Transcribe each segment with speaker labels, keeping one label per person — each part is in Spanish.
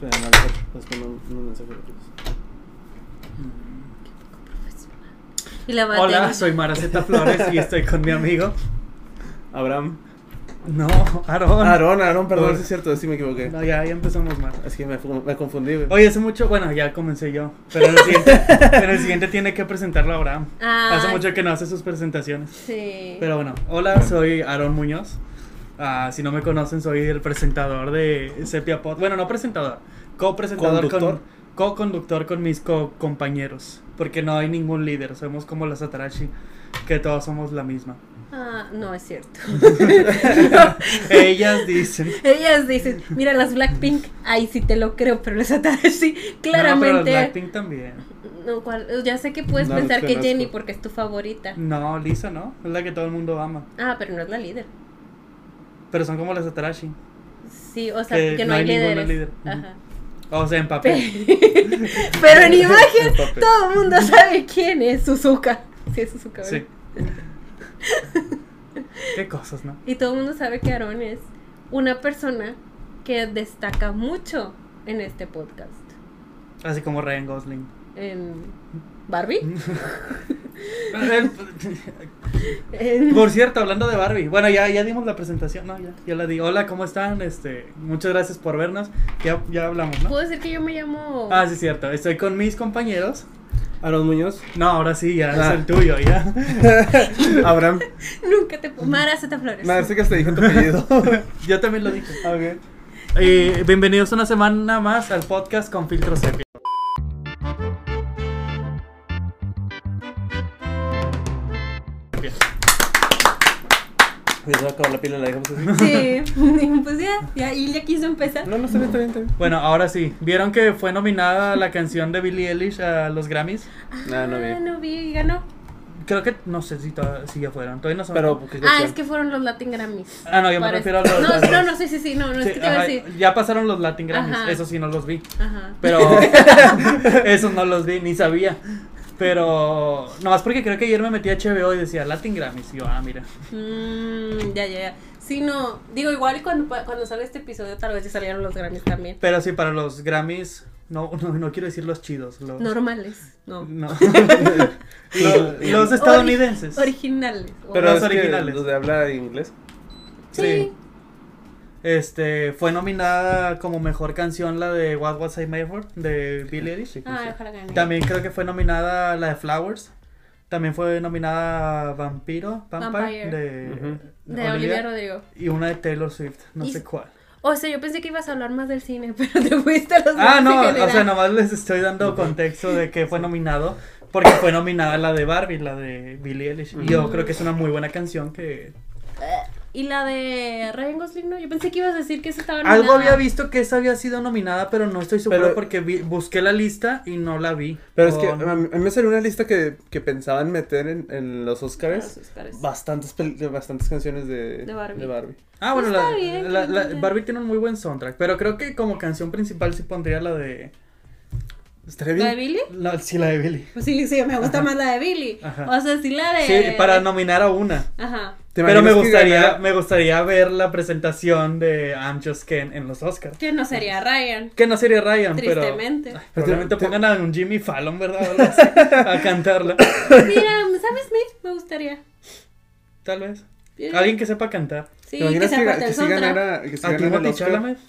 Speaker 1: Espera, a lo mejor respondo un- un mensaje de voz.
Speaker 2: Y la maté.
Speaker 3: Hola, soy Maraceta Flores y estoy con mi amigo.
Speaker 1: Abraham.
Speaker 3: No, Aarón.
Speaker 1: Aarón, Aarón, perdón,
Speaker 3: Por-
Speaker 1: sí es cierto, sí me equivoqué.
Speaker 3: No, ya, ya empezamos mal.
Speaker 1: Es que me, fu- me confundí, güey.
Speaker 3: Oye, hace mucho, bueno, ya comencé yo, pero el siguiente, pero el siguiente tiene que presentarlo a Abraham.
Speaker 2: Ah,
Speaker 3: Hace mucho que no hace sus presentaciones.
Speaker 2: Sí.
Speaker 3: Pero bueno, hola, soy Aarón Muñoz. Ah, si no me conocen, soy el presentador de Sepia Pod. Bueno, no presentador, co-presentador
Speaker 1: Conductor.
Speaker 3: con co-conductor con mis co-compañeros, porque no hay ningún líder, somos como las Atarashi, que todos somos la misma.
Speaker 2: Ah, no es cierto.
Speaker 3: Ellas dicen.
Speaker 2: Ellas dicen, mira las Blackpink, ahí sí te lo creo, pero las Atarashi sí,
Speaker 3: No, pero
Speaker 2: claramente.
Speaker 3: Blackpink también.
Speaker 2: No, cual- ya sé que puedes
Speaker 1: No,
Speaker 2: pensar que
Speaker 1: desconozco.
Speaker 2: Jenny porque es tu favorita.
Speaker 3: No, Lisa, ¿no? Es la que todo el mundo ama.
Speaker 2: Ah, pero no es la líder.
Speaker 3: Pero son como las Atarashi.
Speaker 2: Sí, o sea,
Speaker 3: Que
Speaker 2: que, no,
Speaker 3: no
Speaker 2: hay,
Speaker 3: hay ninguna
Speaker 2: líderes.
Speaker 3: líder. Ujú.
Speaker 2: Ajá.
Speaker 3: O sea, en papel.
Speaker 2: Pe- pero en imagen,
Speaker 1: En papel.
Speaker 2: todo el mundo sabe quién es Suzuka. Sí, es Suzuka. ¿verdad?
Speaker 3: Sí. Qué cosas, ¿no?
Speaker 2: Y todo el mundo sabe que Aaron es una persona que destaca mucho en este podcast.
Speaker 3: Así como Ryan Gosling.
Speaker 2: En Barbie. En-
Speaker 3: Por cierto, hablando de Barbie. Bueno, ya, ya dimos la presentación. No, ya, ya la di. Hola, ¿cómo están? Este, muchas gracias por vernos. Ya, ya hablamos, ¿no?
Speaker 2: Puedo decir que yo me llamo.
Speaker 3: Ah, sí, cierto. Estoy con mis compañeros.
Speaker 1: Aarón Muñoz.
Speaker 3: No, ahora sí, ya
Speaker 1: Ah.
Speaker 3: es el tuyo, ya.
Speaker 1: Abraham.
Speaker 2: Nunca te puedo. Mara Zeta Flores.
Speaker 1: Nada, sé que hasta dije tu apellido.
Speaker 3: Yo también lo dije.
Speaker 1: ok.
Speaker 3: Eh, bienvenidos una semana más al podcast con Filtro Sepia.
Speaker 1: Ya se va a acabar la pila, la dejamos así.
Speaker 2: Sí. pues ya, ya. Y ya quiso empezar.
Speaker 1: No, no, está bien, está bien, está bien.
Speaker 3: Bueno, ahora sí. ¿Vieron que fue nominada la canción de Billie Eilish a los Grammys?
Speaker 1: No, no vi.
Speaker 2: Ah, no vi, ganó.
Speaker 3: Creo que no sé si, to- si ya fueron. Todavía no son.
Speaker 1: Pero, pues, porque
Speaker 2: Ah, es que fueron los Latin Grammys.
Speaker 3: Ah, no, yo me
Speaker 2: Parece-
Speaker 3: refiero a los.
Speaker 2: No,
Speaker 3: a los-
Speaker 2: no, no, sí, sí, sí, no, no
Speaker 3: Sí,
Speaker 2: es que te iba a
Speaker 3: ajá,
Speaker 2: decir.
Speaker 3: Ya pasaron los Latin Grammys.
Speaker 2: Ajá.
Speaker 3: Eso sí no los vi.
Speaker 2: Ajá.
Speaker 3: Pero esos no los vi, ni sabía. Pero nomás porque creo que ayer me metí a HBO y decía Latin Grammys. Y yo, ah, mira.
Speaker 2: Mm, ya, ya, ya. Sí, no. Digo, igual y cuando, pa- cuando salga este episodio, tal vez ya salieron los Grammys también.
Speaker 3: Pero sí, para los Grammys. No, no, no quiero decir los chidos. Los,
Speaker 2: Normales, no.
Speaker 3: No. los, los estadounidenses.
Speaker 2: Originales. o-
Speaker 1: Pero
Speaker 3: Los
Speaker 1: es que
Speaker 3: originales.
Speaker 1: los de habla inglés.
Speaker 2: sí.
Speaker 3: Este fue nominada como mejor canción la de What Was I Made For de Billie Eilish.
Speaker 2: Ah, ojalá gane.
Speaker 3: También creo que fue nominada la de Flowers. También fue nominada Vampiro, Vampire,
Speaker 2: Vampire.
Speaker 3: de,
Speaker 1: Ujú.
Speaker 2: De Olivia, Rodrigo.
Speaker 3: y una de Taylor Swift, no
Speaker 2: Y-
Speaker 3: sé cuál.
Speaker 2: O sea, yo pensé que ibas a hablar más del cine, pero te fuiste a los
Speaker 3: Ah,
Speaker 2: más
Speaker 3: no,
Speaker 2: en
Speaker 3: o sea,
Speaker 2: general.
Speaker 3: nomás les estoy dando contexto de que fue nominado porque fue nominada la de Barbie, la de Billie Eilish. Y yo creo que es una muy buena canción que
Speaker 2: Y la de Ryan Gosling, no. Yo pensé que ibas a decir que esa estaba
Speaker 3: Algo
Speaker 2: nominada.
Speaker 3: había visto que esa había sido nominada, pero no estoy seguro
Speaker 1: Pero-
Speaker 3: porque vi- busqué la lista y no la vi.
Speaker 1: Pero es
Speaker 3: O
Speaker 1: que
Speaker 3: no.
Speaker 1: a mí a mí me salió una lista que, que pensaban meter en, en los
Speaker 2: Los
Speaker 1: Oscars.
Speaker 2: Oscars.
Speaker 1: Bastantes, pel- de bastantes canciones de,
Speaker 2: De Barbie.
Speaker 3: Ah, bueno,
Speaker 2: Está
Speaker 3: la,
Speaker 2: bien,
Speaker 3: la-
Speaker 2: que
Speaker 3: la-
Speaker 2: entienda.
Speaker 3: Barbie tiene un muy buen soundtrack, pero creo que como canción principal sí pondría la de...
Speaker 1: Estaría bien.
Speaker 2: ¿La de Billy?
Speaker 3: la- sí, la de Billie.
Speaker 2: Pues sí, sí, me gusta más la de Billy.
Speaker 3: Ajá.
Speaker 2: O sea, sí la de.
Speaker 3: Sí, para nominar a una.
Speaker 2: Ajá.
Speaker 1: ¿Te
Speaker 3: Pero me
Speaker 1: imaginas que
Speaker 3: gustaría,
Speaker 1: ganara-
Speaker 3: me gustaría ver la presentación de I'm Just Ken en los Oscars.
Speaker 2: Que no sería Ryan.
Speaker 3: Que no sería Ryan, pero...
Speaker 2: Tristemente.
Speaker 3: Ay, Probablemente
Speaker 1: Te- te-
Speaker 3: pongan a un Jimmy Fallon, ¿verdad? O algo así, a cantarla.
Speaker 2: Mira, Sam Smith me gustaría.
Speaker 3: Tal vez.
Speaker 2: Eh,
Speaker 3: Alguien que sepa cantar.
Speaker 2: Sí,
Speaker 1: ¿Te imaginas
Speaker 2: que se
Speaker 1: que,
Speaker 2: aparte
Speaker 1: que
Speaker 2: el
Speaker 1: si
Speaker 2: soundtrack.
Speaker 1: ganara, que si
Speaker 3: ¿A
Speaker 1: ganara el
Speaker 3: Timothée
Speaker 1: Oscar?
Speaker 3: Ah, Chalamet?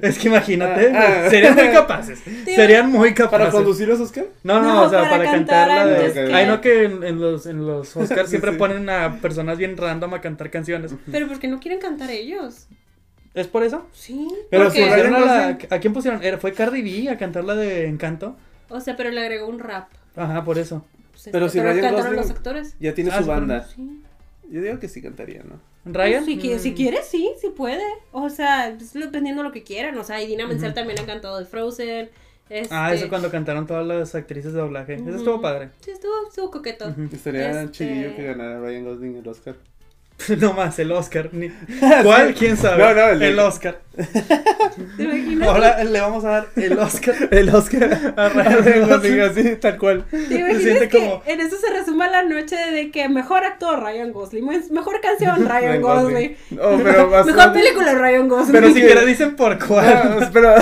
Speaker 3: Es que imagínate,
Speaker 1: Ah, ah.
Speaker 3: serían muy capaces. Serían muy capaces.
Speaker 1: ¿Para conducir los Oscar?
Speaker 3: No, no,
Speaker 2: No,
Speaker 3: o sea,
Speaker 2: para
Speaker 3: para, cantar la
Speaker 2: cantar
Speaker 3: de.
Speaker 1: antes que-
Speaker 3: Ay, no, que en, en los, en los Oscars
Speaker 1: Sí,
Speaker 3: siempre
Speaker 1: sí.
Speaker 3: ponen a personas bien random a cantar canciones.
Speaker 2: Pero porque no quieren cantar ellos.
Speaker 3: ¿Es por eso?
Speaker 2: Sí.
Speaker 3: Pero
Speaker 1: Porque-
Speaker 3: si pusieron a la.
Speaker 1: Ryan
Speaker 3: ¿A quién pusieron? Era- ¿Fue Cardi B a cantar la de Encanto?
Speaker 2: O sea, pero le agregó un rap.
Speaker 3: Ajá, por eso.
Speaker 2: Pues,
Speaker 1: Pero
Speaker 2: este,
Speaker 1: si Ryan
Speaker 2: cantaron
Speaker 1: Gosling-
Speaker 2: los actores.
Speaker 1: Ya tiene
Speaker 3: Ah,
Speaker 1: su
Speaker 3: sí,
Speaker 1: banda.
Speaker 2: Sí.
Speaker 1: Yo digo que sí cantaría, ¿no?
Speaker 3: ¿Ryan?
Speaker 2: Pues, Si, qui- si
Speaker 3: Mm,
Speaker 2: quiere, sí, sí puede. O sea, pues, dependiendo de lo que quieran. O sea, y Dina Menzel también ha cantado de Frozen. Este...
Speaker 3: Ah, eso cuando cantaron todas las actrices de doblaje. Eso
Speaker 2: Ujú.
Speaker 3: estuvo padre.
Speaker 2: Sí, estuvo, estuvo coqueto.
Speaker 1: Estaría
Speaker 2: Este-
Speaker 1: chidillo que ganara Ryan Gosling el Oscar.
Speaker 3: no más, el Oscar. ni- ¿Cuál? ¿Quién sabe?
Speaker 1: No, no, el-
Speaker 3: el Oscar.
Speaker 2: ¿Te imaginas?
Speaker 3: Ahora le vamos a dar el Oscar
Speaker 1: El Oscar.
Speaker 3: a Ryan
Speaker 1: Ryan Gosling,
Speaker 3: Gosling.
Speaker 1: así, tal cual.
Speaker 2: ¿Te imaginas
Speaker 3: siente
Speaker 2: que
Speaker 3: como-
Speaker 2: en eso se resuma la noche de que mejor actor Ryan Gosling, mes- mejor canción Ryan
Speaker 1: Ryan
Speaker 2: Gosling,
Speaker 1: No, pero
Speaker 2: mejor
Speaker 1: bastante-
Speaker 2: película Ryan Gosling.
Speaker 3: Pero
Speaker 1: Sí.
Speaker 3: ni siquiera dicen por cuál.
Speaker 1: Ah, Pero,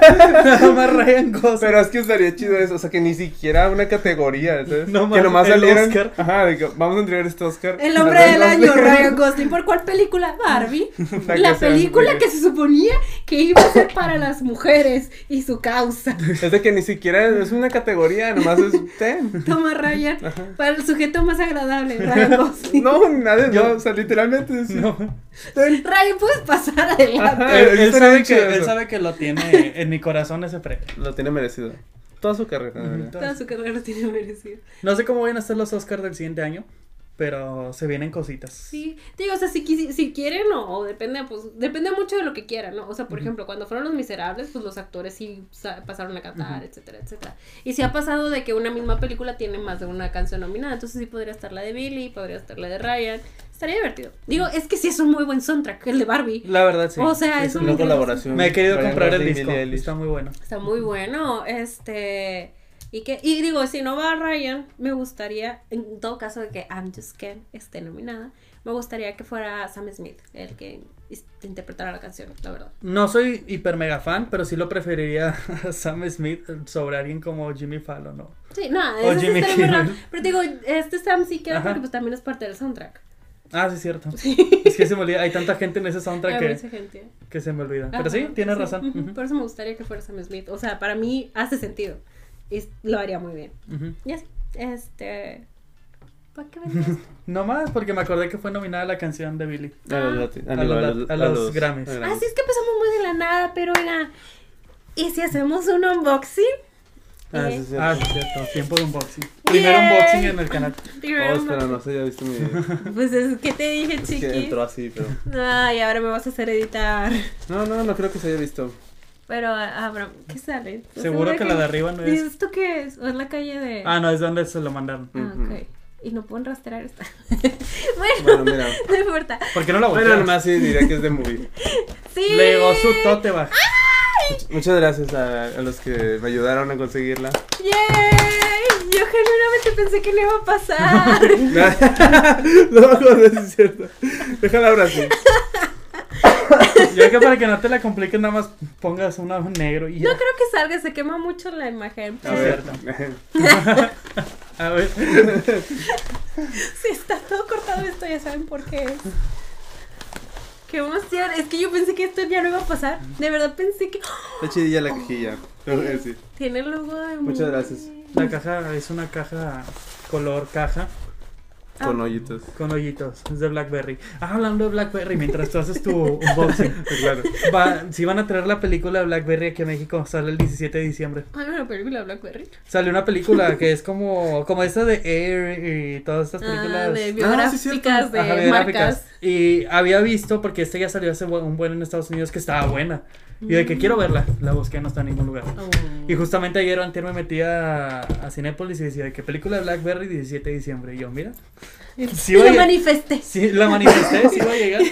Speaker 3: Nada más Ryan Gosling.
Speaker 1: pero es que estaría chido eso, o sea, que ni siquiera una categoría, ¿sabes?
Speaker 3: No
Speaker 1: que
Speaker 3: mames,
Speaker 1: nomás
Speaker 3: el
Speaker 1: salieran,
Speaker 3: Oscar.
Speaker 1: ajá, de que vamos a entregar este Oscar.
Speaker 2: El
Speaker 1: a
Speaker 2: hombre
Speaker 1: Ryan
Speaker 2: del año,
Speaker 1: Gosling.
Speaker 2: Ryan Gosling. ¿Por cuál película? Barbie.
Speaker 1: La
Speaker 2: La
Speaker 1: que se
Speaker 2: película
Speaker 1: ve.
Speaker 2: que se suponía que iba a ser para las mujeres y su causa.
Speaker 1: Es de que ni siquiera es una categoría, nomás es ten.
Speaker 2: Toma Ryan, para el sujeto más agradable, Ryan Gosling.
Speaker 1: No, nada, no, o sea, literalmente es
Speaker 3: No.
Speaker 1: ten.
Speaker 2: Ryan, puedes pasar adelante.
Speaker 1: Ah,
Speaker 3: Él, él
Speaker 1: estaría
Speaker 3: sabe
Speaker 1: chido
Speaker 3: que, él
Speaker 1: eso.
Speaker 3: sabe que lo tiene en mi corazón ese premio.
Speaker 1: Lo tiene merecido. Toda su carrera, la verdad.
Speaker 2: Toda su carrera tiene merecido.
Speaker 3: No sé cómo van a ser los Oscars del siguiente año, pero se vienen cositas.
Speaker 2: Sí, digo, o sea, si, quisi- si quieren o, o depende, pues, depende mucho de lo que quieran, ¿no? O sea, por ejemplo, cuando fueron Los Miserables, pues los actores sí sa- pasaron a cantar, etcétera, etcétera. Y si ha pasado de que una misma película tiene más de una canción nominada, entonces sí podría estar la de Billy, podría estar la de Ryan, estaría divertido. Digo, es que sí es un muy buen soundtrack, el de Barbie.
Speaker 3: La verdad, sí.
Speaker 2: o sea, es
Speaker 1: Es
Speaker 2: un...
Speaker 1: una colaboración.
Speaker 3: Me he querido
Speaker 1: Ryan
Speaker 3: comprar el
Speaker 1: Gosling,
Speaker 3: disco.
Speaker 1: Billie Eilish.
Speaker 3: Está muy bueno.
Speaker 2: Está muy bueno, este... Y, que, y digo, si no va Ryan, me gustaría, en todo caso de que I'm Just Ken esté nominada, me gustaría que fuera Sam Smith el que is- interpretara la canción, la verdad.
Speaker 3: No soy hiper mega fan, pero sí lo preferiría a Sam Smith sobre alguien como Jimmy Fallon, ¿no?
Speaker 2: Sí, no,
Speaker 3: O
Speaker 2: eso sí
Speaker 3: Jimmy
Speaker 2: estaría muy raro.
Speaker 3: Kimmel.
Speaker 2: Pero digo, este Sam sí queda
Speaker 3: Ajá.
Speaker 2: porque pues también es parte del soundtrack.
Speaker 3: Ah, sí, es cierto. Es que se me olvida. Hay tanta gente en ese soundtrack
Speaker 2: Hay mucha
Speaker 3: que,
Speaker 2: gente.
Speaker 3: que se me olvida.
Speaker 2: Ajá,
Speaker 3: Pero sí, tienes razón.
Speaker 2: ujú,
Speaker 3: Ujú,
Speaker 2: Por eso me gustaría que fuera Sam Smith. O sea, para mí hace sentido. Y s- lo haría muy bien.
Speaker 3: ujú.
Speaker 2: Y así, este... ¿Para qué vendría esto?
Speaker 3: No más, porque me acordé que fue nominada la canción de Billy.
Speaker 1: A los lati-
Speaker 3: A
Speaker 1: a los-
Speaker 3: los- a los Grammys.
Speaker 1: a los
Speaker 2: Así es que empezamos muy de la nada, pero oiga, ¿y si hacemos un unboxing?
Speaker 1: Ah, sí,
Speaker 2: Eh,
Speaker 1: sí.
Speaker 3: Ah, sí, es cierto. Tiempo de unboxing. Primer
Speaker 2: Yay.
Speaker 3: unboxing en el canal.
Speaker 2: Primero
Speaker 1: Oh, espera,
Speaker 2: unboxing.
Speaker 1: no sé, ya viste mi video.
Speaker 2: Pues es que te dije,
Speaker 1: Es
Speaker 2: chiqui.
Speaker 1: que entró así, pero.
Speaker 2: Ay, ahora me vas a hacer editar.
Speaker 1: No, no, no creo que se haya visto.
Speaker 2: Pero, Abraham, ¿qué sale? ¿Estás
Speaker 3: Seguro
Speaker 2: segura
Speaker 3: que la de arriba no
Speaker 2: ¿Y
Speaker 3: es.
Speaker 2: esto qué es? ¿O es la calle de...?
Speaker 3: Ah, no, es donde se lo mandaron.
Speaker 2: Ah,
Speaker 1: Ujú.
Speaker 2: ok. Y no pueden rastrear esta. bueno,
Speaker 1: Bueno, mira.
Speaker 2: no importa.
Speaker 3: ¿Por qué no la
Speaker 1: Ah, Bueno,
Speaker 3: voltearon?
Speaker 1: nomás sí diría que es de movie.
Speaker 2: Sí.
Speaker 3: Le llegó su tote bag.
Speaker 1: Muchas gracias a, a los que me ayudaron a conseguirla.
Speaker 2: ¡Yay! Yo genuinamente pensé que no iba a pasar.
Speaker 1: no, no, no es cierto. Déjala ahora sí.
Speaker 3: Yo creo que para que no te la compliques, nada más pongas una negro y ya.
Speaker 2: No creo que salga, se quema mucho la imagen.
Speaker 1: A
Speaker 3: Ah,
Speaker 2: pero
Speaker 1: ver.
Speaker 3: A ver.
Speaker 2: Si está todo cortado esto, ya saben por qué es. Qué emoción. Es que yo pensé que esto ya no iba a pasar. De verdad pensé que.
Speaker 1: Está chidilla la cajilla. Tengo que decir.
Speaker 2: Tiene el logo de.
Speaker 1: Muchas
Speaker 2: Moody.
Speaker 1: gracias.
Speaker 3: La caja es una caja color caja Ah.
Speaker 1: Con hoyitos.
Speaker 3: con hoyitos. Es de Blackberry. Ah, hablando de Blackberry, mientras tú haces tu unboxing.
Speaker 1: Claro.
Speaker 3: Va, si van a traer la película de Blackberry aquí a México, sale el 17 de diciembre.
Speaker 2: Ah, no, la película Blackberry.
Speaker 3: Sale una película que es como, como esa de Air y todas estas películas.
Speaker 2: Ah, de
Speaker 1: Ah, sí, cierto.
Speaker 2: biográficas de
Speaker 3: Ajá, biográficas.
Speaker 2: marcas.
Speaker 3: Y había visto, porque esta ya salió hace bu- un buen en Estados Unidos, que estaba buena. Y de
Speaker 2: Mm.
Speaker 3: que quiero verla, la busqué, no está en ningún lugar.
Speaker 2: Oh.
Speaker 3: Y justamente ayer o antier me metí a, a Cinépolis y decía, de ¿qué película de Blackberry 17 de diciembre? Y yo, mira, Sí,
Speaker 2: lo
Speaker 3: oye.
Speaker 2: manifesté.
Speaker 3: sí, la manifesté, sí va a llegar.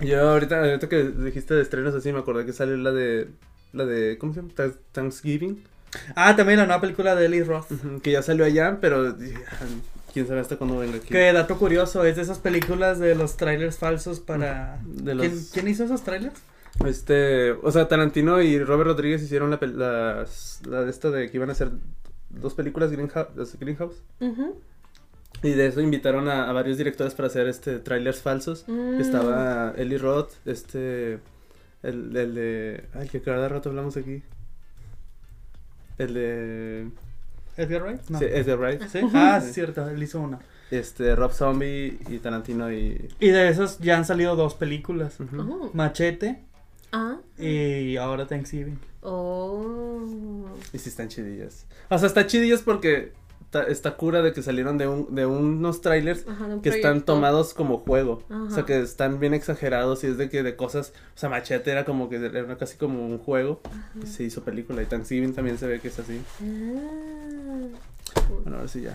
Speaker 1: Yo ahorita, ahorita que dijiste de estrenos así, me acordé que sale la de. La de. ¿Cómo se llama? Thanks- Thanksgiving.
Speaker 3: Ah, también la nueva película de Ellie Roth.
Speaker 1: Ujú, Que ya salió allá, pero. dije, ah, Quién sabe hasta cuándo venga aquí.
Speaker 3: Que dato curioso, es de esas películas de los trailers falsos para...
Speaker 1: De los-
Speaker 3: ¿Quién, quién hizo esos trailers?
Speaker 1: Este, o sea, Tarantino y Robert Rodríguez hicieron la, pel- las- la de esta de que iban a hacer dos películas Greenhouse, Greenhouse
Speaker 2: Ujú.
Speaker 1: y de eso invitaron a, a varios directores para hacer este trailers falsos.
Speaker 2: Mm.
Speaker 1: Estaba Eli Roth, este, el, el de, ay, que cada rato hablamos aquí. El de,
Speaker 3: ¿Edgar Wright? No.
Speaker 1: sí, eh, es de Wright,
Speaker 3: ¿Sí? Ah, es cierto, él hizo una.
Speaker 1: este, Rob Zombie y Tarantino y,
Speaker 3: Y de esos ya han salido dos películas.
Speaker 1: ujú.
Speaker 2: Oh.
Speaker 3: Machete
Speaker 2: Ah.
Speaker 3: y ahora Thanksgiving.
Speaker 2: Oh.
Speaker 1: Y sí están chidillas. O sea, están chidillas porque ta- está cura de que salieron de, un, de unos trailers
Speaker 2: Ajá, de un
Speaker 1: que están
Speaker 2: proyecto.
Speaker 1: tomados como juego. O
Speaker 2: Ajá.
Speaker 1: sea, que están bien exagerados y es de que de cosas, o sea, Machete era como que era casi como un juego. Y se hizo película y Thanksgiving también se ve que es así.
Speaker 2: Ah.
Speaker 1: Bueno, ahora sí ya.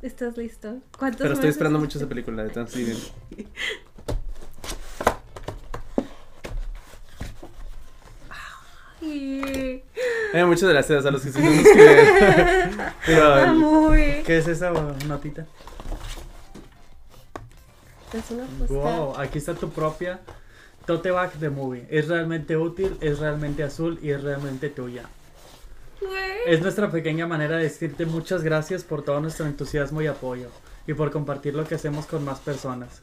Speaker 2: ¿Estás listo? ¿Cuántos
Speaker 1: Pero estoy
Speaker 2: meses?
Speaker 1: esperando mucho esa película de Thanksgiving. Hay Eh, muchas gracias a los que sí se suscriben. Pero,
Speaker 2: Amor.
Speaker 3: ¿Qué es esa notita?
Speaker 2: Es una postal.
Speaker 3: Wow, aquí está tu propia tote bag de movie. Es realmente útil, es realmente azul y es realmente tuya.
Speaker 2: Güey.
Speaker 3: Es nuestra pequeña manera de decirte muchas gracias por todo nuestro entusiasmo y apoyo y por compartir lo que hacemos con más personas.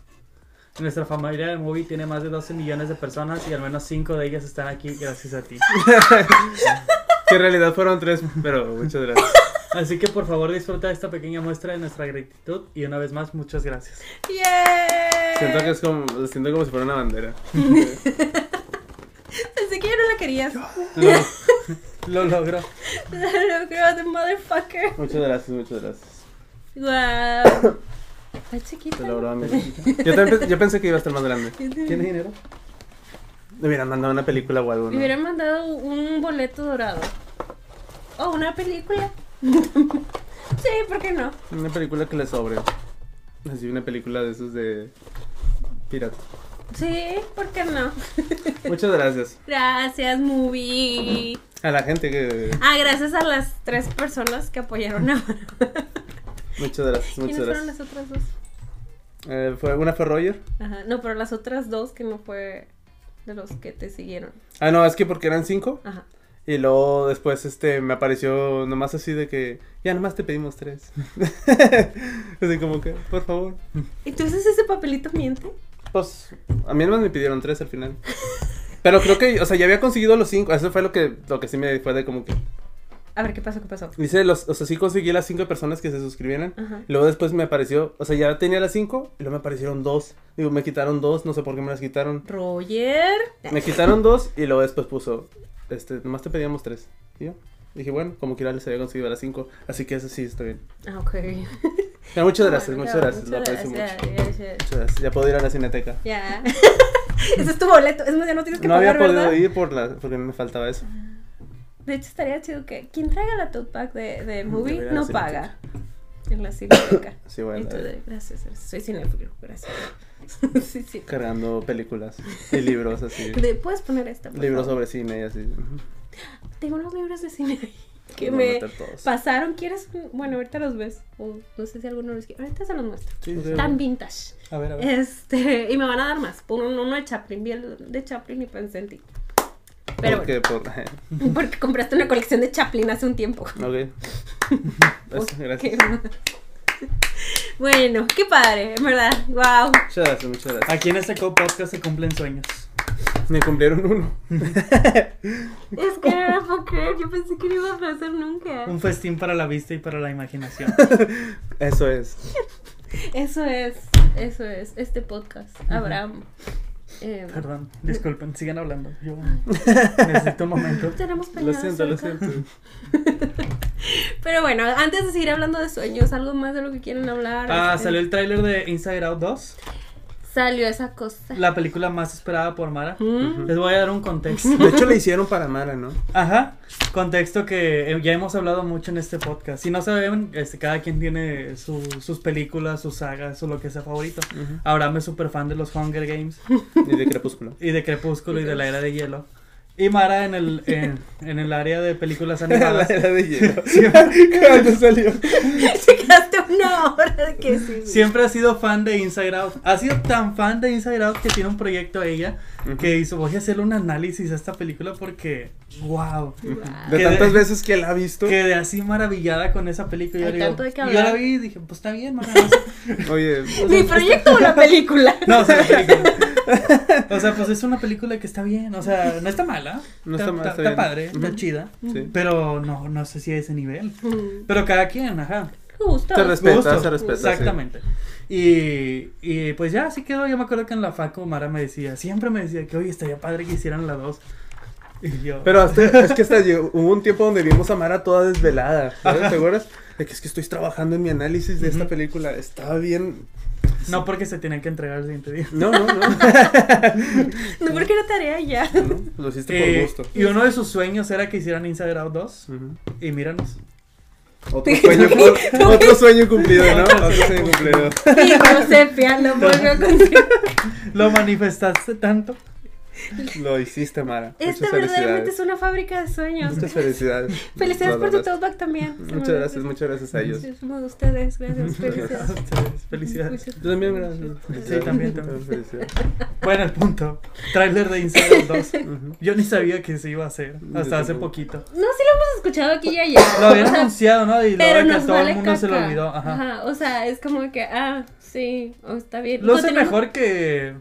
Speaker 3: Nuestra familia de movie tiene más de 12 millones de personas y al menos 5 de ellas están aquí gracias a ti.
Speaker 1: que en realidad fueron tres, pero muchas gracias.
Speaker 3: Así que por favor disfruta de esta pequeña muestra de nuestra gratitud y una vez más muchas gracias.
Speaker 2: Yay.
Speaker 1: Siento que es como, lo siento como si fuera una bandera.
Speaker 2: Pensé que ya no la querías.
Speaker 3: Lo, lo logró.
Speaker 2: Lo creo, the motherfucker.
Speaker 1: Muchas gracias, muchas gracias.
Speaker 2: Wow. Está chiquita.
Speaker 1: Te logró, amigo. Yo, también pe- yo pensé que iba a estar más grande.
Speaker 2: Yo te-
Speaker 3: ¿Tiene dinero?
Speaker 1: Le hubieran mandado una película o algo,
Speaker 2: Me
Speaker 1: ¿no?
Speaker 2: hubieran mandado un boleto dorado. O una película. sí, ¿por qué no?
Speaker 1: Una película que le sobre. Así una película de esos de pirata.
Speaker 2: Sí, ¿por qué no?
Speaker 1: Muchas gracias
Speaker 2: Gracias, movie.
Speaker 1: a la gente que
Speaker 2: Ah, gracias a las tres personas que apoyaron a
Speaker 1: muchas gracias,
Speaker 2: ¿Quiénes
Speaker 1: muchas
Speaker 2: fueron
Speaker 1: gracias.
Speaker 2: las otras dos?
Speaker 1: Eh, fue una fue Roger.
Speaker 2: Ajá. No, pero las otras dos que no fue de los que te siguieron.
Speaker 1: Ah, no, es que porque eran cinco
Speaker 2: Ajá.
Speaker 1: y luego después este me apareció nomás así de que ya nomás te pedimos tres. así como que, por favor.
Speaker 2: Entonces ese papelito miente.
Speaker 1: Pues a mí nomás me pidieron tres al final. Pero creo que, o sea, ya había conseguido los cinco. Eso fue lo que lo que sí me fue de como que
Speaker 2: A ver qué pasó, qué pasó.
Speaker 1: Dice, los, o sea, sí conseguí las cinco personas que se suscribieran.
Speaker 2: Ajá.
Speaker 1: Luego después me apareció, o sea, ya tenía las cinco y luego me aparecieron dos. Digo, me quitaron dos, no sé por qué me las quitaron.
Speaker 2: Roger.
Speaker 1: Me quitaron dos y luego después puso, este, nomás te pedíamos tres. Y yo dije, bueno, como quiera les había conseguido las cinco, así que eso sí está bien.
Speaker 2: Ah, ok.
Speaker 1: Ya, muchas gracias,
Speaker 2: Bueno,
Speaker 1: muchas
Speaker 2: ya,
Speaker 1: gracias, lo aprecio mucho.
Speaker 2: gracias,
Speaker 1: Muchas
Speaker 2: ya, ya, ya.
Speaker 1: gracias. Ya puedo ir a la cineteca.
Speaker 2: Ya. Ese es tu boleto. Es más, ya no tienes que
Speaker 1: No
Speaker 2: pagar,
Speaker 1: había podido
Speaker 2: ¿verdad?
Speaker 1: ir por la, porque me faltaba eso.
Speaker 2: De hecho, estaría chido que quien traiga la tote bag de, de
Speaker 1: Debería
Speaker 2: movie
Speaker 1: la
Speaker 2: no
Speaker 1: cineteca.
Speaker 2: paga en la cineteca.
Speaker 1: Sí, bueno,
Speaker 2: Y tú
Speaker 1: eh,
Speaker 2: de, gracias, gracias, soy cinéfilo, gracias. sí, sí.
Speaker 1: cargando películas y libros así.
Speaker 2: De, ¿Puedes poner esta? por
Speaker 1: libros
Speaker 2: favor?
Speaker 1: sobre cine y así. Ujú.
Speaker 2: Tengo unos libros de cine ahí que
Speaker 1: Los voy a
Speaker 2: me
Speaker 1: meter todos.
Speaker 2: pasaron. ¿Quieres? un- Bueno, ahorita los ves. O no sé si alguno los quiere. Ahorita se los muestro.
Speaker 1: Sí, sí.
Speaker 2: Tan vintage.
Speaker 1: A ver, a ver.
Speaker 2: Este, y me van a dar más. Por uno, uno de Chaplin, vi el de Chaplin y pensé en ti. Pero
Speaker 1: Porque por...
Speaker 2: bueno, porque compraste una colección de Chaplin hace un tiempo.
Speaker 1: Ok. Pues,
Speaker 2: Qué
Speaker 1: gracias.
Speaker 2: bueno. Bueno, qué padre, en verdad. Wow.
Speaker 1: Muchas gracias, muchas gracias.
Speaker 3: Aquí en este podcast se cumplen sueños.
Speaker 1: Me cumplieron uno.
Speaker 2: Es que no lo puedo creer, yo pensé que no iba a pasar nunca.
Speaker 1: Mm.
Speaker 3: Un festín para la vista y para la imaginación.
Speaker 1: Eso es.
Speaker 2: Eso es, eso es, este podcast. Abraham. Eh,
Speaker 3: Perdón, disculpen, sigan hablando. Yo necesito un momento.
Speaker 2: tenemos
Speaker 1: Lo
Speaker 2: peleadas
Speaker 1: siento, lo
Speaker 2: ahorita.
Speaker 1: siento.
Speaker 2: Pero bueno, antes de seguir hablando de sueños, algo más de lo que quieren hablar.
Speaker 3: Ah,
Speaker 2: Este,
Speaker 3: salió el tráiler de Inside Out 2,
Speaker 2: Salió esa cosa.
Speaker 3: la película más esperada por Mara.
Speaker 2: ¿Mm?
Speaker 3: Les voy a dar un contexto.
Speaker 1: De hecho, le hicieron para Mara, ¿no?
Speaker 3: Ajá, contexto que eh, ya hemos hablado mucho en este podcast. Si no saben, este, cada quien tiene su- sus películas, sus sagas o lo que sea favorito. Abraham es súper fan de los Hunger Games
Speaker 1: Y de Crepúsculo.
Speaker 3: y de Crepúsculo y de la Era de Hielo. Y Mara en el, en, en el área de películas animadas.
Speaker 1: era de hielo.
Speaker 3: Siempre,
Speaker 1: ¿Cuándo salió?
Speaker 2: Te quedaste una hora de que sí.
Speaker 3: siempre ha sido fan de Inside Out. Ha sido tan fan de Inside Out que tiene un proyecto ella que hizo, voy a hacer un análisis a esta película porque, wow.
Speaker 2: Guau.
Speaker 1: De
Speaker 3: Que
Speaker 1: tantas
Speaker 3: de-
Speaker 1: veces que la ha visto.
Speaker 3: Quedé así maravillada con esa película. Yo,
Speaker 2: Hay
Speaker 3: digo-
Speaker 2: tanto de qué
Speaker 3: y yo
Speaker 2: hablar.
Speaker 3: la vi y dije, pues está bien, Mara. no sé".
Speaker 1: Oye,
Speaker 2: Mi proyecto o la película.
Speaker 3: No, o sea, la película. O sea, pues es una película que está bien. O sea, no está mala.
Speaker 1: No está mala, está
Speaker 3: Está
Speaker 1: bien.
Speaker 3: padre, está
Speaker 1: Ujú.
Speaker 3: chida.
Speaker 1: sí.
Speaker 3: Pero no, no sé si a ese nivel.
Speaker 2: Mm,
Speaker 3: Pero cada quien, ajá.
Speaker 2: Justo.
Speaker 1: Te respeto. Respeta,
Speaker 3: Gusto.
Speaker 1: se respeta, sí.
Speaker 3: Exactamente. Y, y pues ya así quedó. Yo me acuerdo que en la FACO Mara me decía, siempre me decía que hoy estaría padre que hicieran la dos. Y yo.
Speaker 1: Pero hasta, es que hasta llegó- hubo un tiempo donde vimos a Mara toda desvelada. ¿sabes? ¿Te acuerdas? De que es que estoy trabajando en mi análisis de esta
Speaker 3: Ujú.
Speaker 1: película. Estaba bien.
Speaker 3: no porque se tenían que entregar el siguiente día.
Speaker 1: No, no, no.
Speaker 2: No, porque era tarea ya.
Speaker 1: No, Lo hiciste
Speaker 3: Eh,
Speaker 1: Este por gusto.
Speaker 3: y uno de sus sueños era que hicieran Inside Out 2.
Speaker 1: Ujú.
Speaker 3: Y míranos.
Speaker 1: Otro sueño, cu- otro sueño cumplido, ¿no? Otro sueño cumplido.
Speaker 2: Sí, no sepia, lo volvió a conseguir.
Speaker 3: Lo manifestaste tanto
Speaker 1: Lo hiciste, Mara.
Speaker 2: Esta
Speaker 1: Muchas
Speaker 2: verdaderamente
Speaker 1: felicidades.
Speaker 2: es una fábrica de sueños.
Speaker 1: Muchas felicidades.
Speaker 2: Felicidades
Speaker 1: Lo
Speaker 2: por tu
Speaker 1: lograste.
Speaker 2: tote bag también.
Speaker 1: Muchas gracias, muchas gracias a ellos.
Speaker 2: Somos ustedes, gracias. Felicidades.
Speaker 3: Felicidades.
Speaker 1: Yo también, gracias.
Speaker 3: Sí, también, también.
Speaker 1: Felicidades.
Speaker 3: Bueno, el punto. Trailer de Inside Out 2.
Speaker 1: Ujú.
Speaker 3: Yo ni sabía que se iba a hacer.
Speaker 1: Yo
Speaker 3: Hasta hace
Speaker 1: tampoco.
Speaker 3: poquito.
Speaker 2: No, sí lo hemos escuchado aquí y allá.
Speaker 3: Lo habían
Speaker 2: O sea,
Speaker 3: anunciado, ¿no? Y luego
Speaker 2: pero
Speaker 3: de que
Speaker 2: nos
Speaker 3: a todo
Speaker 2: vale
Speaker 3: el mundo se lo
Speaker 2: caca.
Speaker 3: olvidó. Ajá.
Speaker 2: O sea, es como que, ah, sí, o está bien.
Speaker 3: Lo hace
Speaker 2: Continuamos.
Speaker 3: mejor que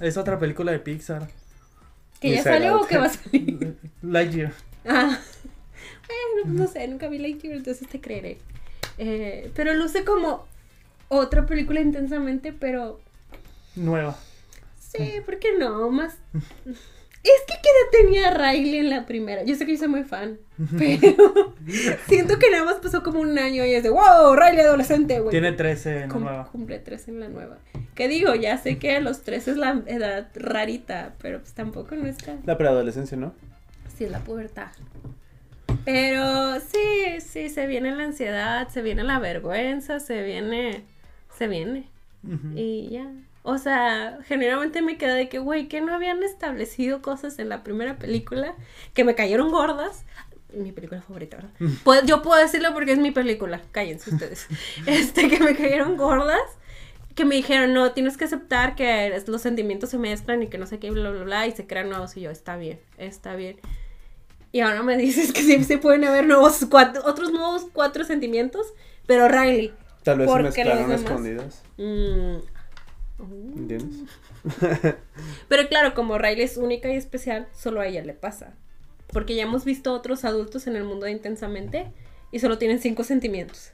Speaker 3: esa otra película de Pixar.
Speaker 2: ¿Que ya
Speaker 1: Inside
Speaker 2: salió o
Speaker 1: Out.
Speaker 2: que va a salir?
Speaker 3: Lightyear.
Speaker 2: Ah. Bueno, pues no sé, nunca vi Lightyear, entonces te creeré. Eh, pero luce como otra película intensamente, pero
Speaker 3: Nueva.
Speaker 2: sí,
Speaker 3: Mm.
Speaker 2: ¿por qué no? Más. Es que qué edad tenía Riley en la primera. Yo sé que yo soy muy fan, pero siento que nada más pasó como un año y es de wow, Riley adolescente, güey.
Speaker 3: Tiene 13 en la
Speaker 2: Cum-
Speaker 3: nueva.
Speaker 2: Cumple tres en la nueva. ¿Qué digo? Ya sé que a los tres es la edad rarita, pero pues tampoco no está.
Speaker 1: La preadolescencia, ¿no?
Speaker 2: Sí, es la pubertad. Pero sí, sí, se viene la ansiedad, se viene la vergüenza, se viene, se viene.
Speaker 3: Ujú.
Speaker 2: Y ya. O sea, generalmente me quedé de que, güey, que no habían establecido cosas en la primera película que me cayeron gordas. Mi película favorita, ¿verdad? Pues yo puedo decirlo porque es mi película, cállense ustedes. este, que me cayeron gordas, que me dijeron, no, tienes que aceptar que eres- los sentimientos se mezclan y que no sé qué, bla, bla, bla, y se crean nuevos. Y yo, está bien, está bien. Y ahora me dices que sí se pueden haber nuevos cuatro, otros nuevos cuatro sentimientos, pero Riley.
Speaker 1: Tal vez se
Speaker 2: Porque
Speaker 1: mezclaron
Speaker 2: los demás-
Speaker 1: escondidas.
Speaker 2: mm, uh.
Speaker 1: ¿Entiendes?
Speaker 2: Pero claro, como Riley es única y especial, solo a ella le pasa. Porque ya hemos visto otros adultos en el mundo de intensamente y solo tienen cinco sentimientos.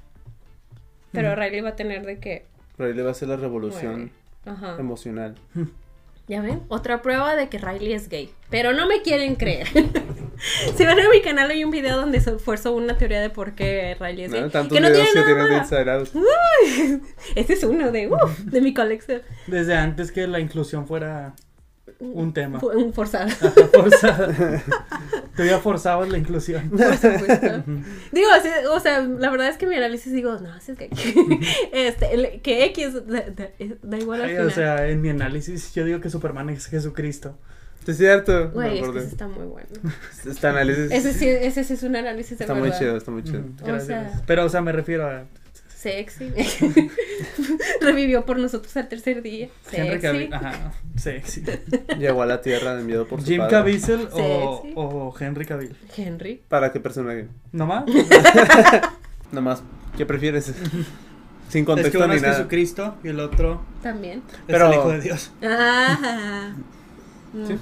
Speaker 2: Pero
Speaker 3: Ujú.
Speaker 2: Riley va a tener de que.
Speaker 1: Riley va a ser la revolución
Speaker 2: nueve. Ajá.
Speaker 1: emocional.
Speaker 2: ¿Ya ven? Otra prueba de que Riley es gay. Pero no me quieren creer. si van a mi canal hay un video donde se esfuerzo una teoría de por qué Riley es
Speaker 1: No,
Speaker 2: gay.
Speaker 1: tantos
Speaker 2: que no
Speaker 1: videos
Speaker 2: tiene
Speaker 1: que
Speaker 2: nada
Speaker 1: tienen de
Speaker 2: malo.
Speaker 1: Inside Out.
Speaker 2: Este es uno de, uf, de mi colección.
Speaker 3: Desde antes que la inclusión fuera un tema.
Speaker 2: Fue un forzado.
Speaker 3: Ajá, forzada. Tú ya forzabas la inclusión.
Speaker 2: Por supuesto. digo, así, o sea, la verdad es que mi análisis digo, no, así es que, este, el- que X da, da- da igual al
Speaker 3: Ay,
Speaker 2: final.
Speaker 3: o sea, en mi análisis yo digo que Superman es Jesucristo.
Speaker 1: Sí, Es cierto.
Speaker 2: Güey,
Speaker 1: Me
Speaker 2: es que
Speaker 1: acordé.
Speaker 2: ese está muy bueno.
Speaker 1: Este análisis
Speaker 2: Ese sí, ese sí es un análisis de
Speaker 1: está muy
Speaker 2: verdad.
Speaker 1: chido, está muy chido.
Speaker 3: Ujú,
Speaker 2: O
Speaker 3: Gracias.
Speaker 2: sea-
Speaker 3: Pero, o sea, me refiero a
Speaker 2: Sexy. Revivió por nosotros al tercer día.
Speaker 3: Henry
Speaker 2: Sexy.
Speaker 1: ah.
Speaker 3: Cavill. Ajá, sexy.
Speaker 1: Llegó a la tierra de miedo por su
Speaker 3: Jim
Speaker 1: padre.
Speaker 3: Caviezel o,
Speaker 2: Sexy.
Speaker 3: o Henry Cavill.
Speaker 2: Henry.
Speaker 1: ¿Para qué personaje?
Speaker 3: ¿No más?
Speaker 1: Nomás, ¿qué prefieres? Sin
Speaker 3: Es que
Speaker 1: contexto
Speaker 3: uno
Speaker 1: ni
Speaker 3: es
Speaker 1: nada.
Speaker 3: Jesucristo y el otro
Speaker 2: También.
Speaker 3: es
Speaker 1: Pero-
Speaker 3: el Hijo de Dios.
Speaker 2: Ah.
Speaker 1: Sí.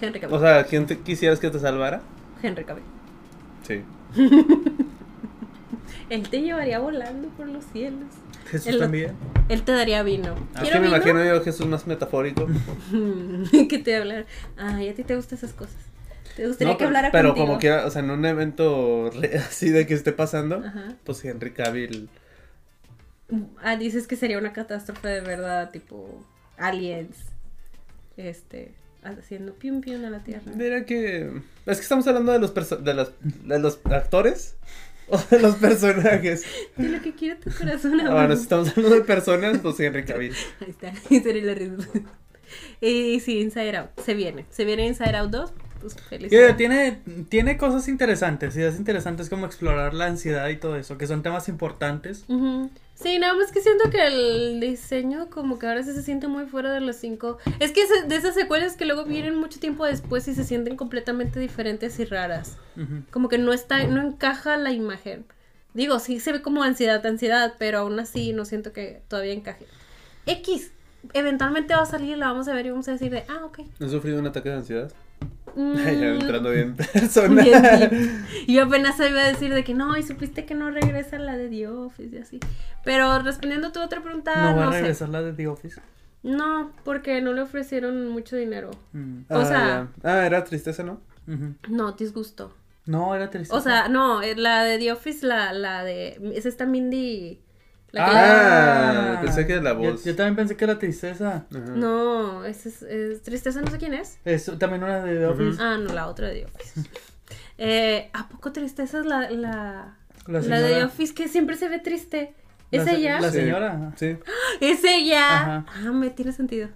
Speaker 2: Henry
Speaker 1: O
Speaker 2: Cavill.
Speaker 1: sea, ¿quién te quisieras que te salvara?
Speaker 2: Henry Cavill.
Speaker 1: Sí.
Speaker 2: Él te llevaría volando por los cielos.
Speaker 3: Jesús
Speaker 2: El-
Speaker 3: también.
Speaker 2: Él te daría vino.
Speaker 1: Es que
Speaker 2: ¿Quiero
Speaker 1: Ah, me
Speaker 2: vino?
Speaker 1: imagino yo a Jesús más metafórico.
Speaker 2: que te hablar. Ay, a ti te gustan esas cosas. Te gustaría
Speaker 1: No,
Speaker 2: que
Speaker 1: pero-
Speaker 2: hablara
Speaker 1: Pero
Speaker 2: contigo.
Speaker 1: como quiera, o sea, en un evento re- así de que esté pasando,
Speaker 2: Ajá.
Speaker 1: pues Henry Cavill.
Speaker 2: Ah, dices que sería una catástrofe de verdad, tipo aliens. Este, haciendo pium pium a la Tierra.
Speaker 1: Mira que. Es que estamos hablando de los, perso- de las- de los actores o de los personajes.
Speaker 2: De lo que quiere tu corazón
Speaker 1: Ah, bueno,
Speaker 2: amor.
Speaker 1: si estamos hablando de personas, pues Henry Cavill.
Speaker 2: Ahí está, sería la risa. Y sí, Inside Out, se viene. Se viene Inside Out 2, pues feliz.
Speaker 3: Yo digo, tiene, tiene cosas interesantes, ideas interesantes como explorar la ansiedad y todo eso, que son temas importantes.
Speaker 2: Ujú. Sí, nada más que siento que el diseño como que ahora sí se siente muy fuera de los cinco. Es que ese- de esas secuelas que luego vienen mucho tiempo después y se sienten completamente diferentes y raras.
Speaker 3: Ujú.
Speaker 2: Como que no está, no encaja la imagen. Digo, sí se ve como ansiedad, ansiedad, pero aún así no siento que todavía encaje. X, eventualmente va a salir, la vamos a ver y vamos a decir de, ah, ok.
Speaker 1: ¿No has sufrido un ataque de ansiedad?
Speaker 2: Mm,
Speaker 1: ya entrando bien
Speaker 2: Bien
Speaker 1: personal.
Speaker 2: deep. Yo apenas iba a decir de que no, y supiste que no regresa la de The Office y así. Pero respondiendo a tu otra pregunta,
Speaker 3: no va
Speaker 2: Ah, no,
Speaker 3: a
Speaker 2: sé.
Speaker 3: regresar la de The Office.
Speaker 2: No, porque no le ofrecieron mucho dinero.
Speaker 3: Mm,
Speaker 2: O sea-
Speaker 1: ya. Ah, era tristeza, ¿no?
Speaker 3: ujú.
Speaker 2: No, disgusto.
Speaker 3: No, era triste.
Speaker 2: O sea, no, eh, la de The Office, la, la de. Es esta Mindy. La que
Speaker 1: Ah, pensé que era la
Speaker 3: Yo-
Speaker 1: voz.
Speaker 3: Yo, también pensé que era tristeza.
Speaker 1: Ajá.
Speaker 2: No, es, es, es tristeza, no sé quién es.
Speaker 3: Es también una de The
Speaker 1: Ujú.
Speaker 3: Office.
Speaker 2: Ah, no, la otra de The Office. Eh, ¿A poco tristeza es la, la,
Speaker 3: La,
Speaker 2: la
Speaker 3: señora,
Speaker 2: de The Office que siempre se ve triste? ¿Es
Speaker 3: la se-
Speaker 2: ella?
Speaker 3: La
Speaker 1: Sí.
Speaker 3: señora.
Speaker 1: Sí.
Speaker 2: ¿Es ella?
Speaker 3: Ajá.
Speaker 2: Ah, me tiene sentido.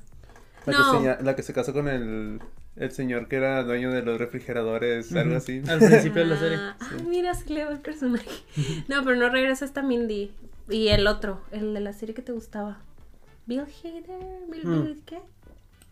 Speaker 1: La,
Speaker 2: No.
Speaker 1: que, seña- la que se casó con el, el señor que era dueño de los refrigeradores, algo
Speaker 3: Ujú.
Speaker 1: así.
Speaker 3: Al principio de la serie.
Speaker 2: Ah, ah, mira, se le va el personaje. No, pero no regresa esta Mindy. Y el otro, el de la serie que te gustaba. Bill Hader, Bill,
Speaker 1: Hmm.
Speaker 3: Mm.
Speaker 2: Bill- ¿qué?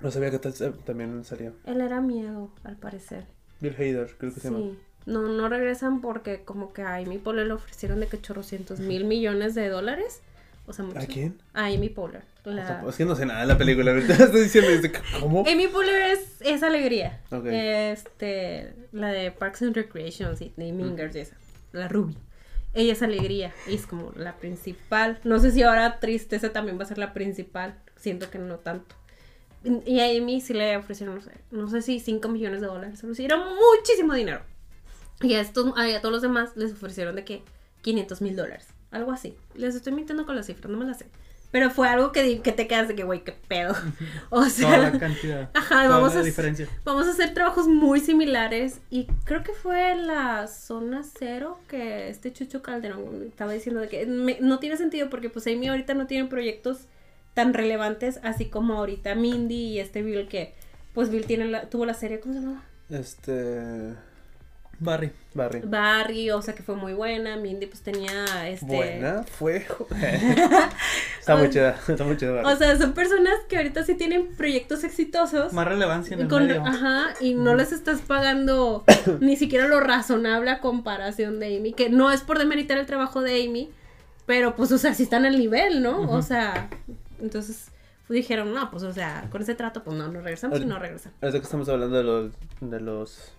Speaker 1: No sabía que tal- eh, también salía.
Speaker 2: Él era miedo, al parecer.
Speaker 1: Bill Hader, creo que se llama.
Speaker 2: Sí. No, no regresan porque como que a Amy Poehler le ofrecieron de que chorrocientos mil millones de dólares. O sea, mucho.
Speaker 1: ¿A quién?
Speaker 2: A Amy Poehler. la-
Speaker 1: O
Speaker 2: Em
Speaker 1: sea, es que no sé nada de la película. Ahorita estoy diciendo, es de que, ¿cómo?
Speaker 2: Amy Poehler es, es alegría.
Speaker 1: Ok.
Speaker 2: Este, la de Parks and Recreation, Sidney Mingers, esa, la rubia. Ella es alegría y es como la principal. No sé si ahora tristeza también va a ser la principal. Siento que no tanto. Y a Amy sí le ofrecieron, no sé, no sé si 5 millones de dólares. algo así, Era muchísimo dinero. Y a, estos, a todos los demás les ofrecieron de que 500 mil dólares. Algo así. Les estoy mintiendo con las cifras, no me las sé. Pero fue algo que, di- que te quedas de que, güey, qué pedo. O
Speaker 3: Toda
Speaker 2: sea,
Speaker 3: la cantidad.
Speaker 2: Ajá,
Speaker 3: toda
Speaker 2: vamos
Speaker 3: la
Speaker 2: a-
Speaker 3: diferencia.
Speaker 2: Vamos a hacer trabajos muy similares y creo que fue la zona cero que este Chucho Calderón estaba diciendo de que me- no tiene sentido porque pues Amy ahorita no tiene proyectos tan relevantes así como ahorita Mindy y este Bill que pues Bill tiene la- tuvo la serie, ¿cómo se llama?
Speaker 1: Este.
Speaker 3: Barry.
Speaker 1: Barry.
Speaker 2: Este, Barry, o sea que fue muy buena, Mindy pues tenía este...
Speaker 1: Buena, fue. está muy chida, está muy chida. Barry.
Speaker 2: O sea, son personas que ahorita sí tienen proyectos exitosos.
Speaker 3: Más relevancia en el
Speaker 2: Con-
Speaker 3: medio.
Speaker 2: ajá, y no les estás pagando ni siquiera lo razonable a comparación de Amy, que no es por demeritar el trabajo de Amy, pero pues, o sea, sí están al nivel, ¿no? O
Speaker 3: Ujú.
Speaker 2: sea, entonces pues, dijeron, no, pues, o sea, con ese trato, pues no, no regresamos y
Speaker 1: Ahorita-
Speaker 2: no regresan.
Speaker 1: Ahorita que estamos hablando de los, de los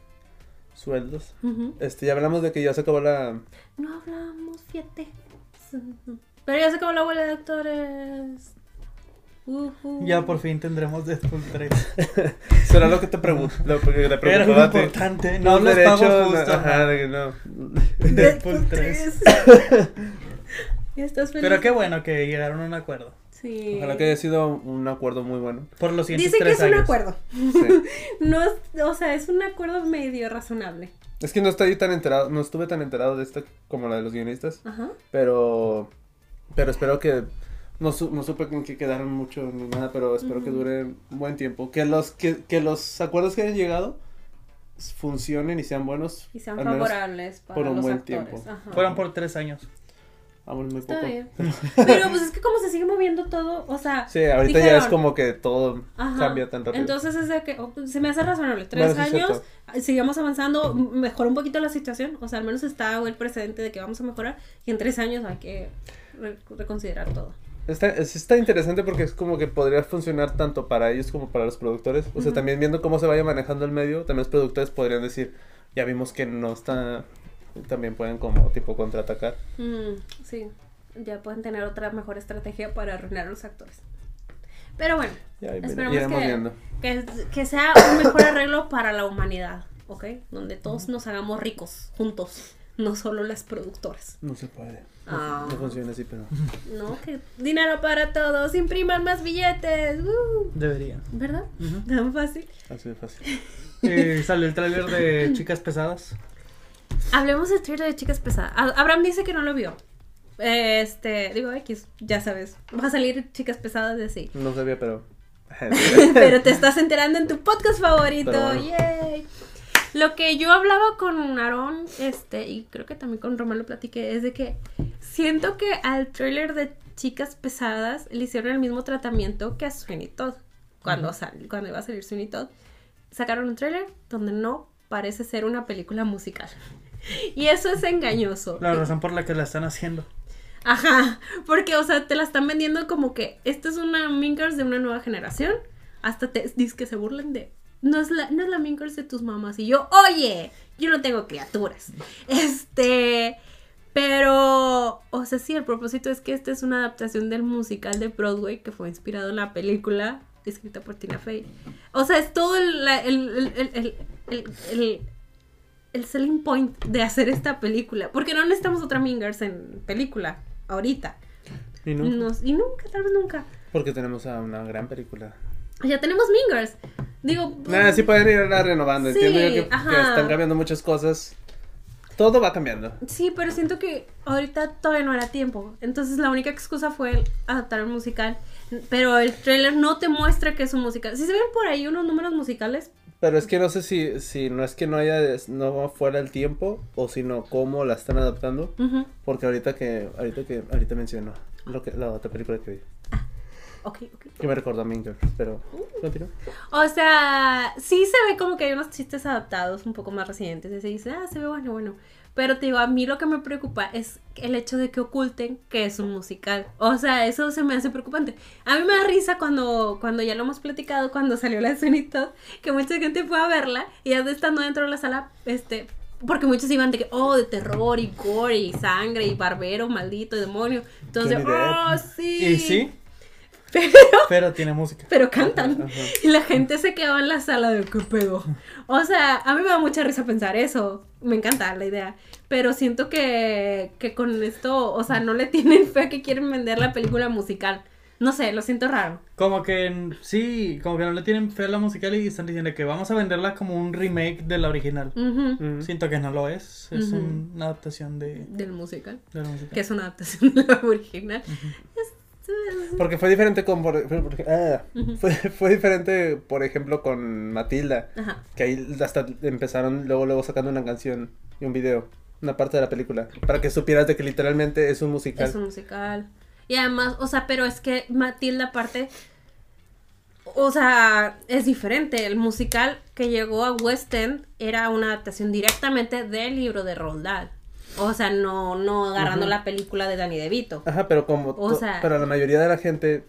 Speaker 1: sueldos.
Speaker 2: Ujú.
Speaker 1: Este, ya hablamos de que ya se acabó la.
Speaker 2: No hablamos, fíjate. Pero ya se acabó la abuela de actores. Ujú.
Speaker 3: Ya por fin tendremos Deadpool 3.
Speaker 1: Será lo que te pregunto. Lo que te
Speaker 3: Era
Speaker 1: preguntaba
Speaker 3: muy
Speaker 1: a ti.
Speaker 3: importante. No
Speaker 1: Los
Speaker 3: los
Speaker 1: derechos,
Speaker 3: pagos
Speaker 1: no,
Speaker 3: justos.
Speaker 1: Ajá,
Speaker 3: ajá.
Speaker 1: de que no.
Speaker 3: Deadpool 3.
Speaker 2: ya estás feliz.
Speaker 3: Pero qué bueno que llegaron a un acuerdo.
Speaker 2: Sí.
Speaker 1: Ojalá que haya sido un acuerdo muy bueno.
Speaker 3: Por los siguientes
Speaker 2: Dice que
Speaker 3: tres
Speaker 2: es un
Speaker 3: años.
Speaker 2: acuerdo.
Speaker 1: Sí.
Speaker 2: No, es- o sea, es un acuerdo medio razonable.
Speaker 1: es que no estoy tan enterado, no estuve tan enterado de esta como la de los guionistas.
Speaker 2: Ajá.
Speaker 1: Pero. Pero espero que. No, su- no supe con qué quedaron mucho ni nada, pero espero que
Speaker 2: Ujú.
Speaker 1: dure un buen tiempo. Que los, que, que los acuerdos que hayan llegado funcionen y sean buenos.
Speaker 2: Y sean
Speaker 1: al menos
Speaker 2: favorables para
Speaker 1: por un
Speaker 2: los
Speaker 1: buen
Speaker 2: actores.
Speaker 1: tiempo.
Speaker 2: Ajá.
Speaker 3: Fueron por tres años.
Speaker 1: vamos muy
Speaker 2: Pues, Está
Speaker 1: poco.
Speaker 2: bien. Pero pues es que como se sigue moviendo todo, o sea,
Speaker 1: Sí, ahorita ya
Speaker 2: Dijeron.
Speaker 1: es como que todo
Speaker 2: ajá.
Speaker 1: cambia tan rápido.
Speaker 2: Entonces es de que oh, se me hace razonable. Tres
Speaker 1: Bueno, sí es
Speaker 2: años, sigamos avanzando, m- mejoró un poquito la situación, o sea, al menos está el precedente de que vamos a mejorar y en tres años hay que re- reconsiderar todo.
Speaker 1: Está, es- está interesante porque es como que podría funcionar tanto para ellos como para los productores. O sea,
Speaker 2: Ujú.
Speaker 1: también viendo cómo se vaya manejando el medio, también los productores podrían decir, ya vimos que no está, también pueden como tipo contraatacar.
Speaker 2: Mm, sí, ya pueden tener otra mejor estrategia para arruinar a los actores. Pero bueno,
Speaker 1: Ya ahí mira,
Speaker 2: Esperemos
Speaker 1: iremos
Speaker 2: que-
Speaker 1: viendo.
Speaker 2: que, que sea un mejor arreglo para la humanidad, ¿ok? Donde todos nos hagamos ricos juntos, no solo las productoras.
Speaker 1: No se puede. No,
Speaker 2: Ah.
Speaker 1: no funciona así, pero...
Speaker 2: No, que dinero para todos, impriman más billetes, ¡uh!
Speaker 3: Deberían.
Speaker 2: ¿verdad?
Speaker 3: Ujú.
Speaker 2: Tan fácil.
Speaker 1: Así de fácil.
Speaker 3: Eh, salió el tráiler de Chicas Pesadas.
Speaker 2: Hablemos del trailer de Chicas Pesadas. A- Abraham dice que no lo vio. Este, digo, X, ya sabes, va a salir Chicas Pesadas de así.
Speaker 1: No sabía, pero...
Speaker 2: pero te estás enterando en tu podcast favorito.
Speaker 1: Pero bueno.
Speaker 2: Yay. Lo que yo hablaba con Aarón, este, y creo que también con Román lo platiqué, es de que siento que al tráiler de Chicas Pesadas le hicieron el mismo tratamiento que a Sweeney Todd. Cuando,
Speaker 3: Ujú.
Speaker 2: sal- cuando iba a salir Sweeney Todd, sacaron un tráiler donde no parece ser una película musical. Y eso es engañoso.
Speaker 3: La razón por la que la están haciendo.
Speaker 2: Ajá, porque, o sea, te la están vendiendo como que esta es una Minkers de una nueva generación. Hasta te dices que se burlan de. No es la, no es la Minkers de tus mamás. Y yo, oye, yo no tengo criaturas. Este. Pero, o sea, sí, el propósito es que esta es una adaptación del musical de Broadway que fue inspirado en la película escrita por Tina Fey. O sea, es todo el, la- el, el, el, el, el- el- el selling point de hacer esta película. Porque no necesitamos otra Mingers en película ahorita.
Speaker 1: ¿Y no?
Speaker 2: Nos- y nunca, tal vez nunca.
Speaker 1: Porque tenemos a una gran película.
Speaker 2: Ya tenemos Mingers. Digo, pues,
Speaker 1: Nada, sí pueden irla renovando.
Speaker 2: Sí,
Speaker 1: Entiendo yo que, que
Speaker 2: ajá.
Speaker 1: están cambiando muchas cosas. Todo va cambiando.
Speaker 2: Sí, pero siento que ahorita todavía no era tiempo. Entonces la única excusa fue adaptar el musical. Pero el trailer no te muestra que es un musical. Si se ven por ahí unos números musicales,
Speaker 1: Pero es que no sé si, si no es que no haya, des- no fuera el tiempo, o sino cómo la están adaptando.
Speaker 2: ujú,
Speaker 1: Porque ahorita que, ahorita que, ahorita mencionó lo que, la otra película que vi.
Speaker 2: ok, ok.
Speaker 1: Que me recordó a Mean Girls, pero
Speaker 2: Uh.
Speaker 1: continúa.
Speaker 2: O sea, sí se ve como que hay unos chistes adaptados un poco más recientes. Y se dice, ah, se ve bueno, bueno. Pero te digo, a mí lo que me preocupa es el hecho de que oculten que es un musical. O sea, eso se me hace preocupante. A mí me da risa cuando, cuando ya lo hemos platicado, cuando salió la escena y todo, que mucha gente fue a verla y ya estando dentro de la sala, este, porque muchos iban de que, oh, de terror y gore y sangre y barbero, maldito, y demonio. Entonces,
Speaker 1: Johnny
Speaker 2: oh,
Speaker 1: Depp.
Speaker 2: sí.
Speaker 3: Y sí, pero tiene música.
Speaker 2: Pero cantan.
Speaker 1: Ajá.
Speaker 2: Y la gente se quedó en la sala de qué pedo. O sea, a mí me da mucha risa pensar eso. Me encanta la idea. Pero siento que, que con esto, o sea, no le tienen fe a que quieren vender la película musical. No sé, lo siento raro.
Speaker 3: Como que n- sí, como que no le tienen fe a la musical y están diciendo que vamos a venderla como un remake de la original.
Speaker 2: Ujú.
Speaker 1: Ujú.
Speaker 3: Siento que no lo es, es
Speaker 2: Ujú.
Speaker 3: un- una adaptación de,
Speaker 2: Del musical.
Speaker 3: de la musical.
Speaker 2: Que es una adaptación de la original.
Speaker 1: Porque fue diferente con, por- fue- porque- ah, fue, fue diferente, por ejemplo, con Matilda.
Speaker 2: Ajá.
Speaker 1: Que ahí hasta empezaron luego, luego sacando una canción y un video, una parte de la película, para que supieras de que literalmente es un musical.
Speaker 2: Es un musical. Y además, o sea, pero es que Matilda aparte, o sea, es diferente. El musical que llegó a West End era una adaptación directamente del libro de Roald Dahl. O sea, no, no agarrando
Speaker 1: Ujú.
Speaker 2: la película de Danny DeVito.
Speaker 1: Ajá, pero como
Speaker 2: O
Speaker 1: to-
Speaker 2: sea-
Speaker 1: pero la mayoría de la gente,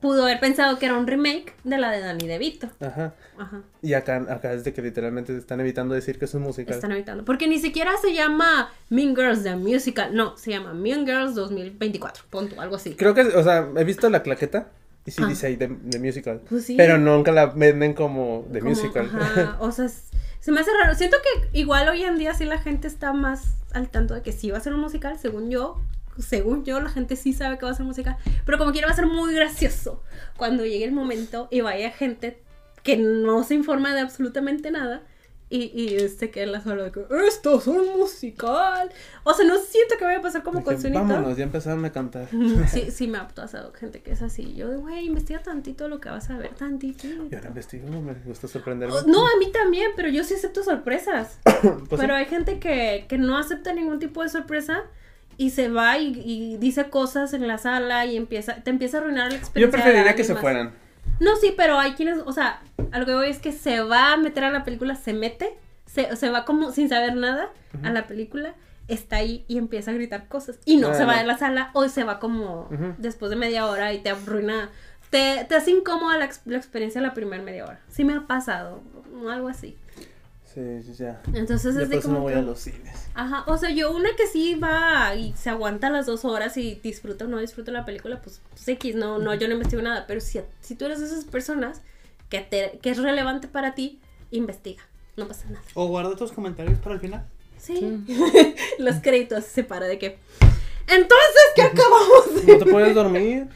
Speaker 2: Pudo haber pensado que era un remake de la de Danny DeVito.
Speaker 1: ajá,
Speaker 2: Ajá.
Speaker 1: y acá acá es de que literalmente están evitando decir que es un musical.
Speaker 2: Están evitando. Porque ni siquiera se llama Mean Girls The Musical. No, se llama Mean Girls 2024. Punto, algo así.
Speaker 1: Creo que, o sea, he visto la claqueta y sí
Speaker 2: Ah.
Speaker 1: dice ahí de, de musical.
Speaker 2: Pues sí.
Speaker 1: Pero nunca la venden como de
Speaker 2: Como,
Speaker 1: musical.
Speaker 2: ajá, o sea, es- se me hace raro. Siento que igual hoy en día sí la gente está más al tanto de que sí va a ser un musical, según yo. Según yo, la gente sí sabe que va a ser musical. Pero como quiera va a ser muy gracioso cuando llegue el momento y vaya gente que no se informa de absolutamente nada. Y, y este que la sola de que esto es un musical. O sea, no siento que vaya a pasar como
Speaker 1: Dije,
Speaker 2: con su
Speaker 1: Vámonos, ya empezaron a cantar.
Speaker 2: Sí, sí me ha pasado gente que es así. Yo de, güey, investiga tantito lo que vas a ver, tantito.
Speaker 1: Y ahora investigo, me gusta sorprenderme.
Speaker 2: Oh, No, a mí también, pero yo sí acepto sorpresas.
Speaker 1: Pues sí.
Speaker 2: pero hay gente que, que no acepta ningún tipo de sorpresa y se va y, y dice cosas en la sala y empieza, te empieza a arruinar la
Speaker 1: Yo
Speaker 2: experiencia. de
Speaker 1: preferiría
Speaker 2: alguien
Speaker 1: que se
Speaker 2: más.
Speaker 1: fueran.
Speaker 2: No, sí, pero hay quienes, o sea, a lo que voy es que se va a meter a la película, se mete, se, se va como sin saber nada a la película, está ahí y empieza a gritar cosas. Y no
Speaker 1: Ah,
Speaker 2: se va
Speaker 1: no.
Speaker 2: de la sala o se va como
Speaker 1: Ujú.
Speaker 2: después de media hora y te arruina, te, te hace incómoda la, ex- la experiencia de la primera media hora. Sí me ha pasado, algo así.
Speaker 1: Sí, sí, ya.
Speaker 2: Entonces
Speaker 1: Ya
Speaker 2: es
Speaker 1: por
Speaker 2: de
Speaker 1: eso
Speaker 2: como
Speaker 1: no voy
Speaker 2: que-
Speaker 1: a los cines.
Speaker 2: Ajá, o sea, yo una que sí va y se aguanta las dos horas y disfruta o no disfruta la película, pues, pues, X, no, no, yo no investigo nada, pero si, si tú eres de esas personas que, te, que es relevante para ti, investiga, no pasa nada.
Speaker 3: O guarda tus comentarios para el final.
Speaker 2: Sí, los créditos se para de que... Entonces, ¿qué acabamos de...?
Speaker 1: ¿No te puedes dormir?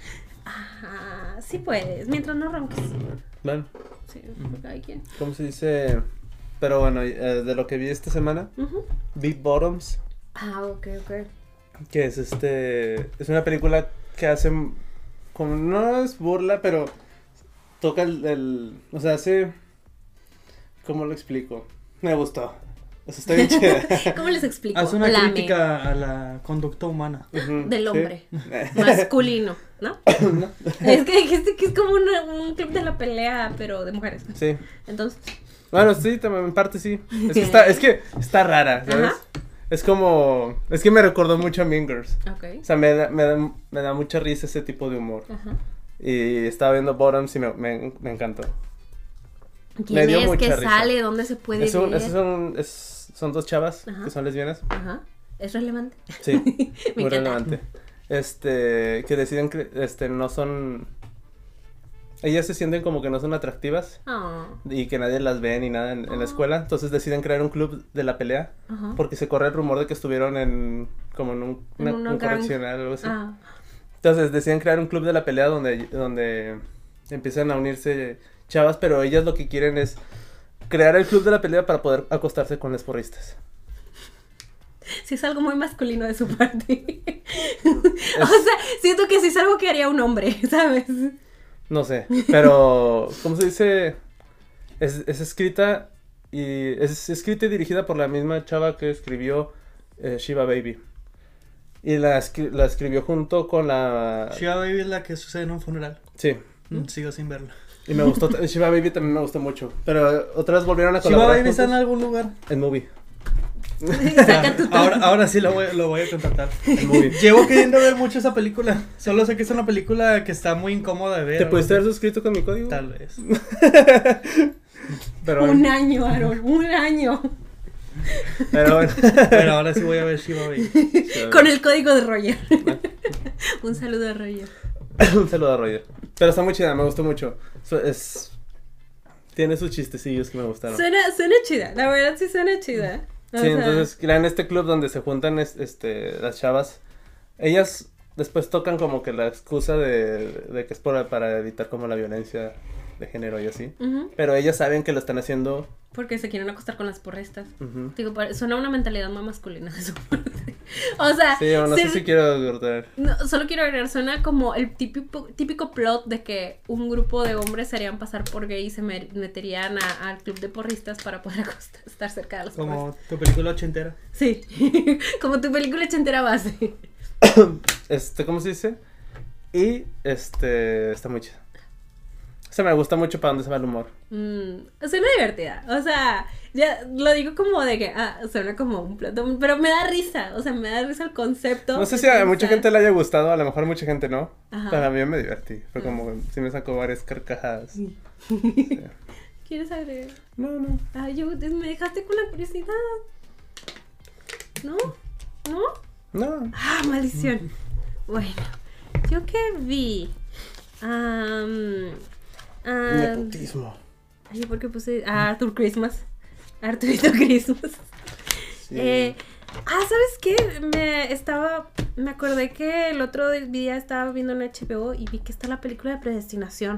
Speaker 2: Ajá, sí puedes, mientras no ronques.
Speaker 1: Bueno,
Speaker 2: Sí, por cada quien.
Speaker 1: ¿cómo se dice? Pero bueno, eh, de lo que vi esta semana,
Speaker 2: Ujú.
Speaker 1: Big Bottoms,
Speaker 2: Ah, ok, ok.
Speaker 1: que es este. Es una película que hacen. Como no es burla, pero toca el. el- o sea, hace. ¿Cómo lo explico? Me gustó. O sea, está bien chida.
Speaker 2: ¿Cómo les explico?
Speaker 3: Haz una
Speaker 2: Lame
Speaker 3: crítica a la conducta humana.
Speaker 1: Ujú,
Speaker 2: Del
Speaker 1: sí.
Speaker 2: hombre. masculino, ¿no? Es que dijiste que es como una- un club de la pelea, pero de mujeres.
Speaker 1: Sí.
Speaker 2: Entonces,
Speaker 1: Bueno, sí, también, en parte sí. Es que está, es que está rara, ¿sabes?
Speaker 2: Ajá.
Speaker 1: Es como. Es que me recordó mucho a Mean Girls. O
Speaker 2: ok.
Speaker 1: sea, me da, me, da, me da mucha risa ese tipo de humor.
Speaker 2: Ajá.
Speaker 1: Y estaba viendo Bottoms y me, me, me encantó.
Speaker 2: ¿Quién
Speaker 1: dio
Speaker 2: es
Speaker 1: mucha
Speaker 2: que
Speaker 1: risa.
Speaker 2: sale? ¿Dónde se puede
Speaker 1: Es un-
Speaker 2: ver?
Speaker 1: es un- es- son dos chavas
Speaker 2: Ajá.
Speaker 1: que son lesbianas.
Speaker 2: Ajá. ¿Es relevante?
Speaker 1: Sí,
Speaker 2: Me
Speaker 1: muy
Speaker 2: encanta.
Speaker 1: relevante. Este, que deciden que este, no son. Ellas se sienten como que no son atractivas
Speaker 2: Ah,
Speaker 1: y que nadie las ve ni nada en, en la
Speaker 2: Ah.
Speaker 1: escuela. Entonces deciden crear un club de la pelea
Speaker 2: ajá.
Speaker 1: porque se corre el rumor de que estuvieron en como en un,
Speaker 2: En
Speaker 1: una-
Speaker 2: una
Speaker 1: un
Speaker 2: gang.
Speaker 1: correccional o algo así.
Speaker 2: Ah,
Speaker 1: Entonces deciden crear un club de la pelea donde, donde empiezan a unirse chavas, pero ellas lo que quieren es crear el club de la pelea para poder acostarse con los porristas.
Speaker 2: Sí es algo muy masculino de su parte. o sea, siento que sí es algo que haría un hombre, ¿sabes?
Speaker 1: No sé, pero ¿cómo se dice? Es, es escrita y es escrita y dirigida por la misma chava que escribió eh, Shiva Baby. Y la, escri- la escribió junto con la...
Speaker 3: Shiva Baby es la que sucede en un funeral.
Speaker 1: Sí.
Speaker 3: Mm, Sigo sin verla.
Speaker 1: Y me gustó, t- Shiva Baby también me gustó mucho. Pero otras volvieron a
Speaker 3: Shiva
Speaker 1: colaborar
Speaker 3: Baby está en
Speaker 1: juntos
Speaker 3: algún lugar.
Speaker 1: en Movie.
Speaker 2: Saca tu
Speaker 3: Ahora, ahora sí lo voy, lo voy a contratar.
Speaker 1: En Movie.
Speaker 3: Llevo queriendo ver mucho esa película. Solo sé que es una película que está muy incómoda de ver.
Speaker 1: ¿Te pudiste haber suscrito con mi código?
Speaker 3: Tal vez.
Speaker 1: Pero,
Speaker 2: Un año, Aaron, un año.
Speaker 1: pero bueno.
Speaker 3: Pero ahora sí voy a ver Shiva Baby.
Speaker 2: Con el código de Roger. un saludo a Roger.
Speaker 1: Un saludo a Roger. Pero está muy chida, me gustó mucho. Su- es... Tiene sus chistecillos que me gustaron.
Speaker 2: Suena, suena chida, la verdad sí suena chida. O
Speaker 1: Sí,
Speaker 2: sea,
Speaker 1: entonces crean este club donde se juntan es- este, las chavas. Ellas después tocan como que la excusa de, de que es por- para evitar como la violencia de género y así.
Speaker 2: ujú,
Speaker 1: Pero ellas saben que lo están haciendo.
Speaker 2: Porque se quieren acostar con las porrestas.
Speaker 1: ujú.
Speaker 2: Digo, pare- suena una mentalidad más masculina de su parte. O sea,
Speaker 1: Sí, o no sé
Speaker 2: se-
Speaker 1: si quiero cortar.
Speaker 2: no, solo quiero agregar, suena como el típico, típico plot de que un grupo de hombres se harían pasar por gay y se me- meterían a- al club de porristas para poder acostar- estar cerca de las porristas.
Speaker 3: Como tu película ochentera.
Speaker 2: Sí, como tu película entera base.
Speaker 1: Este, ¿cómo se dice? Y este, está muy chida. O sea, me gusta mucho para dónde se va el humor.
Speaker 2: Mm, suena divertida, o sea, ya lo digo como de que, ah, suena como un plato, pero me da risa, o sea, me da risa el concepto.
Speaker 1: No sé si a mucha gente le haya gustado, a lo mejor mucha gente no.
Speaker 2: Ajá. Ah.
Speaker 1: Para mí me divertí. Fue como, sí me sacó varias carcajadas.
Speaker 2: ¿Quieres agregar?
Speaker 1: No, no.
Speaker 2: Ah, yo, me dejaste con la curiosidad. ¿No? ¿No?
Speaker 1: No.
Speaker 2: Ah, maldición. Bueno, ¿yo qué vi? Am, am,
Speaker 1: Nepotismo.
Speaker 2: ay, ¿por qué puse ah, Arthur Christmas? Arturito Christmas.
Speaker 1: Sí.
Speaker 2: Eh, ah, ¿sabes qué? Me estaba. Me acordé que el otro día estaba viendo en HBO y vi que está la película de Predestinación.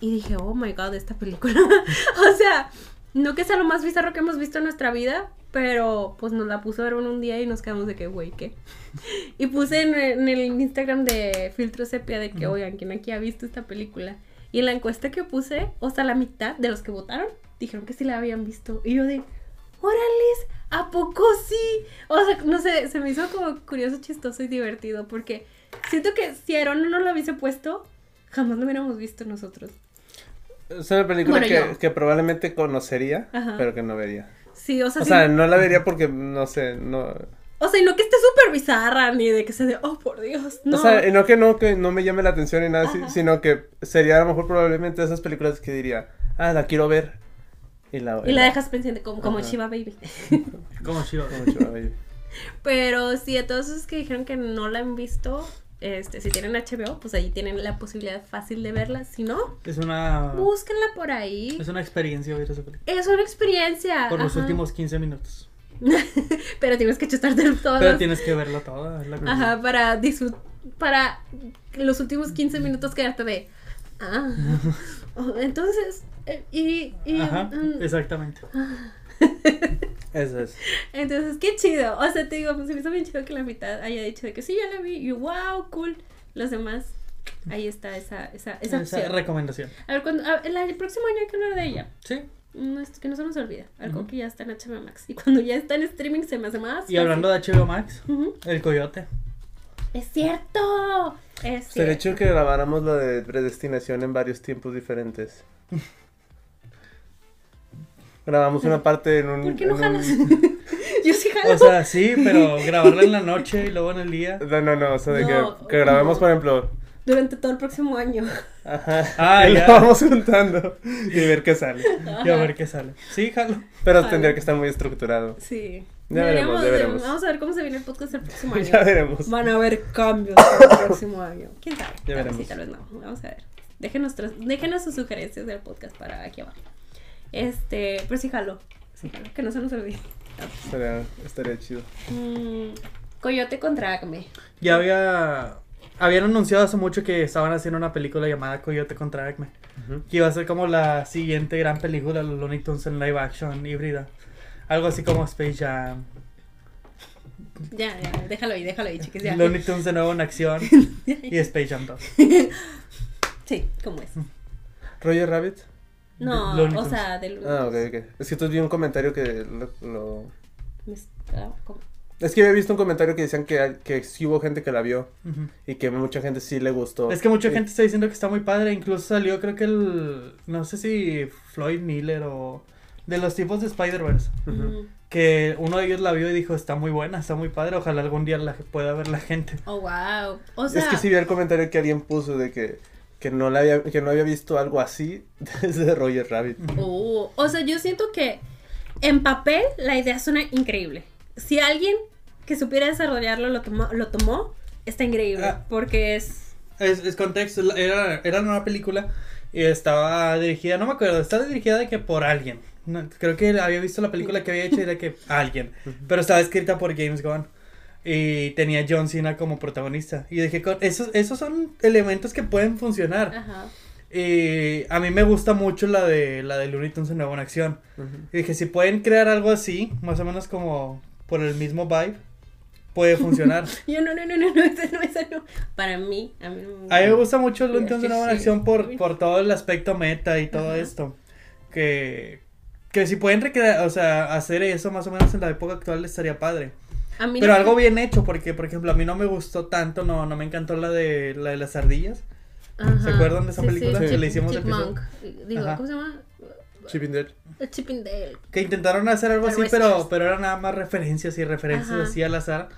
Speaker 2: Y dije, oh my god, esta película. o sea, no que sea lo más bizarro que hemos visto en nuestra vida, pero pues nos la puso Aaron un día y nos quedamos de que, güey, ¿qué? y puse en, en el Instagram de Filtro Sepia de que, oigan, ¿quién aquí ha visto esta película? Y en la encuesta que puse, o sea, la mitad de los que votaron dijeron que sí la habían visto. Y yo de, órales, ¿a poco sí? O sea, no sé, se me hizo como curioso, chistoso y divertido porque siento que si Aaron no lo hubiese puesto, jamás lo hubiéramos visto nosotros.
Speaker 1: Es una película
Speaker 2: Bueno,
Speaker 1: que,
Speaker 2: yo.
Speaker 1: que probablemente conocería,
Speaker 2: Ajá.
Speaker 1: pero que no vería.
Speaker 2: Sí, o sea,
Speaker 1: O
Speaker 2: sí-
Speaker 1: sea, no la vería porque, no sé, no...
Speaker 2: o sea, y no que esté súper bizarra ni de que se de, oh, por Dios, no.
Speaker 1: O sea, y no que no, que no me llame la atención ni nada así,
Speaker 2: Ajá.
Speaker 1: sino que sería a lo mejor probablemente esas películas que diría, ah, la quiero ver. Y la,
Speaker 2: y la dejas pendiente como, como
Speaker 1: Ajá.
Speaker 2: Shiva Baby.
Speaker 3: Como Shiva Baby.
Speaker 1: Como Chihuahua Baby.
Speaker 2: Pero sí, a todos esos que dijeron que no la han visto, este, si tienen HBO, pues ahí tienen la posibilidad fácil de verla. Si no,
Speaker 3: Es una.
Speaker 2: búsquenla por ahí.
Speaker 3: Es una experiencia ver esa película.
Speaker 2: Es una experiencia.
Speaker 3: Por los
Speaker 2: Ah, ajá.
Speaker 3: últimos 15 minutos.
Speaker 2: Pero tienes que chutarte todo.
Speaker 3: Pero tienes que verla toda. es la cosa.
Speaker 2: Ajá, para disfrutar. Para los últimos 15 minutos quedarte de. Ah. oh, Entonces. eh, Y. y
Speaker 3: Ajá,
Speaker 2: mm,
Speaker 3: exactamente.
Speaker 1: Eso es.
Speaker 2: entonces, qué chido. O sea, te digo, pues, se me hizo bien chido que la mitad haya dicho de que sí, ya la vi. Y yo, wow, cool. Los demás. Ahí está esa, esa, esa
Speaker 3: Esa,
Speaker 2: opción.
Speaker 3: recomendación.
Speaker 2: A ver, cuando, a- el, el próximo año hay que hablar de ella.
Speaker 3: Sí.
Speaker 2: No, es- que no se nos olvida. Algo que ya está en HBO Max. Y cuando ya está en streaming se me hace más.
Speaker 3: Y hablando de HBO Max,
Speaker 2: fácil. Ujú.
Speaker 3: El Coyote.
Speaker 2: Es cierto. Es
Speaker 1: Se el
Speaker 2: cierto.
Speaker 1: hecho que grabáramos lo de predestinación en varios tiempos diferentes. Grabamos una parte en un...
Speaker 2: ¿Por qué no
Speaker 1: en un-
Speaker 2: jalas? Yo sí jalo.
Speaker 3: O sea, sí, pero grabarla en la noche y luego en el día.
Speaker 1: No, no, no, o sea, de que-
Speaker 2: No,
Speaker 1: que, grabemos,
Speaker 2: no.
Speaker 1: por ejemplo,
Speaker 2: Durante todo el próximo año.
Speaker 1: Ajá.
Speaker 3: Ah,
Speaker 1: y
Speaker 3: ya.
Speaker 1: lo vamos juntando y ver qué sale.
Speaker 3: Y a ver qué sale. Sí, jalo.
Speaker 1: Pero
Speaker 2: Vale.
Speaker 1: tendría que estar muy estructurado.
Speaker 2: Sí.
Speaker 1: Ya veremos, ya veremos.
Speaker 2: Vamos a ver cómo se viene el podcast el próximo año.
Speaker 1: Ya veremos.
Speaker 2: Van a haber cambios el próximo año. ¿Quién sabe?
Speaker 1: Ya
Speaker 2: Tal vez
Speaker 1: veremos.
Speaker 2: Sí, tal vez no. Vamos a ver. Déjenos, tras- déjenos sus sugerencias del podcast para aquí abajo. Este, pero sí jalo. Sí jalo, Que no se nos olvide.
Speaker 1: Estaría, estaría chido.
Speaker 2: Mm, Coyote contra Acme.
Speaker 3: Ya había. Habían anunciado hace mucho que estaban haciendo una película llamada Coyote contra Acme. Que iba a ser como la siguiente gran película de los Looney Tunes en live action híbrida. Algo así como Space Jam.
Speaker 2: Ya, ya, déjalo ahí, déjalo ahí, chiquis. Ya.
Speaker 3: Looney Tunes de nuevo en acción. y Space Jam 2.
Speaker 2: Sí, ¿cómo es?
Speaker 1: Roger Rabbit.
Speaker 2: No,
Speaker 3: Looney
Speaker 2: o
Speaker 3: Tunes.
Speaker 2: sea, de
Speaker 1: Ah, ok, ok. Es que tú vi un comentario que lo... lo-
Speaker 2: Me estaba como-
Speaker 1: Es que había visto un comentario que decían que, que sí hubo gente que la vio
Speaker 3: Ujú.
Speaker 1: y que mucha gente sí le gustó.
Speaker 3: Es que mucha
Speaker 1: Y-
Speaker 3: gente está diciendo que está muy padre. Incluso salió, creo que el. No sé si Floyd Miller o. De los tipos de Spider-Verse.
Speaker 1: Ujú.
Speaker 2: Mm.
Speaker 3: Que uno de ellos la vio y dijo: Está muy buena, está muy padre. Ojalá algún día la pueda ver la gente.
Speaker 2: Oh, wow. O sea,
Speaker 1: es que sí vi el comentario que alguien puso de que, que, no, la había, que no había visto algo así desde Roger Rabbit.
Speaker 2: oh, o sea, yo siento que en papel la idea suena increíble. Si alguien que supiera desarrollarlo lo tomó, lo tomó está increíble.
Speaker 3: Ah.
Speaker 2: Porque es.
Speaker 3: Es, es contexto, la- era, era una película y estaba dirigida, no me acuerdo, estaba dirigida de que por alguien. No, creo que había visto la película que había hecho y era que alguien, pero estaba escrita por James Gunn y tenía John Cena como protagonista. Y dije, "Con- esos, esos son elementos que pueden funcionar.
Speaker 2: Ajá.
Speaker 3: Y a mí me gusta mucho la de la de Looney Tunes en Nueva en Acción. Y dije, si pueden crear algo así, más o menos como por el mismo vibe, puede funcionar.
Speaker 2: Yo no, no, no, no, no, esa no, esa no. Para mí, a mí no
Speaker 3: A mí me gusta mucho el
Speaker 2: Sí,
Speaker 3: Looney Tunes
Speaker 2: es
Speaker 3: de
Speaker 2: que
Speaker 3: una buena
Speaker 2: sí.
Speaker 3: acción por, por todo el aspecto meta y todo
Speaker 2: Ajá.
Speaker 3: esto. Que, que si pueden recrear, o sea, hacer eso más o menos en la época actual estaría padre.
Speaker 2: A mí
Speaker 3: Pero
Speaker 2: no-
Speaker 3: algo bien hecho, porque por ejemplo a mí no me gustó tanto, no, no me encantó la de la de las ardillas.
Speaker 2: Ajá.
Speaker 3: acuerdan de esa
Speaker 2: Sí,
Speaker 3: película
Speaker 2: sí,
Speaker 3: que
Speaker 2: Chip-
Speaker 3: le hicimos el
Speaker 2: Chipmunk. Digo,
Speaker 3: Ajá.
Speaker 2: ¿cómo se llama?
Speaker 1: Chip and Dale.
Speaker 2: Chip and Dale.
Speaker 3: Que intentaron hacer algo así,
Speaker 2: Pero es-
Speaker 3: pero, pero eran nada más referencias y referencias
Speaker 2: Ajá.
Speaker 3: así al azar.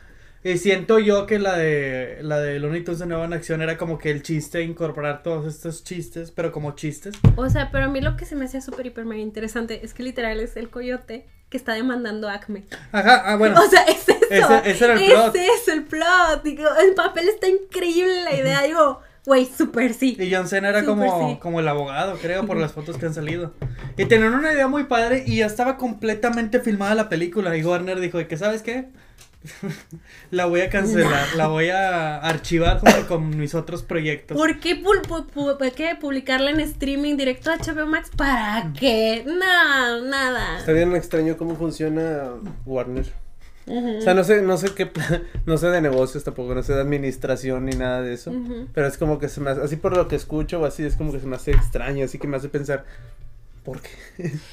Speaker 3: Y siento yo que la de la de Looney Tunes de nuevo en acción era como que el chiste de incorporar todos estos chistes, pero como chistes.
Speaker 2: O sea, pero a mí lo que se me hacía súper, hiper, mega interesante es que literal es el coyote que está demandando a Acme.
Speaker 3: Ajá, ah, bueno.
Speaker 2: o sea, es eso.
Speaker 3: ese- ese era el plot.
Speaker 2: Ese es el plot. Digo, el papel está increíble la idea. Digo, güey, súper sí.
Speaker 3: Y John Cena era
Speaker 2: Súper,
Speaker 3: como,
Speaker 2: sí.
Speaker 3: como el abogado, creo, por las fotos que han salido. Y tenían una idea muy padre y ya estaba completamente filmada la película. Y Warner dijo, ¿y qué sabes qué? la voy a cancelar, la voy a archivar junto con mis otros proyectos.
Speaker 2: ¿Por qué, pul- pu- pu- por qué publicarla en streaming directo a HBO Max? ¿Para qué? No, nada.
Speaker 1: Está bien extraño cómo funciona Warner. O sea, no sé, no sé qué, pla- no sé de negocios tampoco, no sé de administración ni nada de eso.
Speaker 2: Ujú.
Speaker 1: Pero es como que se me hace, así por lo que escucho o así, es como que se me hace extraño, así que me hace pensar, ¿por qué?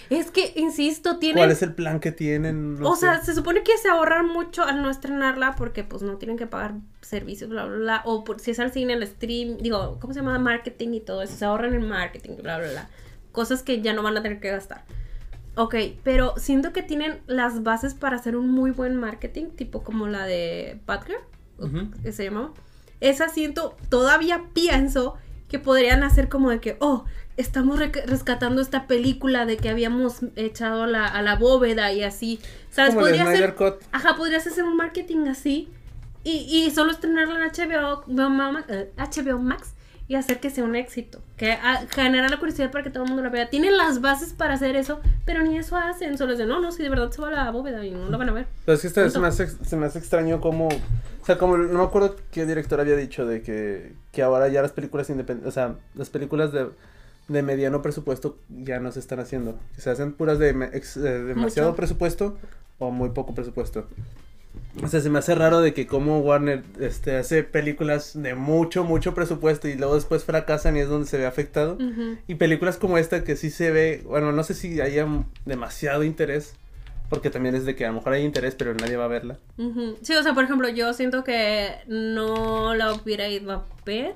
Speaker 2: Es que, insisto, tiene
Speaker 1: ¿Cuál es el plan que tienen? No
Speaker 2: o
Speaker 1: sé.
Speaker 2: sea, se supone que se ahorran mucho al no estrenarla porque pues no tienen que pagar servicios, bla, bla, bla. O por, si es al cine, el stream, digo, ¿cómo se llama? Marketing y todo eso. Se ahorran en marketing, bla, bla, bla. Cosas que ya no van a tener que gastar. Ok, pero siento que tienen las bases para hacer un muy buen marketing, tipo como la de Butler,
Speaker 3: Ujú.
Speaker 2: que se llamaba. Esa siento, todavía pienso que podrían hacer como de que, oh, estamos rec- rescatando esta película de que habíamos echado a la, a la bóveda y así. ¿Sabes?
Speaker 1: como el
Speaker 2: Podría
Speaker 1: Snyder
Speaker 2: ser,
Speaker 1: Cut.
Speaker 2: ajá, podrías hacer un marketing así y, y solo estrenarla en HBO, Mama- eh, HBO Max y hacer que sea un éxito. Que ah, generar la curiosidad para que todo el mundo la vea. Tienen las bases para hacer eso, pero ni eso hacen. Solo es de, no, no, si de verdad se va a la bóveda y no la van a ver.
Speaker 1: Pero es que esta- se,
Speaker 2: Punto.
Speaker 1: me hace, ex- se me hace extraño como... O sea, como no me acuerdo qué director había dicho de que, que ahora ya las películas independientes, o sea, las películas de, de mediano presupuesto ya no se están haciendo. Que se hacen puras de me- ex- eh, demasiado
Speaker 2: Mucho.
Speaker 1: presupuesto o muy poco presupuesto. O sea, se me hace raro de que como Warner este, hace películas de mucho, mucho presupuesto y luego después fracasan y es donde se ve afectado.
Speaker 2: Ujú.
Speaker 1: Y películas como esta que sí se ve, bueno, no sé si haya m- demasiado interés, porque también es de que a lo mejor hay interés, pero nadie va a verla.
Speaker 2: Ujú. Sí, o sea, por ejemplo, yo siento que no la hubiera ido a
Speaker 1: Pero
Speaker 2: ver,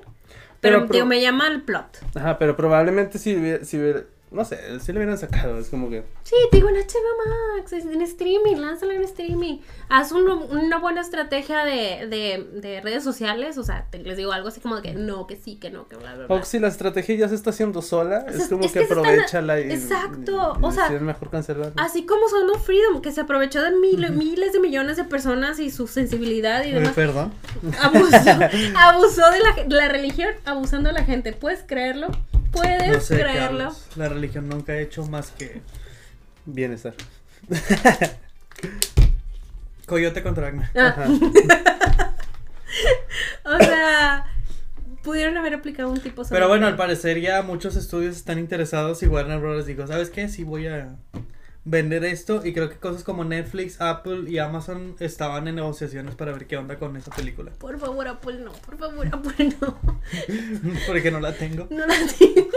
Speaker 2: pero,
Speaker 1: pro-
Speaker 2: digo, me llama el plot.
Speaker 1: Ajá, pero probablemente si hubiera, si hubiera- no sé, si le hubieran sacado, es como que...
Speaker 2: Sí, te digo en HBO Max, es- en streaming, lánzala en streaming. Haz un- una buena estrategia de, de, de redes sociales, o sea, te- les digo algo así como de que no, que sí, que no, que bla, bla, bla.
Speaker 1: O oh, si la estrategia ya se está haciendo sola,
Speaker 2: sea,
Speaker 1: es como
Speaker 2: es
Speaker 1: que,
Speaker 2: que se están-
Speaker 1: aprovechala y...
Speaker 2: Exacto,
Speaker 1: y-
Speaker 2: o
Speaker 1: y
Speaker 2: sea,
Speaker 1: si es mejor cancelarla.
Speaker 2: Así como Sound of Freedom, que se aprovechó de mil- miles de millones de personas y su sensibilidad y
Speaker 3: Eh,
Speaker 2: demás.
Speaker 3: Perdón.
Speaker 2: Abusó, abusó de la, la religión, abusando de la gente. ¿Puedes creerlo? ¿Puedes
Speaker 3: No sé,
Speaker 2: creerlo?
Speaker 3: Carlos, la religión nunca ha hecho más que
Speaker 1: Bienestar.
Speaker 3: Coyote contra Agna.
Speaker 2: Ah,
Speaker 1: Ajá.
Speaker 2: o sea, pudieron haber aplicado un tipo sobre-
Speaker 3: Pero bueno, al parecer ya muchos estudios están interesados y Warner Bros. dijo, ¿sabes qué? Sí voy a vender esto y creo que cosas como Netflix, Apple y Amazon estaban en negociaciones para ver qué onda con esa película.
Speaker 2: Por favor, Apple no, por favor, Apple no.
Speaker 3: Porque no la tengo.
Speaker 2: No la tengo.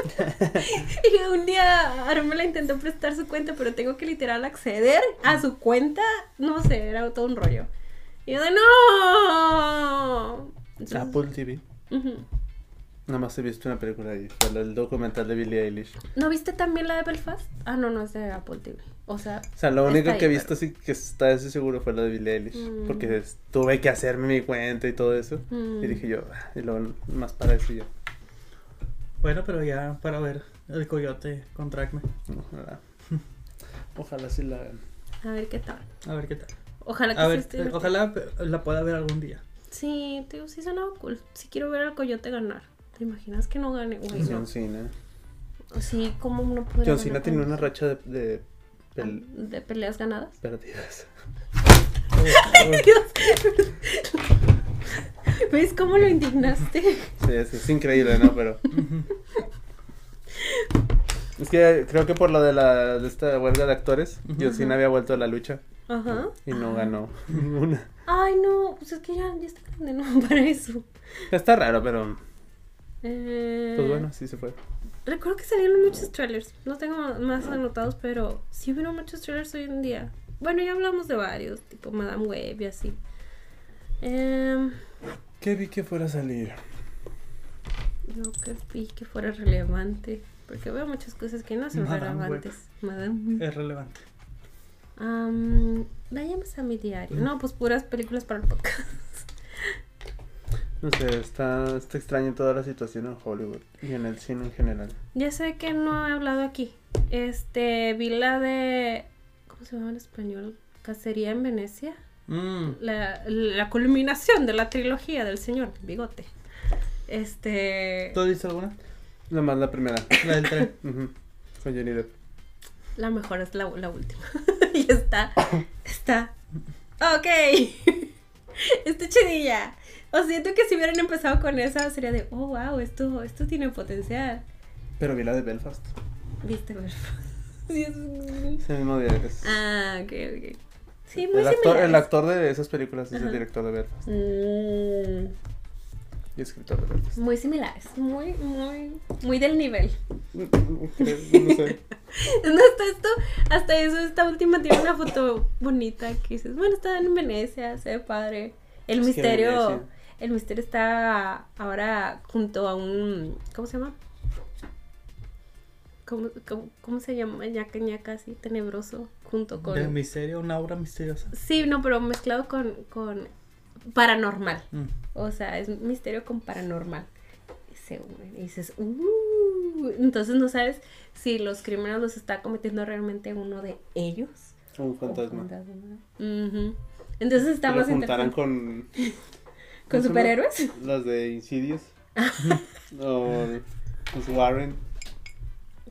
Speaker 2: y un día Armela intentó prestar su cuenta, pero tengo que literal acceder a su cuenta. No sé, era todo un rollo. Y yo de no. Entonces,
Speaker 1: Apple TV.
Speaker 2: ujú.
Speaker 1: Nada más he visto una película ahí, fue la- el documental de Billie Eilish.
Speaker 2: ¿No viste también la de Belfast? Ah, no, no es de Apple TV. O sea,
Speaker 1: O sea, lo único
Speaker 2: Está ahí,
Speaker 1: que he
Speaker 2: pero-
Speaker 1: visto sí que está ese seguro fue la de Billie Eilish.
Speaker 2: Mm.
Speaker 1: Porque es- tuve que hacerme mi cuenta y todo eso.
Speaker 2: Mm.
Speaker 1: Y dije yo, "Ah", y luego más para eso y yo.
Speaker 3: Bueno, pero ya para ver el coyote con Trackman.
Speaker 1: Ojalá. Ojalá sí la hagan.
Speaker 2: a ver qué tal.
Speaker 3: A ver qué tal.
Speaker 2: Ojalá que
Speaker 3: A
Speaker 2: sí
Speaker 3: ver,
Speaker 2: esté
Speaker 3: eh,
Speaker 2: divertido.
Speaker 3: ojalá eh, la pueda ver algún día.
Speaker 2: Sí, te digo, sí sonaba cool. Sí quiero ver al coyote ganar. ¿Te imaginas que no gane? Uy,
Speaker 1: Es
Speaker 2: Pues no.
Speaker 1: John Cena.
Speaker 2: Sí, ¿cómo no puede
Speaker 1: John
Speaker 2: ganar
Speaker 1: Cena
Speaker 2: con
Speaker 1: tenía
Speaker 2: eso?
Speaker 1: una racha de, de pel-
Speaker 2: ¿De peleas ganadas?
Speaker 1: perdidas. Ah.
Speaker 2: ¿Ves cómo lo indignaste?
Speaker 1: Sí, es, es increíble, ¿no? Pero. Es que creo que por lo de la de esta huelga de actores, John Cena había vuelto a la lucha
Speaker 2: Ajá.
Speaker 1: y no ganó ninguna.
Speaker 2: Ay, no, pues es que ya, ya está grande, no, para eso.
Speaker 1: Está raro, pero
Speaker 2: Eh,
Speaker 1: pues bueno, sí se fue.
Speaker 2: Recuerdo que salieron muchos trailers. No tengo más anotados, pero sí hubieron muchos trailers hoy en día. Bueno, ya hablamos de varios, tipo Madame Web y así. Em,
Speaker 1: ¿Qué vi que fuera a salir?
Speaker 2: no que vi que fuera relevante. Porque veo muchas cosas que no son
Speaker 3: Madame Web. Eh.
Speaker 2: relevantes. Madame Web.
Speaker 3: Es relevante.
Speaker 2: Am, vayamos a mi
Speaker 3: Mm.
Speaker 2: diario. No, pues puras películas para el podcast.
Speaker 1: No sé, está, está extraña toda la situación en Hollywood y en el cine en general.
Speaker 2: Ya sé que no he hablado aquí. Este, vi la de. ¿Cómo se llama en español? Cacería en Venecia.
Speaker 3: Mm.
Speaker 2: La, la culminación de la trilogía del señor Bigote. Este.
Speaker 3: ¿Tú dices alguna?
Speaker 1: Nomás la primera.
Speaker 3: La del tren.
Speaker 1: Ujú. Con Johnny Depp.
Speaker 2: La mejor es la, la última. y está. Está. Ok. está chidilla. O siento que si hubieran empezado con esa sería de, oh wow, esto, esto tiene potencial.
Speaker 1: Pero vi la de Belfast.
Speaker 2: Viste, Belfast. Sí, es-
Speaker 1: Ese mismo director. es-
Speaker 2: Ah, ok, ok. Sí, muy
Speaker 1: el, actor, el
Speaker 2: similares.
Speaker 1: actor de esas películas es
Speaker 2: Ajá.
Speaker 1: el director de Belfast
Speaker 2: Mm,
Speaker 1: y escritor de Belfast.
Speaker 2: muy similares, muy, muy, muy del nivel.
Speaker 1: Mm, No sé.
Speaker 2: No, hasta esto, hasta eso, esta última tiene una foto bonita que dices, bueno, está en Venecia, se ve padre. El
Speaker 1: Es que
Speaker 2: misterio,
Speaker 1: Venecia.
Speaker 2: el misterio está ahora junto a un, ¿cómo se llama? ¿Cómo, cómo, cómo se llama? Ñaca, ñaca, así, tenebroso, junto con...
Speaker 3: De misterio, una obra misteriosa.
Speaker 2: Sí, no, pero mezclado con, con paranormal.
Speaker 3: Mm.
Speaker 2: O sea, es un misterio con paranormal. Y Se unen y dices, "Uh". entonces no sabes si los crímenes los está cometiendo realmente uno de ellos.
Speaker 1: Un
Speaker 2: o
Speaker 1: fantasma.
Speaker 2: fantasma. Ujú. Entonces
Speaker 1: Que
Speaker 2: está
Speaker 1: lo
Speaker 2: más
Speaker 1: juntaran
Speaker 2: interesante.
Speaker 1: con.
Speaker 2: ¿Con
Speaker 1: ¿cómo se llama?
Speaker 2: superhéroes? Ah.
Speaker 1: Las de Insidious. o los Warren.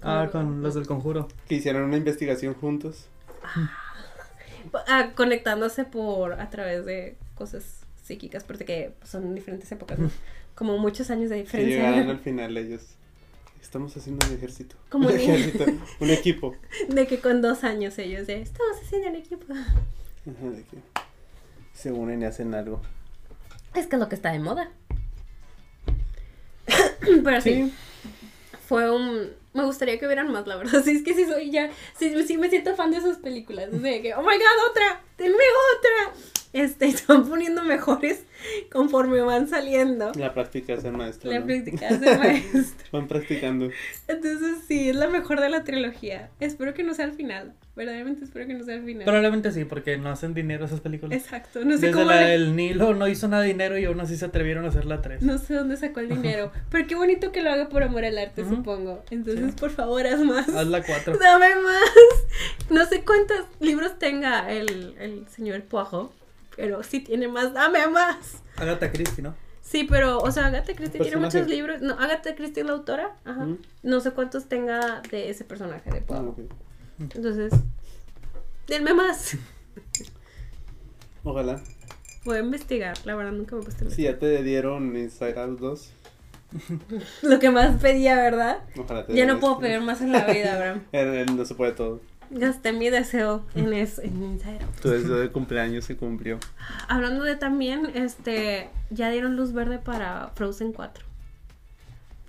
Speaker 3: Ah, con los del conjuro.
Speaker 1: Que hicieron una investigación juntos.
Speaker 2: Ah, conectándose por a través de cosas psíquicas, porque son diferentes épocas, ¿no? como muchos años de
Speaker 1: Que llegaron al
Speaker 2: diferencia.
Speaker 1: final ellos. Estamos haciendo un ejército.
Speaker 2: Como
Speaker 1: un
Speaker 2: ni-
Speaker 1: ejército. Un equipo.
Speaker 2: De que con dos años ellos de estamos haciendo el equipo.
Speaker 1: Ajá, de que se unen y hacen algo.
Speaker 2: Es que es lo que está de moda. Pero sí. Fue un. Me gustaría que hubieran más, la verdad. Sí, es que sí soy ya. Sí, sí me siento fan de esas películas. O sea, que, oh my god, otra, tenme otra. Este, están poniendo mejores conforme van saliendo.
Speaker 1: La práctica es el maestro.
Speaker 2: La
Speaker 1: ¿no?
Speaker 2: práctica de maestro.
Speaker 1: Van practicando.
Speaker 2: Entonces, sí, es la mejor de la trilogía. Espero que no sea el final. Verdaderamente espero que no sea el final.
Speaker 3: Probablemente sí, porque no hacen dinero esas películas.
Speaker 2: Exacto. No sé
Speaker 3: Desde
Speaker 2: cómo.
Speaker 3: la
Speaker 2: le-
Speaker 3: del Nilo no hizo nada de dinero y aún así se atrevieron a hacer la 3.
Speaker 2: No sé dónde sacó el dinero. Pero qué bonito que lo haga por amor al arte,
Speaker 3: Ujú.
Speaker 2: supongo. Entonces, por favor, haz más.
Speaker 3: Haz la 4.
Speaker 2: Dame más. No sé cuántos libros tenga el, el señor Poirot, pero sí tiene más. Dame más.
Speaker 3: Agatha Christie, ¿no?
Speaker 2: Sí, pero, o sea, Agatha Christie tiene
Speaker 1: Personaje.
Speaker 2: muchos libros. No, Agatha Christie es la autora. Ajá.
Speaker 1: Ujú.
Speaker 2: No sé cuántos tenga de ese personaje de
Speaker 1: Ah,
Speaker 2: Poirot.
Speaker 1: ok.
Speaker 2: Entonces, denme más.
Speaker 1: Ojalá.
Speaker 2: Voy a investigar. La verdad, nunca me he puesto a
Speaker 1: Si
Speaker 2: investigar.
Speaker 1: ya te dieron Inside Out 2,
Speaker 2: Lo que más pedía, ¿verdad?
Speaker 1: ojalá te
Speaker 2: Ya
Speaker 1: den
Speaker 2: no puedo
Speaker 1: este.
Speaker 2: pedir más en la vida, Abraham.
Speaker 1: Él, él no se puede todo.
Speaker 2: Gasté mi deseo en, es, en Inside Out.
Speaker 1: Tu deseo de cumpleaños se cumplió.
Speaker 2: Hablando de también, este, ya dieron luz verde para Frozen 4.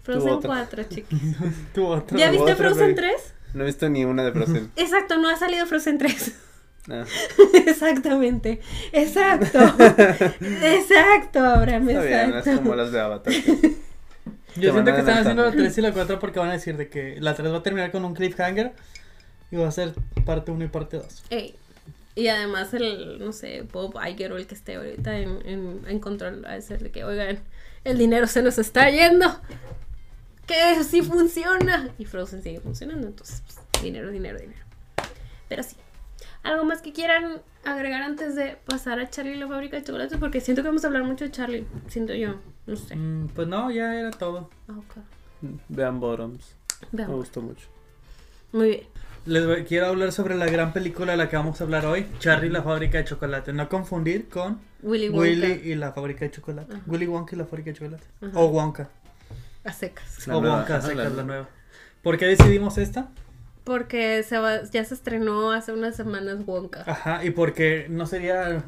Speaker 2: Frozen
Speaker 1: otra.
Speaker 2: 4, chiquis.
Speaker 3: Tu
Speaker 1: ah,
Speaker 3: otra.
Speaker 2: ¿Ya viste
Speaker 1: otra,
Speaker 2: Frozen
Speaker 1: güey.
Speaker 2: 3?
Speaker 1: No he visto ni una de Frozen.
Speaker 2: Exacto, no ha salido Frozen 3.
Speaker 1: Ah,
Speaker 2: Exactamente. Exacto. Exacto, Abraham,
Speaker 1: está bien, no es
Speaker 2: exacto.
Speaker 1: como las de Avatar.
Speaker 3: Yo
Speaker 1: Te van
Speaker 3: siento que están haciendo
Speaker 1: adelantando.
Speaker 3: la 3 y la 4 porque van a decir de que la 3 va a terminar con un cliffhanger y va a ser parte 1 y parte 2.
Speaker 2: Ey, Y además el, no sé, Bob Iger o el que esté ahorita en, en, en control, a decir de que, oigan, el dinero se nos está yendo. Que sí funciona. Y Frozen sigue funcionando, entonces, pues, dinero, dinero, dinero. Pero sí. ¿Algo más que quieran agregar antes de pasar a Charlie y la fábrica de chocolates? Porque siento que vamos a hablar mucho de Charlie, siento yo. No sé.
Speaker 3: Mm, pues no, ya era todo.
Speaker 2: Ah, ok.
Speaker 1: Vean Bottoms. Me
Speaker 2: Veamos.
Speaker 1: gustó mucho.
Speaker 2: Muy bien.
Speaker 3: Les voy- quiero hablar sobre la gran película de la que vamos a hablar hoy, Charlie y la fábrica de chocolate. No confundir con
Speaker 2: Willy Wonka.
Speaker 3: Willy y la fábrica de chocolate.
Speaker 2: Ajá.
Speaker 3: Willy Wonka y la fábrica de chocolate.
Speaker 2: Ajá.
Speaker 3: O Wonka.
Speaker 2: A secas.
Speaker 1: La
Speaker 3: o
Speaker 1: nueva,
Speaker 3: Wonka,
Speaker 1: ajá,
Speaker 3: secas,
Speaker 1: la-
Speaker 3: la nueva. ¿Por qué decidimos esta?
Speaker 2: Porque se va- ya se estrenó hace unas semanas Wonka.
Speaker 3: Ajá, y porque no sería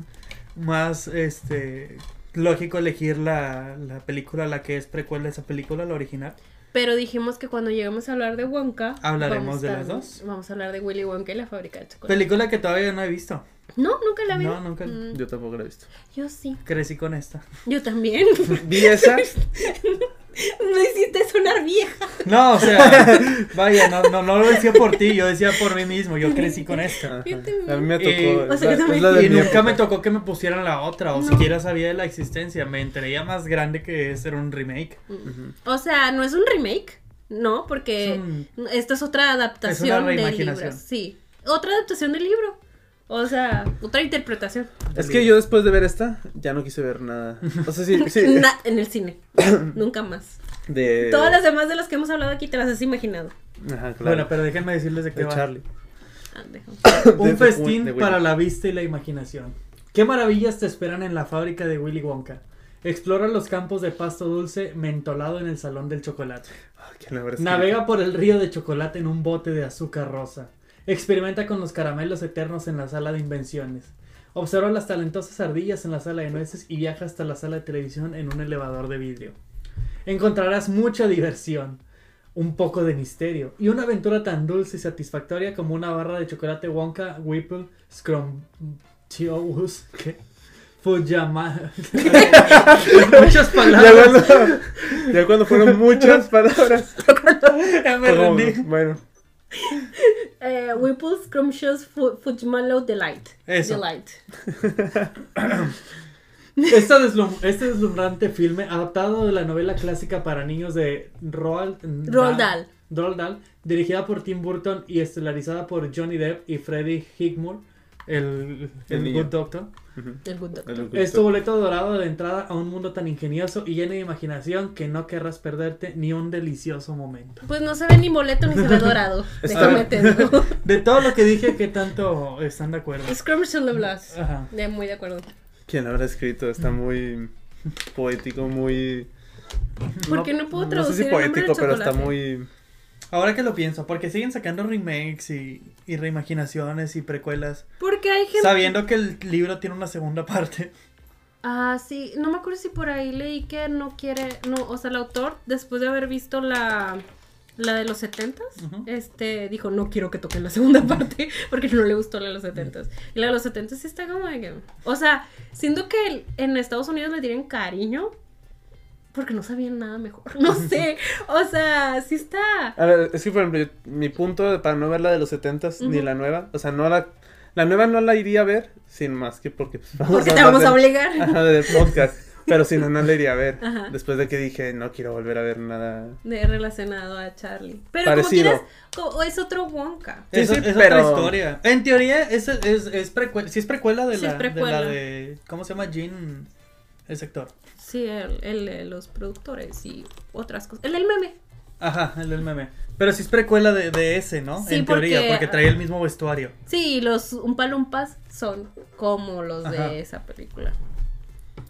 Speaker 3: más este lógico elegir la, la película, la que es precuela de esa película, la original.
Speaker 2: Pero dijimos que cuando lleguemos a hablar de Wonka.
Speaker 3: Hablaremos
Speaker 2: vamos
Speaker 3: de
Speaker 2: a estar-
Speaker 3: las dos.
Speaker 2: Vamos a hablar de Willy Wonka y la fábrica de chocolate.
Speaker 3: Película que todavía no he visto.
Speaker 2: no, nunca la vi.
Speaker 3: No, nunca.
Speaker 2: Mm,
Speaker 1: Yo tampoco la he visto.
Speaker 2: yo sí.
Speaker 3: Crecí con esta.
Speaker 2: Yo también.
Speaker 1: Vi esa.
Speaker 2: Me hiciste sonar vieja.
Speaker 3: No, o sea, vaya, no, no, no lo decía por ti, yo decía por mí mismo, yo crecí con esta.
Speaker 1: Ajá.
Speaker 2: Yo también. Eh,
Speaker 1: A mí me tocó.
Speaker 3: Y-
Speaker 1: es
Speaker 2: O sea, yo
Speaker 1: la-
Speaker 2: también
Speaker 1: es la de
Speaker 3: Y
Speaker 1: mi
Speaker 3: nunca
Speaker 1: época.
Speaker 3: me tocó que me pusieran la otra, o
Speaker 2: No.
Speaker 3: siquiera sabía de la existencia. Me enteré ya más grande que es, era un remake.
Speaker 1: Ujú.
Speaker 2: O sea, no es un remake. No, porque
Speaker 3: Es un-
Speaker 2: esta es otra adaptación de
Speaker 3: reimaginación.
Speaker 2: libros. Sí. Otra adaptación del libro. O sea, otra interpretación.
Speaker 1: Es que yo después de ver esta, ya no quise ver nada. O sea, sí, sí.
Speaker 2: Na- en el cine. nunca más.
Speaker 3: Eh.
Speaker 1: De.
Speaker 2: Todas las demás de las que hemos hablado aquí te las has imaginado.
Speaker 1: Ajá, claro.
Speaker 3: Bueno, pero déjenme decirles de qué
Speaker 1: de
Speaker 3: va.
Speaker 1: Charlie.
Speaker 2: Ah, dejo.
Speaker 1: De- de-
Speaker 3: Un festín
Speaker 1: de Willy.
Speaker 3: para la vista y la imaginación. ¿Qué maravillas te esperan en la fábrica de Willy Wonka? Explora los campos de pasto dulce mentolado en el salón del chocolate.
Speaker 1: Ah, ¿quién lo habrá escrito?
Speaker 3: Navega por el río de chocolate en un bote de azúcar rosa. Experimenta con los caramelos eternos en la sala de invenciones. Observa las talentosas ardillas en la sala de nueces y viaja hasta la sala de televisión en un elevador de vidrio. Encontrarás mucha diversión, un poco de misterio y una aventura tan dulce y satisfactoria como una barra de chocolate Wonka Whipple Scrumptious ¿qué? Fujama. Muchas
Speaker 1: Ya
Speaker 3: palabras.
Speaker 1: cuando, ya cuando fueron muchas palabras.
Speaker 3: Ya eh, me
Speaker 1: fue como,
Speaker 3: rendí.
Speaker 1: Bueno,
Speaker 2: Eh, Whipple Scrumptious Fu- Fujimalo Delight.
Speaker 3: Eso.
Speaker 2: Delight.
Speaker 3: Esta deslum- este deslumbrante filme, adaptado de la novela clásica para niños de Roald
Speaker 2: Roald Dahl.
Speaker 3: Roald Dahl, dirigida por Tim Burton y estelarizada por Johnny Depp y Freddie Highmore, el,
Speaker 1: El
Speaker 3: el
Speaker 1: niño.
Speaker 3: Good Doctor.
Speaker 2: El good doctor.
Speaker 1: el-
Speaker 3: Es tu boleto dorado de entrada a un mundo tan ingenioso y lleno de imaginación que no querrás perderte ni un delicioso momento.
Speaker 2: Pues no se ve ni boleto ni se ve dorado.
Speaker 1: Está
Speaker 2: Déjame te digo.
Speaker 3: De todo lo que dije, ¿qué tanto están de acuerdo?
Speaker 2: Scrumptious Leblas.
Speaker 3: Ajá.
Speaker 2: De muy de acuerdo.
Speaker 1: ¿quién lo habrá escrito? Está muy poético, muy.
Speaker 2: ¿Por qué no puedo traducir
Speaker 1: No sé si
Speaker 2: el nombre
Speaker 1: poético,
Speaker 2: del
Speaker 1: pero está
Speaker 2: chocolate?
Speaker 1: muy.
Speaker 3: Ahora que lo pienso, porque siguen sacando remakes y, y reimaginaciones y precuelas.
Speaker 2: Porque hay gente.
Speaker 3: Sabiendo que el libro tiene una segunda parte.
Speaker 2: Ah, sí. No me acuerdo si por ahí leí que no quiere. No, o sea, el autor, después de haber visto la. La de los 70
Speaker 3: Ujú.
Speaker 2: este, dijo, no quiero que toquen la segunda parte, porque no le gustó la de los 70 Y la de los 70 sí está como de que... O sea, siento que el- en Estados Unidos le tienen cariño, porque no sabían nada mejor. No sé, o sea, sí está...
Speaker 1: A ver, es que por ejemplo, yo- mi punto de- para no ver la de los 70s ni
Speaker 2: Ujú.
Speaker 1: la nueva, o sea, no la. La nueva no la iría a ver, sin más que porque. pues, vamos
Speaker 2: Porque
Speaker 1: a
Speaker 2: te
Speaker 1: hablar
Speaker 2: vamos a
Speaker 1: de-
Speaker 2: obligar.
Speaker 1: Ajá, de podcast. Pero si no, no la iría a ver.
Speaker 2: Ajá.
Speaker 1: Después de que dije, no quiero volver a ver nada.
Speaker 2: De relacionado a Charlie. Pero
Speaker 1: Parecido.
Speaker 2: como quieras, co- o es otro Wonka.
Speaker 1: Sí,
Speaker 3: es
Speaker 1: sí,
Speaker 3: es
Speaker 1: pero-
Speaker 3: otra historia. En teoría, es, es, es precuela. Sí, es precuela de,
Speaker 2: Sí,
Speaker 3: la,
Speaker 2: es precuela.
Speaker 3: de la de. ¿Cómo se llama? Jean. El sector.
Speaker 2: Sí, el, el- eh, los productores y otras cosas. El del meme.
Speaker 3: Ajá, el del meme. Pero sí es precuela de, de ese, ¿no?
Speaker 2: Sí,
Speaker 3: en teoría,
Speaker 2: porque-
Speaker 3: porque trae el mismo vestuario.
Speaker 2: Sí, los Umpalumpas son como los
Speaker 3: Ajá.
Speaker 2: de esa película.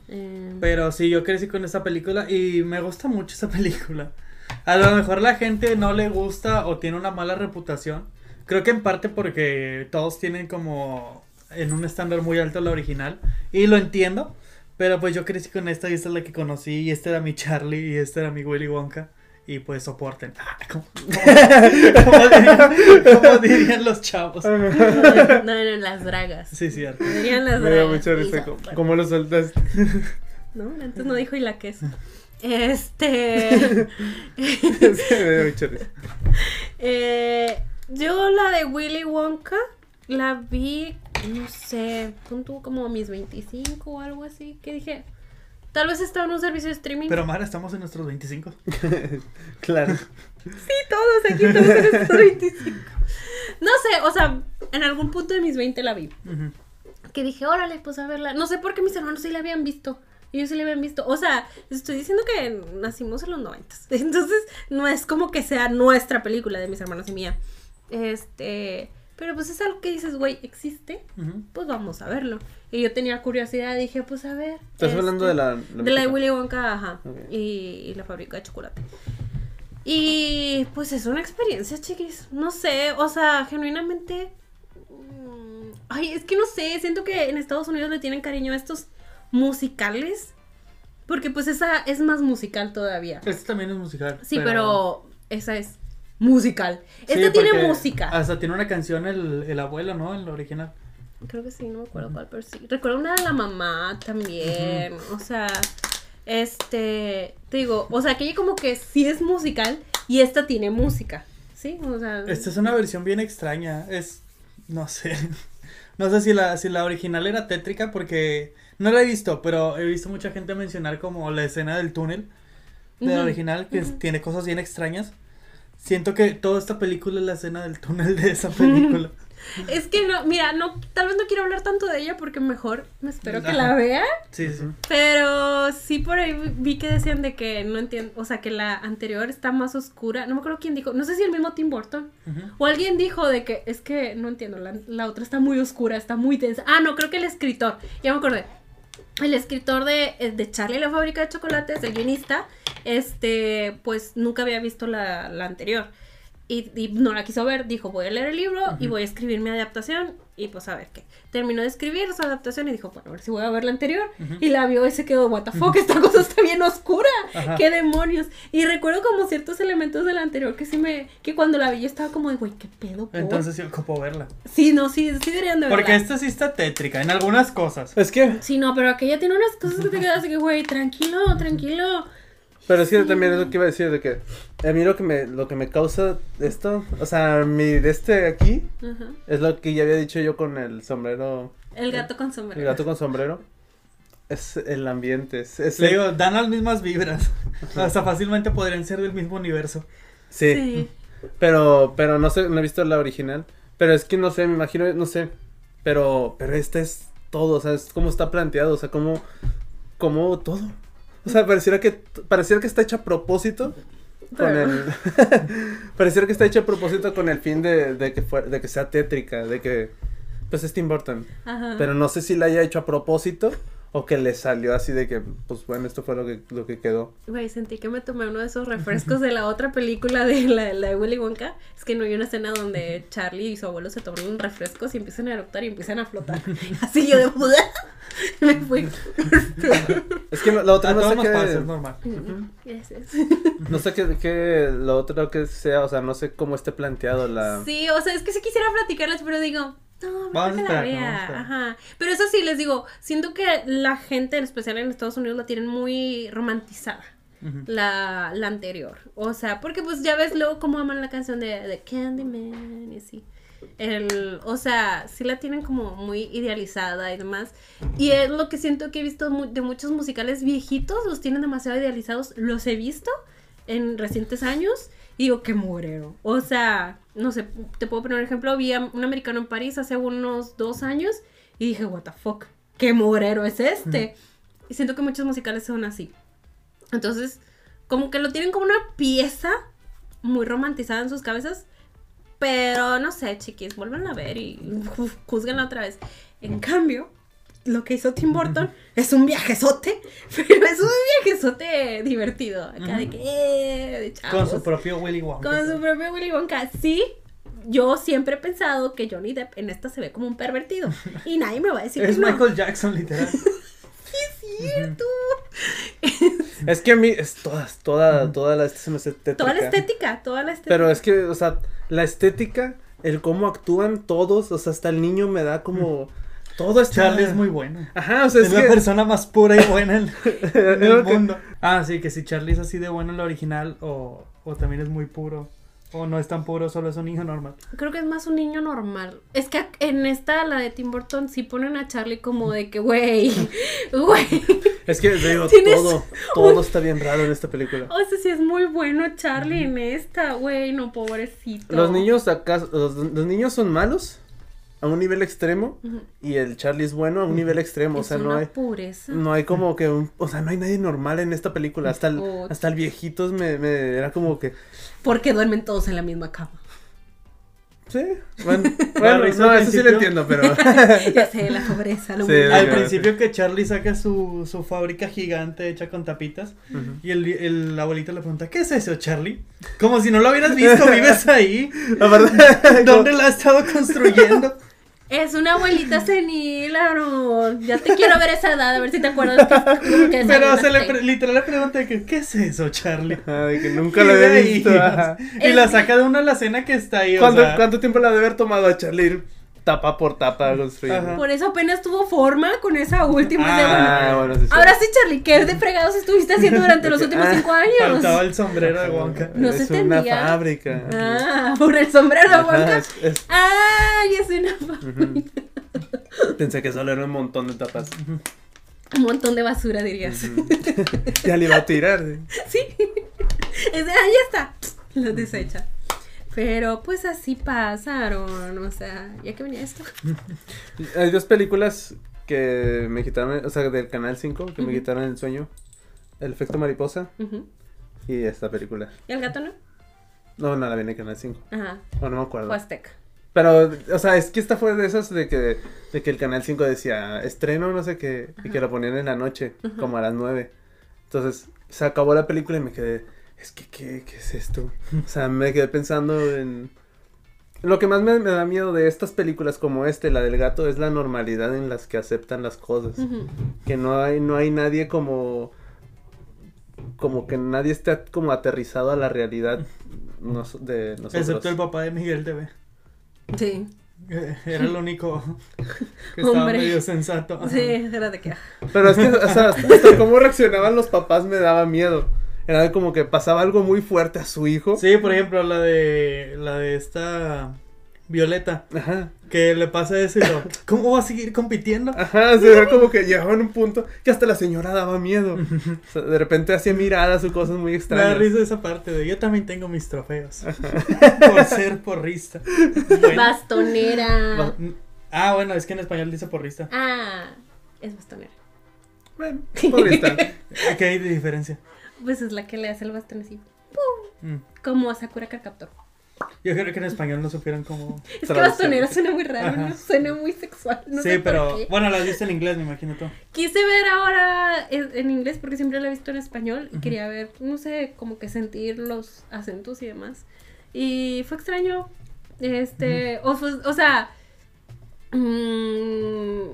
Speaker 2: Em,
Speaker 3: Pero sí, yo crecí con esa película y me gusta mucho esa película. A lo mejor la gente no le gusta o tiene una mala reputación. Creo que en parte porque todos tienen como en un estándar muy alto la original. Y lo entiendo. Pero pues yo crecí con esta y esta es la que conocí. Y este era mi Charlie y este era mi Willy Wonka. Y pues soporten. Ah, ¿cómo, cómo- cómo dirían, cómo dirían los chavos?
Speaker 2: No, no, las dragas.
Speaker 3: Sí, cierto.
Speaker 2: Dirían las
Speaker 1: Me dio
Speaker 2: dragas.
Speaker 1: mucha
Speaker 2: Y
Speaker 1: risa.
Speaker 2: so-
Speaker 1: ¿Cómo, cómo lo sueltas?
Speaker 2: No, antes no dijo y la queso. Este.
Speaker 1: Me dio mucha risa.
Speaker 2: eh, yo la de Willy Wonka la vi, no sé, punto como a mis 25 o algo así. Que dije, tal vez estaba en un servicio de streaming.
Speaker 3: Pero Mara, estamos en nuestros 25.
Speaker 1: Claro.
Speaker 2: Sí, todos aquí, todos en estos 25. No sé, o sea, en algún punto de mis 20 la vi.
Speaker 3: Ujú.
Speaker 2: que dije, órale, pues a verla. No sé por qué mis hermanos sí la habían visto. Ellos sí la habían visto. O sea, estoy diciendo que nacimos en los 90. Entonces, no es como que sea nuestra película de mis hermanos y mía. Este. Pero pues es algo que dices, güey, existe.
Speaker 3: Ujú.
Speaker 2: Pues vamos a verlo. Y yo tenía curiosidad, dije, pues a ver.
Speaker 1: Estás
Speaker 2: este,
Speaker 1: hablando de la.
Speaker 2: de la de Willy Wonka, ajá.
Speaker 1: Ok.
Speaker 2: Y, y la fábrica de chocolate. Y pues es una experiencia, chiquis. No sé, o sea, genuinamente. mm, Ay, es que no sé, siento que en Estados Unidos le tienen cariño a estos musicales. Porque pues esa es más musical todavía.
Speaker 3: Este también es musical.
Speaker 2: Sí, pero, esa es musical. Este
Speaker 3: Sí,
Speaker 2: tiene
Speaker 3: porque
Speaker 2: música.
Speaker 3: Hasta tiene una canción el, el abuelo, ¿no? El original.
Speaker 2: Creo que sí, no me acuerdo cuál, pero sí. Recuerdo una de la mamá también. O sea, este. Te digo, o sea, aquella como que sí es musical y esta tiene música. ¿Sí? O sea.
Speaker 3: Esta Este es una versión bien extraña. Es. No sé. No sé si la, si la original era tétrica porque. No la he visto, pero he visto mucha gente mencionar como la escena del túnel de la
Speaker 2: Ujú,
Speaker 3: original, que es-
Speaker 2: ujú.
Speaker 3: tiene cosas bien extrañas. Siento que toda esta película es la escena del túnel de esa película.
Speaker 2: Es que no, mira, no, tal vez no quiero hablar tanto de ella porque mejor me espero que
Speaker 3: Ajá.
Speaker 2: la vea.
Speaker 3: Sí, sí.
Speaker 2: Pero sí por ahí vi que decían de que no entiendo. O sea, que la anterior está más oscura. No me acuerdo quién dijo. No sé si el mismo Tim Burton.
Speaker 3: Ujú.
Speaker 2: O alguien dijo de que, es que no entiendo, la, la otra está muy oscura, está muy tensa. Ah, no, creo que el escritor, ya me acordé. El escritor de, eh, de Charlie y la fábrica de chocolates, el guionista, este, pues nunca había visto la, la anterior. Y, y no la quiso ver, dijo, voy a leer el libro y
Speaker 3: Ujú.
Speaker 2: voy a escribir mi adaptación. Y pues a ver qué. Terminó de escribir su adaptación y dijo, bueno, a ver si voy a ver la anterior.
Speaker 3: Ujú.
Speaker 2: Y la vio y se quedó, what the fuck, esta cosa está bien oscura.
Speaker 3: Ajá.
Speaker 2: ¿Qué demonios? Y recuerdo como ciertos elementos del anterior que sí me. que cuando la vi yo estaba como de, güey, ¿qué pedo? por?".
Speaker 3: Entonces sí ocupo verla.
Speaker 2: Sí, no, sí, sí deberían de verla.
Speaker 3: Porque esta sí está tétrica en algunas cosas.
Speaker 1: Es que.
Speaker 2: Sí, no, pero aquella tiene unas cosas que te quedas así que, güey, tranquilo, tranquilo.
Speaker 1: Pero es que también es lo que iba a decir. De que. A mí lo que me, lo que me causa esto. O sea, mi de este aquí.
Speaker 2: Ajá.
Speaker 1: Es lo que ya había dicho yo con el sombrero.
Speaker 2: El gato con sombrero.
Speaker 1: El gato con sombrero. Es el ambiente. Es, es
Speaker 3: Le
Speaker 1: el-
Speaker 3: digo, dan las mismas vibras. Hasta fácilmente podrían ser del mismo universo.
Speaker 1: Sí.
Speaker 2: Sí.
Speaker 1: Pero, pero no sé, no he visto la original. Pero es que no sé, me imagino, no sé. Pero, pero este es todo, o sea, es como está planteado, o sea, como, como todo. O sea, pareciera que, pareciera que está hecha a propósito con
Speaker 2: Pero-
Speaker 1: el, pareciera que está hecha a propósito con el fin de, de que fue- de que sea tétrica, de que, pues es Tim Burton.
Speaker 2: Ajá.
Speaker 1: Pero no sé si la haya hecho a propósito o que le salió así de que, pues bueno, esto fue lo que, lo que quedó.
Speaker 2: Güey, sentí que me tomé uno de esos refrescos de la otra película de la, la de Willy Wonka. Es que no hay una escena donde Charlie y su abuelo se toman un refresco y empiezan a eruptar y empiezan a flotar. Así yo de me fui.
Speaker 1: Es que no- la otra
Speaker 3: A
Speaker 1: no
Speaker 3: todos
Speaker 1: sé
Speaker 3: nos
Speaker 1: qué-
Speaker 3: pasa, es normal.
Speaker 2: Gracias.
Speaker 1: No sé qué, qué lo otro que sea, o sea, no sé cómo esté planteado la...
Speaker 2: Sí, o sea, es que sí quisiera platicarlas, pero digo, no,
Speaker 3: Vamos a
Speaker 2: mejor que la
Speaker 3: esperar, no, vamos a
Speaker 2: vea.
Speaker 3: esperar.
Speaker 2: Ajá. Pero eso sí, les digo, siento que la gente, en especial en Estados Unidos, la tienen muy romantizada.
Speaker 3: Ujú.
Speaker 2: La, la anterior. O sea, porque pues ya ves luego cómo aman la canción de, de Candyman y así. El, o sea, sí la tienen como muy idealizada y demás. Y es lo que siento que he visto mu- de muchos musicales viejitos, los tienen demasiado idealizados. Los he visto en recientes años y digo, qué mugrero. O sea, no sé, te puedo poner un ejemplo. Vi a un americano en París hace unos dos años y dije, what the fuck, qué mugrero es este. Y siento que muchos musicales son así. Entonces, como que lo tienen como una pieza muy romantizada en sus cabezas. Pero no sé, chiquis, vuelvan a ver y ju- juzguenla otra vez. En cambio, lo que hizo Tim Burton es un viajezote, pero es un viajezote divertido. Acá de que, eh, de
Speaker 3: Con
Speaker 2: chavos.
Speaker 3: su propio Willy Wonka.
Speaker 2: Con su propio Willy Wonka. Sí, yo siempre he pensado que Johnny Depp en esta se ve como un pervertido. Y nadie me va a decir
Speaker 3: es
Speaker 2: que no.
Speaker 3: Michael Jackson, literal.
Speaker 2: Es cierto.
Speaker 1: Es que a mí, es toda, toda, toda la este se me hace tétrica.
Speaker 2: Toda la estética, toda la estética.
Speaker 1: Pero es que, o sea, la estética, el cómo actúan todos, o sea, hasta el niño me da como. Todo está.
Speaker 3: Charlie es muy bueno.
Speaker 1: Ajá, o sea, es,
Speaker 3: es la
Speaker 1: que.
Speaker 3: persona más pura y buena en, en
Speaker 1: Creo
Speaker 3: el
Speaker 1: que-
Speaker 3: mundo. Ah, sí, que si Charlie es así de bueno en la original o, o también es muy puro o no es tan puro, solo es un hijo normal.
Speaker 2: Creo que es más un niño normal. Es que en esta, la de Tim Burton, sí ponen a Charlie como de que, güey, güey.
Speaker 1: Es que, te digo,
Speaker 2: Tienes
Speaker 1: todo, todo está bien raro en esta película.
Speaker 2: O sea, sí es muy bueno Charlie en esta, güey, no, pobrecito.
Speaker 1: Los niños acá, los, los niños son malos a un nivel extremo
Speaker 2: Ujú.
Speaker 1: y el Charlie es bueno a un nivel extremo, o
Speaker 2: Es
Speaker 1: sea, no
Speaker 2: una
Speaker 1: hay.
Speaker 2: pureza.
Speaker 1: No hay como que un, o sea, no hay nadie normal en esta película, hasta el,
Speaker 2: Oh.
Speaker 1: hasta el viejitos me, me era como que,
Speaker 2: Porque duermen todos en la misma cama.
Speaker 1: sí, bueno,
Speaker 3: La
Speaker 1: bueno
Speaker 3: risa
Speaker 1: no,
Speaker 3: al
Speaker 1: eso sí lo
Speaker 3: principio.
Speaker 1: entiendo, pero
Speaker 2: ya sé, la pobreza, lo
Speaker 1: Sí,
Speaker 2: humilde.
Speaker 1: Ay,
Speaker 3: Al
Speaker 1: claro.
Speaker 3: principio que Charlie saca su, su fábrica gigante hecha con tapitas y el, el abuelito le pregunta, ¿qué es eso, Charlie? Como si no lo hubieras visto, vives ahí.
Speaker 1: aparte,
Speaker 3: ¿Dónde la has estado construyendo?
Speaker 2: Es una abuelita senil, Aaron. Ya te quiero ver esa edad, a ver si te acuerdas que, que
Speaker 3: Pero
Speaker 2: desayunaste.
Speaker 3: se le pre- literal le pregunta que, ¿qué es eso, Charlie?
Speaker 1: Ajá, ah, de que nunca lo había
Speaker 3: Y-
Speaker 1: visto. ajá.
Speaker 3: Y la saca de una alacena que está ahí. o
Speaker 1: ¿Cuánto,
Speaker 3: sea,
Speaker 1: cuánto tiempo le ha de haber tomado a Charlie tapa por tapa construyendo?
Speaker 3: Ajá.
Speaker 2: Por eso apenas tuvo forma con esa última. de,
Speaker 3: Ah,
Speaker 2: bueno,
Speaker 1: Ah, bueno, sí, sí.
Speaker 2: Ahora sí, Charlie, ¿qué de fregados estuviste haciendo durante los últimos
Speaker 1: Ah,
Speaker 2: cinco años?
Speaker 3: Faltaba el sombrero de Wonka.
Speaker 2: No se
Speaker 1: es una
Speaker 2: entendía.
Speaker 1: fábrica.
Speaker 2: Ah, por el sombrero,
Speaker 1: Ajá,
Speaker 2: Wonka.
Speaker 1: es- es-
Speaker 2: Ay, es una fa-
Speaker 1: ujú. Pensé que solo era un montón de tapas.
Speaker 2: un montón de basura, dirías.
Speaker 1: ya le iba a tirar. ¿eh?
Speaker 2: Sí. Es de, ahí está. Lo desecha. Pero pues así pasaron. O sea, ya que venía esto.
Speaker 1: Hay dos películas que me quitaron, o sea, del Canal 5, que me quitaron el sueño. El efecto mariposa
Speaker 2: Ujú.
Speaker 1: y esta película.
Speaker 2: ¿Y el gato no?
Speaker 1: No, no la vi en el Canal 5.
Speaker 2: Ajá.
Speaker 1: O no me acuerdo.
Speaker 2: Fue Azteca.
Speaker 1: Pero, o sea, es que esta fue de esas de que, de que el Canal 5 decía estreno, no sé qué, y que la ponían en la noche, como a las 9. Entonces, se acabó la película y me quedé, es que, ¿qué, qué es esto? O sea, me quedé pensando en... Lo que más me, me da miedo de estas películas como este, la del gato, es la normalidad en las que aceptan las cosas.
Speaker 2: Ujú.
Speaker 1: Que no hay, no hay nadie como... Como que nadie está como aterrizado a la realidad nos- de nosotros.
Speaker 3: Excepto el papá de Miguel TV.
Speaker 2: Sí.
Speaker 3: Era el único que estaba
Speaker 2: Hombre.
Speaker 3: medio sensato.
Speaker 2: Sí, era de que. ah.
Speaker 1: Pero es que, o sea, hasta cómo reaccionaban los papás me daba miedo. Era como que pasaba algo muy fuerte a su hijo.
Speaker 3: Sí, por ejemplo, la de la de esta Violeta
Speaker 1: Ajá.
Speaker 3: que le pasa eso y lo, ¿cómo va a seguir compitiendo?
Speaker 1: Ajá, se era como que llegaban a un punto que hasta la señora daba miedo. O sea, de repente hacía miradas o cosas muy
Speaker 3: Me da
Speaker 1: extrañas.
Speaker 3: risa esa parte de yo también tengo mis trofeos por ser porrista. Bueno.
Speaker 2: Bastonera.
Speaker 3: Ah, bueno, es que en español dice porrista.
Speaker 2: Ah, es bastonera.
Speaker 1: Bueno, pobrecita.
Speaker 3: ¿Qué Ah, hay de diferencia?
Speaker 2: Pues es la que le hace el bastón así.
Speaker 3: Mm.
Speaker 2: Como a Sakura Carcaptor.
Speaker 3: Yo creo que en español no supieron cómo.
Speaker 2: Es que
Speaker 1: Traducción.
Speaker 2: bastonera suena muy raro,
Speaker 3: Ajá.
Speaker 2: ¿no? suena muy sexual. No
Speaker 3: sí,
Speaker 2: sé por
Speaker 3: pero
Speaker 2: qué.
Speaker 3: bueno, las viste en inglés, me imagino tú.
Speaker 2: Quise ver ahora en en inglés porque siempre la he visto en español y quería ver, no sé, como que sentir los acentos y demás. Y fue extraño. Este, o fue- o, sea, mm,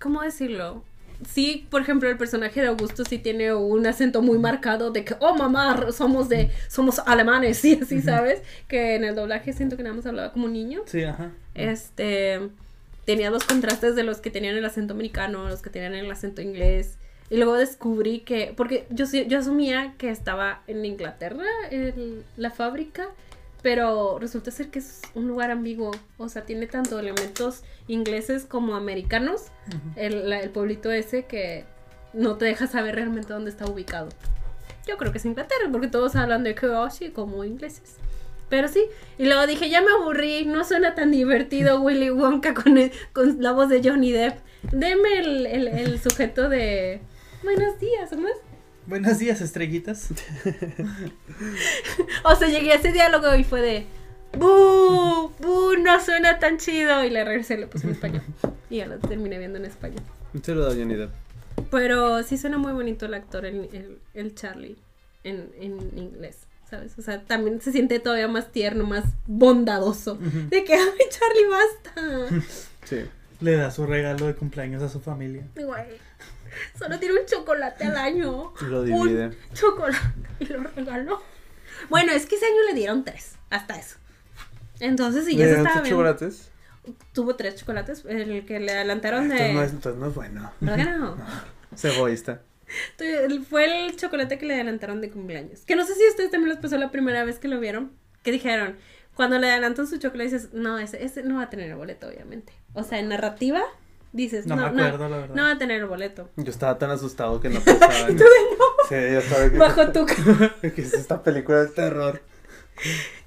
Speaker 2: ¿cómo decirlo? Sí, por ejemplo, el personaje de Augusto sí tiene un acento muy marcado de que, oh mamá, somos de, somos alemanes, y así, ¿sabes? Que en el doblaje siento que nada más hablaba como niño.
Speaker 3: Sí, ajá.
Speaker 2: Este tenía los contrastes de los que tenían el acento americano, los que tenían el acento inglés. Y luego descubrí que, porque yo, sí- yo asumía que estaba en Inglaterra el- la fábrica, pero resulta ser que es un lugar ambiguo. O sea, tiene tanto elementos ingleses como americanos. El, la- el pueblito ese que no te deja saber realmente dónde está ubicado. Yo creo que es Inglaterra, porque todos hablan de que, oh, sí, como ingleses. Pero sí, y luego dije, ya me aburrí, no suena tan divertido Willy Wonka con, el- con la voz de Johnny Depp. Deme el, el- el sujeto de buenos días, ¿no?
Speaker 3: Buenos días, estrellitas.
Speaker 2: O sea, llegué a ese diálogo y fue de, ¡bu! ¡bu! No suena tan chido. Y le regresé, le puse en español. Y ya lo terminé viendo en español.
Speaker 1: Se lo da Johnny Depp.
Speaker 2: Pero sí suena muy bonito el actor, el, el, el Charlie, en, en inglés. ¿sabes? O sea, también se siente todavía más tierno, más bondadoso. De que, ay, Charlie, basta.
Speaker 1: Sí.
Speaker 3: Le da su regalo de cumpleaños a su familia.
Speaker 2: Güey, solo tiene un chocolate al año.
Speaker 1: Y lo divide.
Speaker 2: Un chocolate y lo regaló. Bueno, es que ese año le dieron tres, hasta eso. Entonces, si ya se
Speaker 1: ¿Le
Speaker 2: estaba
Speaker 1: dan
Speaker 2: viendo-
Speaker 1: chocolates?
Speaker 2: Tuvo tres chocolates, el que le adelantaron
Speaker 1: Entonces Ah, no, es,
Speaker 2: de...
Speaker 1: entonces no es bueno.
Speaker 2: ¿Verdad que no?
Speaker 1: Es egoísta.
Speaker 2: Tu- el- Fue el chocolate que le adelantaron de cumpleaños. Que no sé si a ustedes también les pasó la primera vez que lo vieron. Que dijeron, cuando le adelantan su chocolate, dices, no, ese, ese no va a tener el boleto, obviamente. O sea, en narrativa, dices, no,
Speaker 3: No me
Speaker 2: no,
Speaker 3: acuerdo, la verdad.
Speaker 2: no va a tener el boleto.
Speaker 1: Yo estaba tan asustado que no pensaba. en- Sí, yo estaba que-
Speaker 2: Bajo tu ca-
Speaker 1: que es esta película de terror.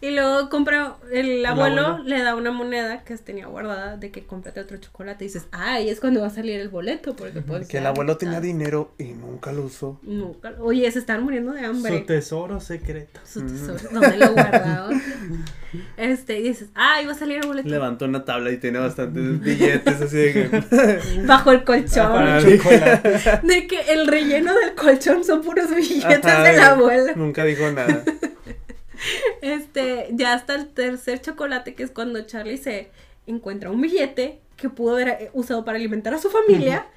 Speaker 2: Y luego compra, el abuelo,
Speaker 3: abuelo.
Speaker 2: le da una moneda que tenía guardada de que cómprate otro chocolate. Y dices, ay, es cuando va a salir el boleto. Porque pues,
Speaker 1: Que el
Speaker 2: ya,
Speaker 1: abuelo tenía
Speaker 2: ah,
Speaker 1: dinero y nunca lo usó.
Speaker 2: Nunca. Oye, se están muriendo de hambre.
Speaker 3: Su tesoro secreto.
Speaker 2: su tesoro, donde lo guardaron. Este, y dices, ah, iba a salir el boleto
Speaker 1: Levantó una tabla y tiene bastantes billetes así de que...
Speaker 2: bajo el colchón.
Speaker 1: Ajá.
Speaker 3: Chocolate.
Speaker 2: De que el relleno del colchón son puros billetes
Speaker 1: Ajá,
Speaker 2: de la
Speaker 1: güey.
Speaker 2: abuela.
Speaker 1: Nunca dijo nada.
Speaker 2: Este, ya hasta el tercer chocolate, que es cuando Charlie se encuentra un billete que pudo haber eh, usado para alimentar a su familia,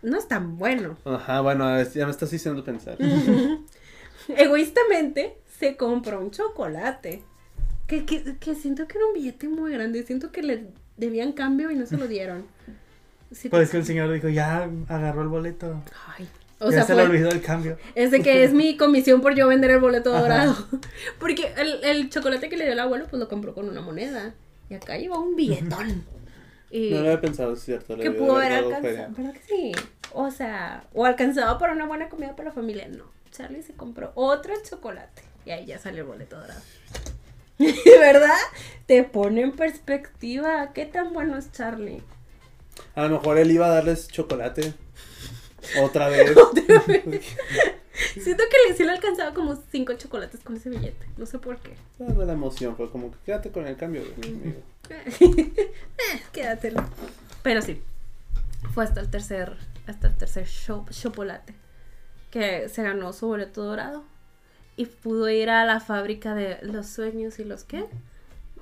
Speaker 2: no es tan bueno.
Speaker 1: Ajá, bueno, a ver, ya me estás haciendo pensar.
Speaker 2: Egoístamente, se compró un chocolate. Que, que, que siento que era un billete muy grande. Siento que le debían cambio y no se lo dieron. Sí,
Speaker 3: Pues es que el señor dijo, ya agarró el boleto.
Speaker 2: Ay, o
Speaker 3: ya
Speaker 2: sea,
Speaker 3: se
Speaker 2: fue-
Speaker 3: le olvidó el cambio.
Speaker 2: es de que es mi comisión por yo vender el boleto
Speaker 3: Ajá.
Speaker 2: dorado. Porque el, el chocolate que le dio el abuelo, pues lo compró con una moneda. Y acá lleva un billetón. Y
Speaker 1: No lo había pensado, es cierto. le
Speaker 2: que
Speaker 1: debí
Speaker 2: pudo
Speaker 1: haber
Speaker 2: haber
Speaker 1: dado
Speaker 2: alcanzado.
Speaker 1: feria.
Speaker 2: ¿Verdad que sí? O sea, o alcanzado para una buena comida para la familia. No, Charlie se compró otro chocolate. Y ahí ya sale el boleto dorado. ¿Verdad? Te pone en perspectiva. ¿Qué tan bueno es Charlie?
Speaker 1: A lo mejor él iba a darles chocolate. Otra vez.
Speaker 2: Siento que le, sí le alcanzaba como cinco chocolates con ese billete. No sé por qué.
Speaker 1: Toda la emoción Ah, fue como que quédate con el cambio, güey, amigo.
Speaker 2: Eh, Quédatelo. Pero sí, fue hasta el tercer, hasta el tercer show, chocolate que se ganó su boleto dorado y pudo ir a la fábrica de los sueños y los qué,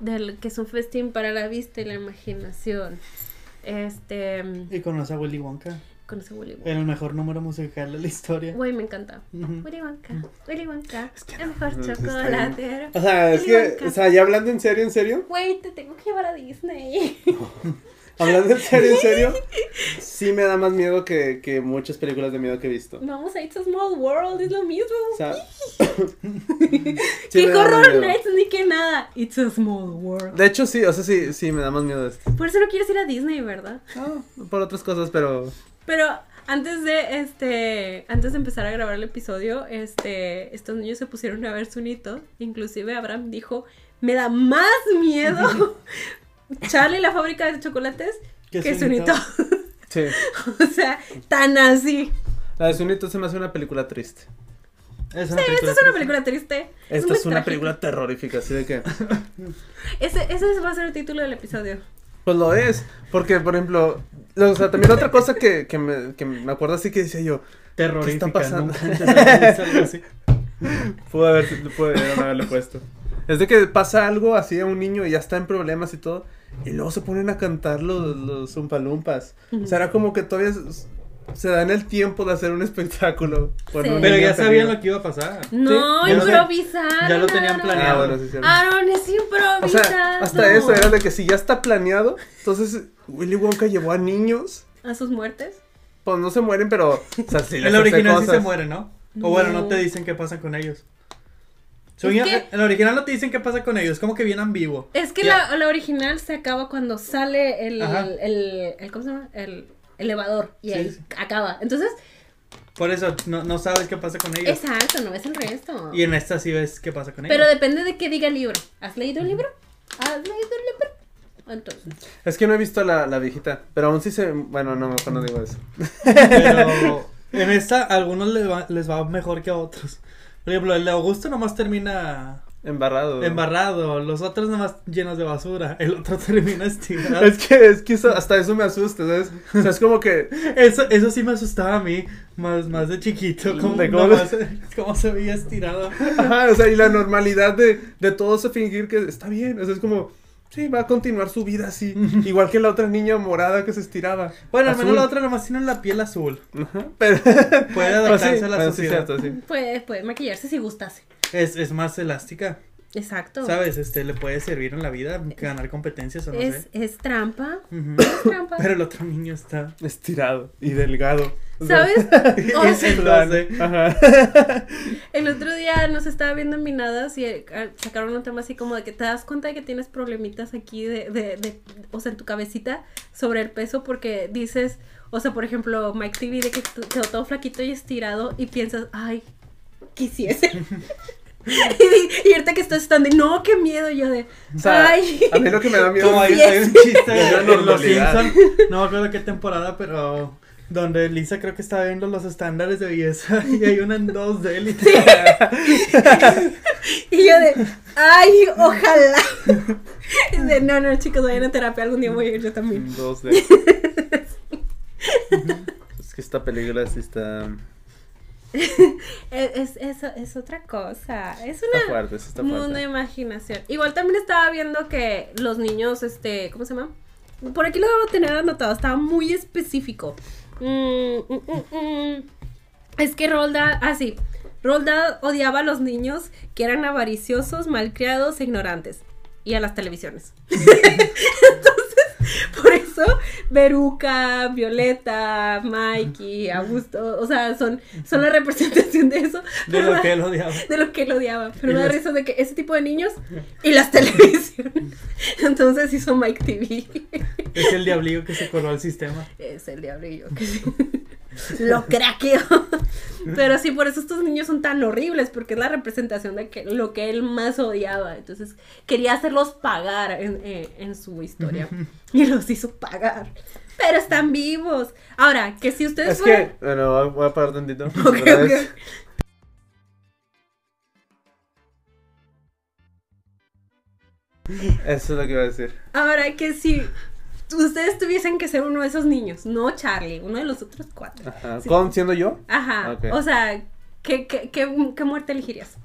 Speaker 2: del que es un festín para la vista y la imaginación. Este,
Speaker 3: Y conoce a Willy Wonka.
Speaker 2: con ese Willy Wonka.
Speaker 3: El mejor número musical de la historia.
Speaker 2: Güey, me encanta.
Speaker 3: Ujú.
Speaker 2: Willy Wonka, Willy
Speaker 1: Eh.
Speaker 2: Wonka,
Speaker 1: Mm. Es que
Speaker 2: el mejor
Speaker 1: no, no, está bien.
Speaker 2: chocolatero.
Speaker 1: O sea, es
Speaker 2: Willy
Speaker 1: que,
Speaker 2: Wonka.
Speaker 1: o sea, ya hablando en serio, en serio,
Speaker 2: Güey, te tengo que llevar a Disney.
Speaker 1: hablando en serio, en serio, sí me da más miedo que, que muchas películas de miedo que he visto.
Speaker 2: Vamos a It's a Small World, es lo mismo.
Speaker 1: O sea, sí
Speaker 2: ¡Qué
Speaker 1: me da más
Speaker 2: horror!
Speaker 1: miedo.
Speaker 2: No es ni que nada. It's a small world.
Speaker 1: De hecho, sí, o sea, sí, sí, me da más miedo esto.
Speaker 2: Por eso no quieres ir a Disney, ¿verdad?
Speaker 1: Ah, por otras cosas, pero
Speaker 2: Pero antes de este, antes de empezar a grabar el episodio, este, estos niños se pusieron a ver Sunito. Inclusive Abraham dijo, me da más miedo Charlie la fábrica de chocolates
Speaker 3: ¿Qué
Speaker 2: que Sunito.
Speaker 3: Sunito?
Speaker 1: sí.
Speaker 2: o sea, tan así.
Speaker 1: La de Sunito se me hace una película triste.
Speaker 3: Es una película
Speaker 2: Esta es una
Speaker 3: triste.
Speaker 2: película triste.
Speaker 1: Esta es una
Speaker 2: trágica.
Speaker 1: película terrorífica, así de que.
Speaker 2: Ese, ese va a ser el título del episodio.
Speaker 1: Pues lo es, porque por ejemplo, lo- o sea, también otra cosa que, que, me, que me acuerdo así que decía yo,
Speaker 3: terrorífica.
Speaker 1: ¿Qué está pasando?
Speaker 3: nunca antes había visto algo así.
Speaker 1: pudo haber, pudo haber- haberle puesto. Es de que pasa algo así a un niño y ya está en problemas y todo, y luego se ponen a cantar los, los umpalumpas. O sea, era como que todavía s- se dan el tiempo de hacer un espectáculo. con
Speaker 2: Sí.
Speaker 1: un
Speaker 3: Pero
Speaker 1: niño
Speaker 3: ya sabían
Speaker 1: perdido.
Speaker 3: lo que iba a pasar.
Speaker 2: No,
Speaker 3: Ya lo ten-
Speaker 2: improvisar.
Speaker 3: ya lo tenían
Speaker 2: Aaron.
Speaker 3: planeado.
Speaker 1: Ah, bueno, sí, sí.
Speaker 2: Aaron es improvisado.
Speaker 1: O sea, hasta eso era de que si ya está planeado, entonces Willy Wonka llevó a niños,
Speaker 2: ¿A sus muertes?
Speaker 1: pues no se mueren, pero... O sea, sí les hace
Speaker 3: El original sí se
Speaker 1: cosas.
Speaker 3: muere, ¿no? O bueno, no
Speaker 2: No.
Speaker 3: te dicen qué pasa con ellos.
Speaker 2: Es
Speaker 3: Según yo,
Speaker 2: que-
Speaker 3: El original no te dicen qué pasa con ellos, como que bien ambiguo.
Speaker 2: Es que
Speaker 3: Ya.
Speaker 2: la, la original se acaba cuando sale el,
Speaker 3: Ajá.
Speaker 2: el, el- ¿cómo se llama? El elevador y
Speaker 3: Sí,
Speaker 2: ahí
Speaker 3: sí.
Speaker 2: acaba. Entonces,
Speaker 3: Por eso no, no sabes qué pasa con ellos.
Speaker 2: exacto, no ves el resto.
Speaker 3: Y en esta sí ves qué pasa con ellos.
Speaker 2: Pero depende de qué diga el libro. ¿Has leído el libro? ¿Has leído el libro? Entonces,
Speaker 1: Es que no he visto la, la viejita, pero aún sí se... Bueno, no, mejor no digo eso.
Speaker 3: Pero en esta a algunos les va, les va mejor que a otros. Por ejemplo, el de Augusto nomás termina
Speaker 1: Embarrado.
Speaker 3: embarrado, los otros nada más llenos de basura, el otro termina estirado.
Speaker 1: Es que, es que eso- hasta eso me asusta, ¿sabes? O sea, es como que.
Speaker 3: Eso, eso sí me asustaba a mí, más, más de chiquito, como
Speaker 1: ¿De
Speaker 3: cómo,
Speaker 1: cómo?
Speaker 3: se- cómo se veía estirado.
Speaker 1: Ajá, o sea, y la normalidad de, de todos a fingir que está bien. O sea, es como. Sí, va a continuar su vida así. Igual que la otra niña morada que se estiraba.
Speaker 3: Bueno, al menos
Speaker 1: Azul.
Speaker 3: la otra nada más tiene la piel azul.
Speaker 1: Ajá, Pero.
Speaker 3: Puede adaptarse
Speaker 1: Pues sí,
Speaker 3: a la
Speaker 1: bueno, sí,
Speaker 3: sociedad.
Speaker 1: cierto, sí.
Speaker 2: Puede, puede maquillarse si gustase.
Speaker 3: Es, es más elástica,
Speaker 2: Exacto.
Speaker 3: ¿sabes? Este, le puede servir en la vida, ganar competencias o no
Speaker 2: Es,
Speaker 3: sé.
Speaker 2: es trampa.
Speaker 3: Ujú.
Speaker 2: Es trampa.
Speaker 3: Pero el otro niño está...
Speaker 1: Estirado y delgado. O sea,
Speaker 2: ¿Sabes? O-
Speaker 3: Es el
Speaker 1: plan,
Speaker 3: doce.
Speaker 1: Ajá.
Speaker 2: El otro día nos estaba viendo en Minadas y eh, sacaron un tema así como de que te das cuenta de que tienes problemitas aquí de, de, de- o sea, en tu cabecita sobre el peso porque dices, o sea, por ejemplo, Mike TV de que tú- quedó todo flaquito y estirado y piensas, ay, quisiese. y, di- y ahorita que estás estando, no, qué miedo yo de,
Speaker 1: O sea,
Speaker 2: ay.
Speaker 1: a mí lo que me da miedo
Speaker 3: Como hay,
Speaker 1: es.
Speaker 2: Sí
Speaker 3: hay un chiste
Speaker 1: Es la
Speaker 3: de de los
Speaker 1: normalidad.
Speaker 3: Simpsons, no me acuerdo qué temporada, pero donde Lisa creo que está viendo los estándares de belleza y hay una en dos de él y
Speaker 2: Y yo de, ay, ojalá. De, no, no, chicos, vayan a terapia, algún día voy a ir yo también.
Speaker 1: Dos de. Ujú. Es que esta película sí está.
Speaker 2: Es, es, es- es otra cosa, es
Speaker 1: Está
Speaker 2: una...
Speaker 1: fuerte, sí está
Speaker 2: Mundo de
Speaker 1: fuerte.
Speaker 2: imaginación. Igual también estaba viendo que los niños, este, ¿cómo se llama? Por aquí lo debo tener anotado, estaba muy específico. Mm, mm, mm, mm. Es que Roldad, ah sí, Roldad odiaba a los niños que eran avariciosos, malcriados e ignorantes. Y a las televisiones. Entonces, por eso, Veruca, Violeta, Mikey, Augusto, o sea, son, son la representación de eso.
Speaker 3: de
Speaker 2: Pero
Speaker 3: lo que él odiaba.
Speaker 2: de lo que él odiaba. Pero
Speaker 3: Y
Speaker 2: me da
Speaker 3: las-
Speaker 2: risa de que ese tipo de niños y las televisiones. Entonces hizo Mike TV.
Speaker 3: Es el diablillo que se coló al sistema.
Speaker 2: Es el diablillo que sí. Lo craqueó. Pero sí, por eso estos niños son tan horribles, porque es la representación de que, lo que él más odiaba. Entonces quería hacerlos pagar en, eh, en su historia. Y los hizo pagar. Pero están vivos. Ahora, que si ustedes
Speaker 1: Es
Speaker 2: fueran-
Speaker 1: que. Bueno, voy a- voy a parar tantito.
Speaker 2: Ok,
Speaker 1: Otra
Speaker 2: ok.
Speaker 1: vez. Eso es lo que iba a decir.
Speaker 2: Ahora que si ustedes tuviesen que ser uno de esos niños, no Charlie, uno de los otros cuatro.
Speaker 1: Ajá.
Speaker 2: Sí.
Speaker 1: ¿Con siendo yo?
Speaker 2: Ajá.
Speaker 1: Ok.
Speaker 2: O sea, ¿qué, qué, qué, qué muerte elegirías?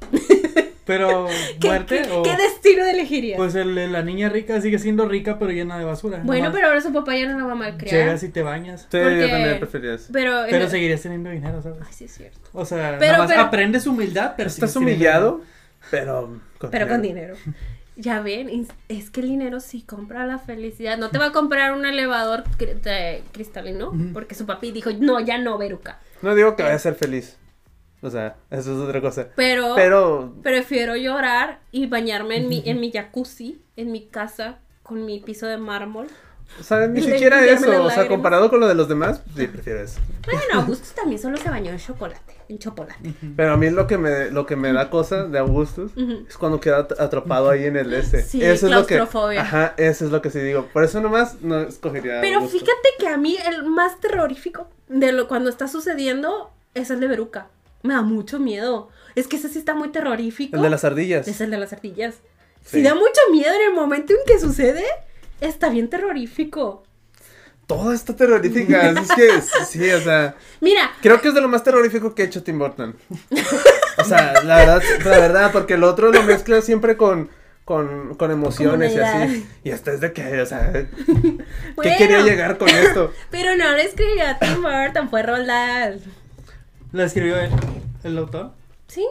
Speaker 3: Pero
Speaker 2: ¿Qué,
Speaker 3: muerte
Speaker 2: qué-
Speaker 3: o
Speaker 2: qué destino elegirías?
Speaker 3: pues el de la niña rica sigue siendo rica pero llena de basura.
Speaker 2: bueno,
Speaker 3: Nomás
Speaker 2: pero ahora su papá ya no la va a malcriar.
Speaker 3: llegas y te bañas.
Speaker 1: Sí,
Speaker 2: Porque-
Speaker 1: yo también preferiría eso.
Speaker 2: Pero,
Speaker 3: Pero seguirías teniendo dinero, ¿sabes?
Speaker 2: Ay, sí es cierto.
Speaker 3: O sea,
Speaker 2: Pero-
Speaker 3: nada más
Speaker 2: pero-
Speaker 3: aprendes humildad, pero
Speaker 1: Estás
Speaker 3: sigues teniendo
Speaker 1: humillado, pero. Con
Speaker 2: Pero con dinero. Ya ven, ins- es que el dinero sí compra la felicidad. No te va a comprar un elevador cri- de- cristalino,
Speaker 3: Ujú.
Speaker 2: porque su papi dijo, no, ya no, Veruca.
Speaker 1: No digo que vaya a ser feliz. O sea, eso es otra cosa.
Speaker 2: Pero,
Speaker 1: Pero.
Speaker 2: Prefiero llorar y bañarme en mi, en mi jacuzzi, en mi casa, con mi piso de mármol.
Speaker 1: O sea, ni
Speaker 2: Le
Speaker 1: siquiera
Speaker 2: limpiarme las
Speaker 1: eso. O sea,
Speaker 2: lágrimas.
Speaker 1: comparado con lo de los demás, sí, prefiero eso.
Speaker 2: Bueno, Augusto también solo se bañó en chocolate, en chocolate.
Speaker 1: Pero a mí lo que me, lo que me da cosa de Augustus
Speaker 2: Ujú.
Speaker 1: es cuando queda at- atrapado ahí en el este.
Speaker 2: Sí,
Speaker 1: eso es lo que,
Speaker 2: claustrofobia.
Speaker 1: Ajá, eso es lo que sí digo. Por eso nomás no escogería a
Speaker 2: Pero
Speaker 1: Augusto.
Speaker 2: fíjate que a mí el más terrorífico de lo cuando está sucediendo es el de Veruca. Me da mucho miedo. Es que ese sí está muy terrorífico.
Speaker 1: El de las ardillas.
Speaker 2: Es el de las ardillas.
Speaker 1: Sí.
Speaker 2: Si da mucho miedo en el momento en que sucede, está bien terrorífico.
Speaker 1: Todo está terrorífica. así es que s- sí, o sea.
Speaker 2: Mira,
Speaker 1: Creo que es de lo más terrorífico que ha hecho Tim Burton. O sea, la verdad, la verdad, porque el otro lo mezcla siempre con. Con, con emociones y
Speaker 2: Comunidad.
Speaker 1: así. Y hasta es de que, o sea, ¿qué
Speaker 2: bueno,
Speaker 1: quería llegar con esto?
Speaker 2: Pero no lo escribió Tim Burton, fue Roldán.
Speaker 3: dinero. ¿La escribió él? ¿El autor?
Speaker 2: Sí.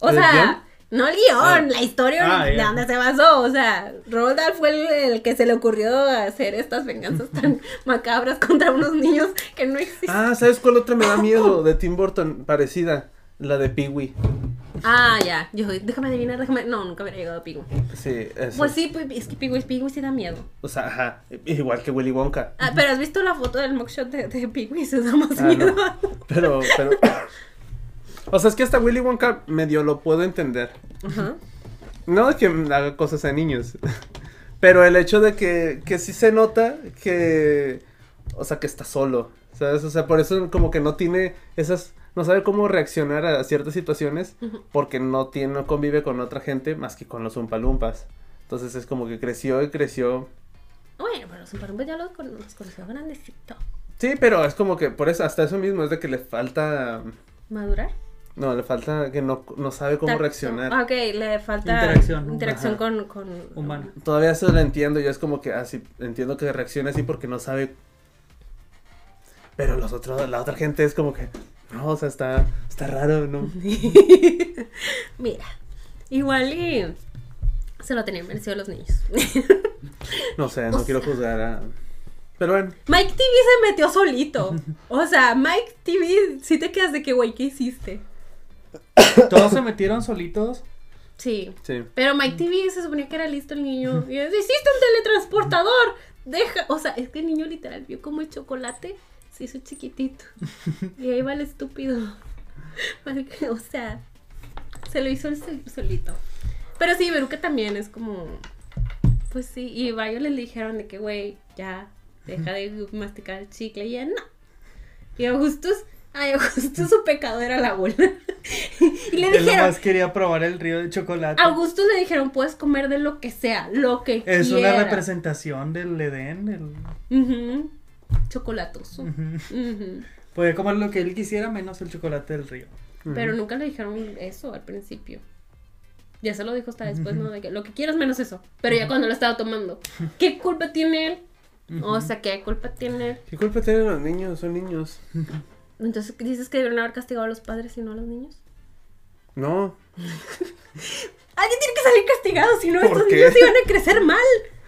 Speaker 2: O
Speaker 1: ¿El
Speaker 2: sea, no el guión, la historia
Speaker 3: Ah,
Speaker 2: de
Speaker 3: ya.
Speaker 2: dónde se basó. O sea, Roald Dahl fue el, el que se le ocurrió hacer estas venganzas tan macabras contra unos niños que no existen. Ah,
Speaker 1: Ah, ¿sabes cuál otra me da miedo de Tim Burton? Parecida, la de Pee-Wee.
Speaker 2: Ah, ya. Yo, déjame adivinar, déjame. No, nunca hubiera llegado a Pigu.
Speaker 1: Sí, eso.
Speaker 2: Pues sí, pues, es que Pigu es Pigu y sí da miedo.
Speaker 1: O sea, ajá, igual que Willy Wonka.
Speaker 2: Ah, pero has visto la foto del mugshot de, de Pigu y se da más
Speaker 1: Ah, no.
Speaker 2: miedo.
Speaker 1: Pero, pero. O sea, es que hasta Willy Wonka medio lo puedo entender.
Speaker 2: Ajá.
Speaker 1: No de que haga cosas a niños. Pero el hecho de que, que sí se nota que. O sea, que está solo. ¿Sabes? O sea, por eso como que no tiene esas no sabe cómo reaccionar a ciertas situaciones porque no tiene, no convive con otra gente más que con los umpalumpas. Entonces es como que creció y creció.
Speaker 2: Bueno, pero los Zumparumbas ya los, con- los conoció grandecito.
Speaker 1: Sí, pero es como que por eso, hasta eso mismo, es de que le falta,
Speaker 2: ¿Madurar?
Speaker 1: no, le falta que no, no sabe cómo
Speaker 2: Tacto.
Speaker 1: reaccionar.
Speaker 2: Ah, ok, le falta
Speaker 3: Interacción, ¿no?
Speaker 2: interacción
Speaker 1: Ajá.
Speaker 2: con, con...
Speaker 3: Humana.
Speaker 1: Todavía eso lo entiendo, yo es como que así, entiendo que reacciona así porque no sabe. Pero los otros, la otra gente es como que, no, o sea, está, está raro, ¿no?
Speaker 2: Mira, igual y se lo tenían merecido los niños.
Speaker 1: No sé, no
Speaker 2: O
Speaker 1: quiero juzgar a... Pero bueno,
Speaker 2: Mike TV se metió solito. O sea, Mike TV, sí te quedas de que, güey, ¿qué hiciste?
Speaker 3: Todos se metieron solitos.
Speaker 2: Sí.
Speaker 1: sí.
Speaker 2: Pero Mike TV se suponía que era listo el niño. Y es, hiciste un teletransportador. Deja. O sea, es que el niño literal vio como el chocolate se hizo chiquitito. Y ahí va el estúpido. Porque, O sea, se lo hizo el sol- solito. Pero sí, Veruca también es como. Pues sí. Y varios les dijeron de que, güey, ya, deja de masticar el chicle. Y ya no. Y Augustus. Ay, Augustus, su pecado era la bola. y le
Speaker 3: Él
Speaker 2: dijeron.
Speaker 3: nomás quería probar el río de chocolate.
Speaker 2: A Augusto le dijeron, puedes comer de lo que sea, lo que
Speaker 3: Es
Speaker 2: quieras.
Speaker 3: una representación del Edén. el-
Speaker 2: Ujú. Chocolatoso.
Speaker 3: Ujú.
Speaker 2: Ujú.
Speaker 3: Podía comer lo que él quisiera menos el chocolate del río.
Speaker 2: Pero nunca le dijeron eso al principio. Ya se lo dijo hasta después, ¿no? De que lo que quieras menos eso. Pero ya cuando lo estaba tomando. ¿Qué culpa tiene él? O sea, ¿qué culpa tiene él?
Speaker 1: ¿Qué culpa tienen los niños? Son niños.
Speaker 2: Entonces, ¿dices que debieron haber castigado a los padres y no a los niños?
Speaker 1: No.
Speaker 2: Alguien tiene que salir castigado, si no
Speaker 1: ¿Por
Speaker 2: estos
Speaker 1: qué?
Speaker 2: niños iban a crecer mal.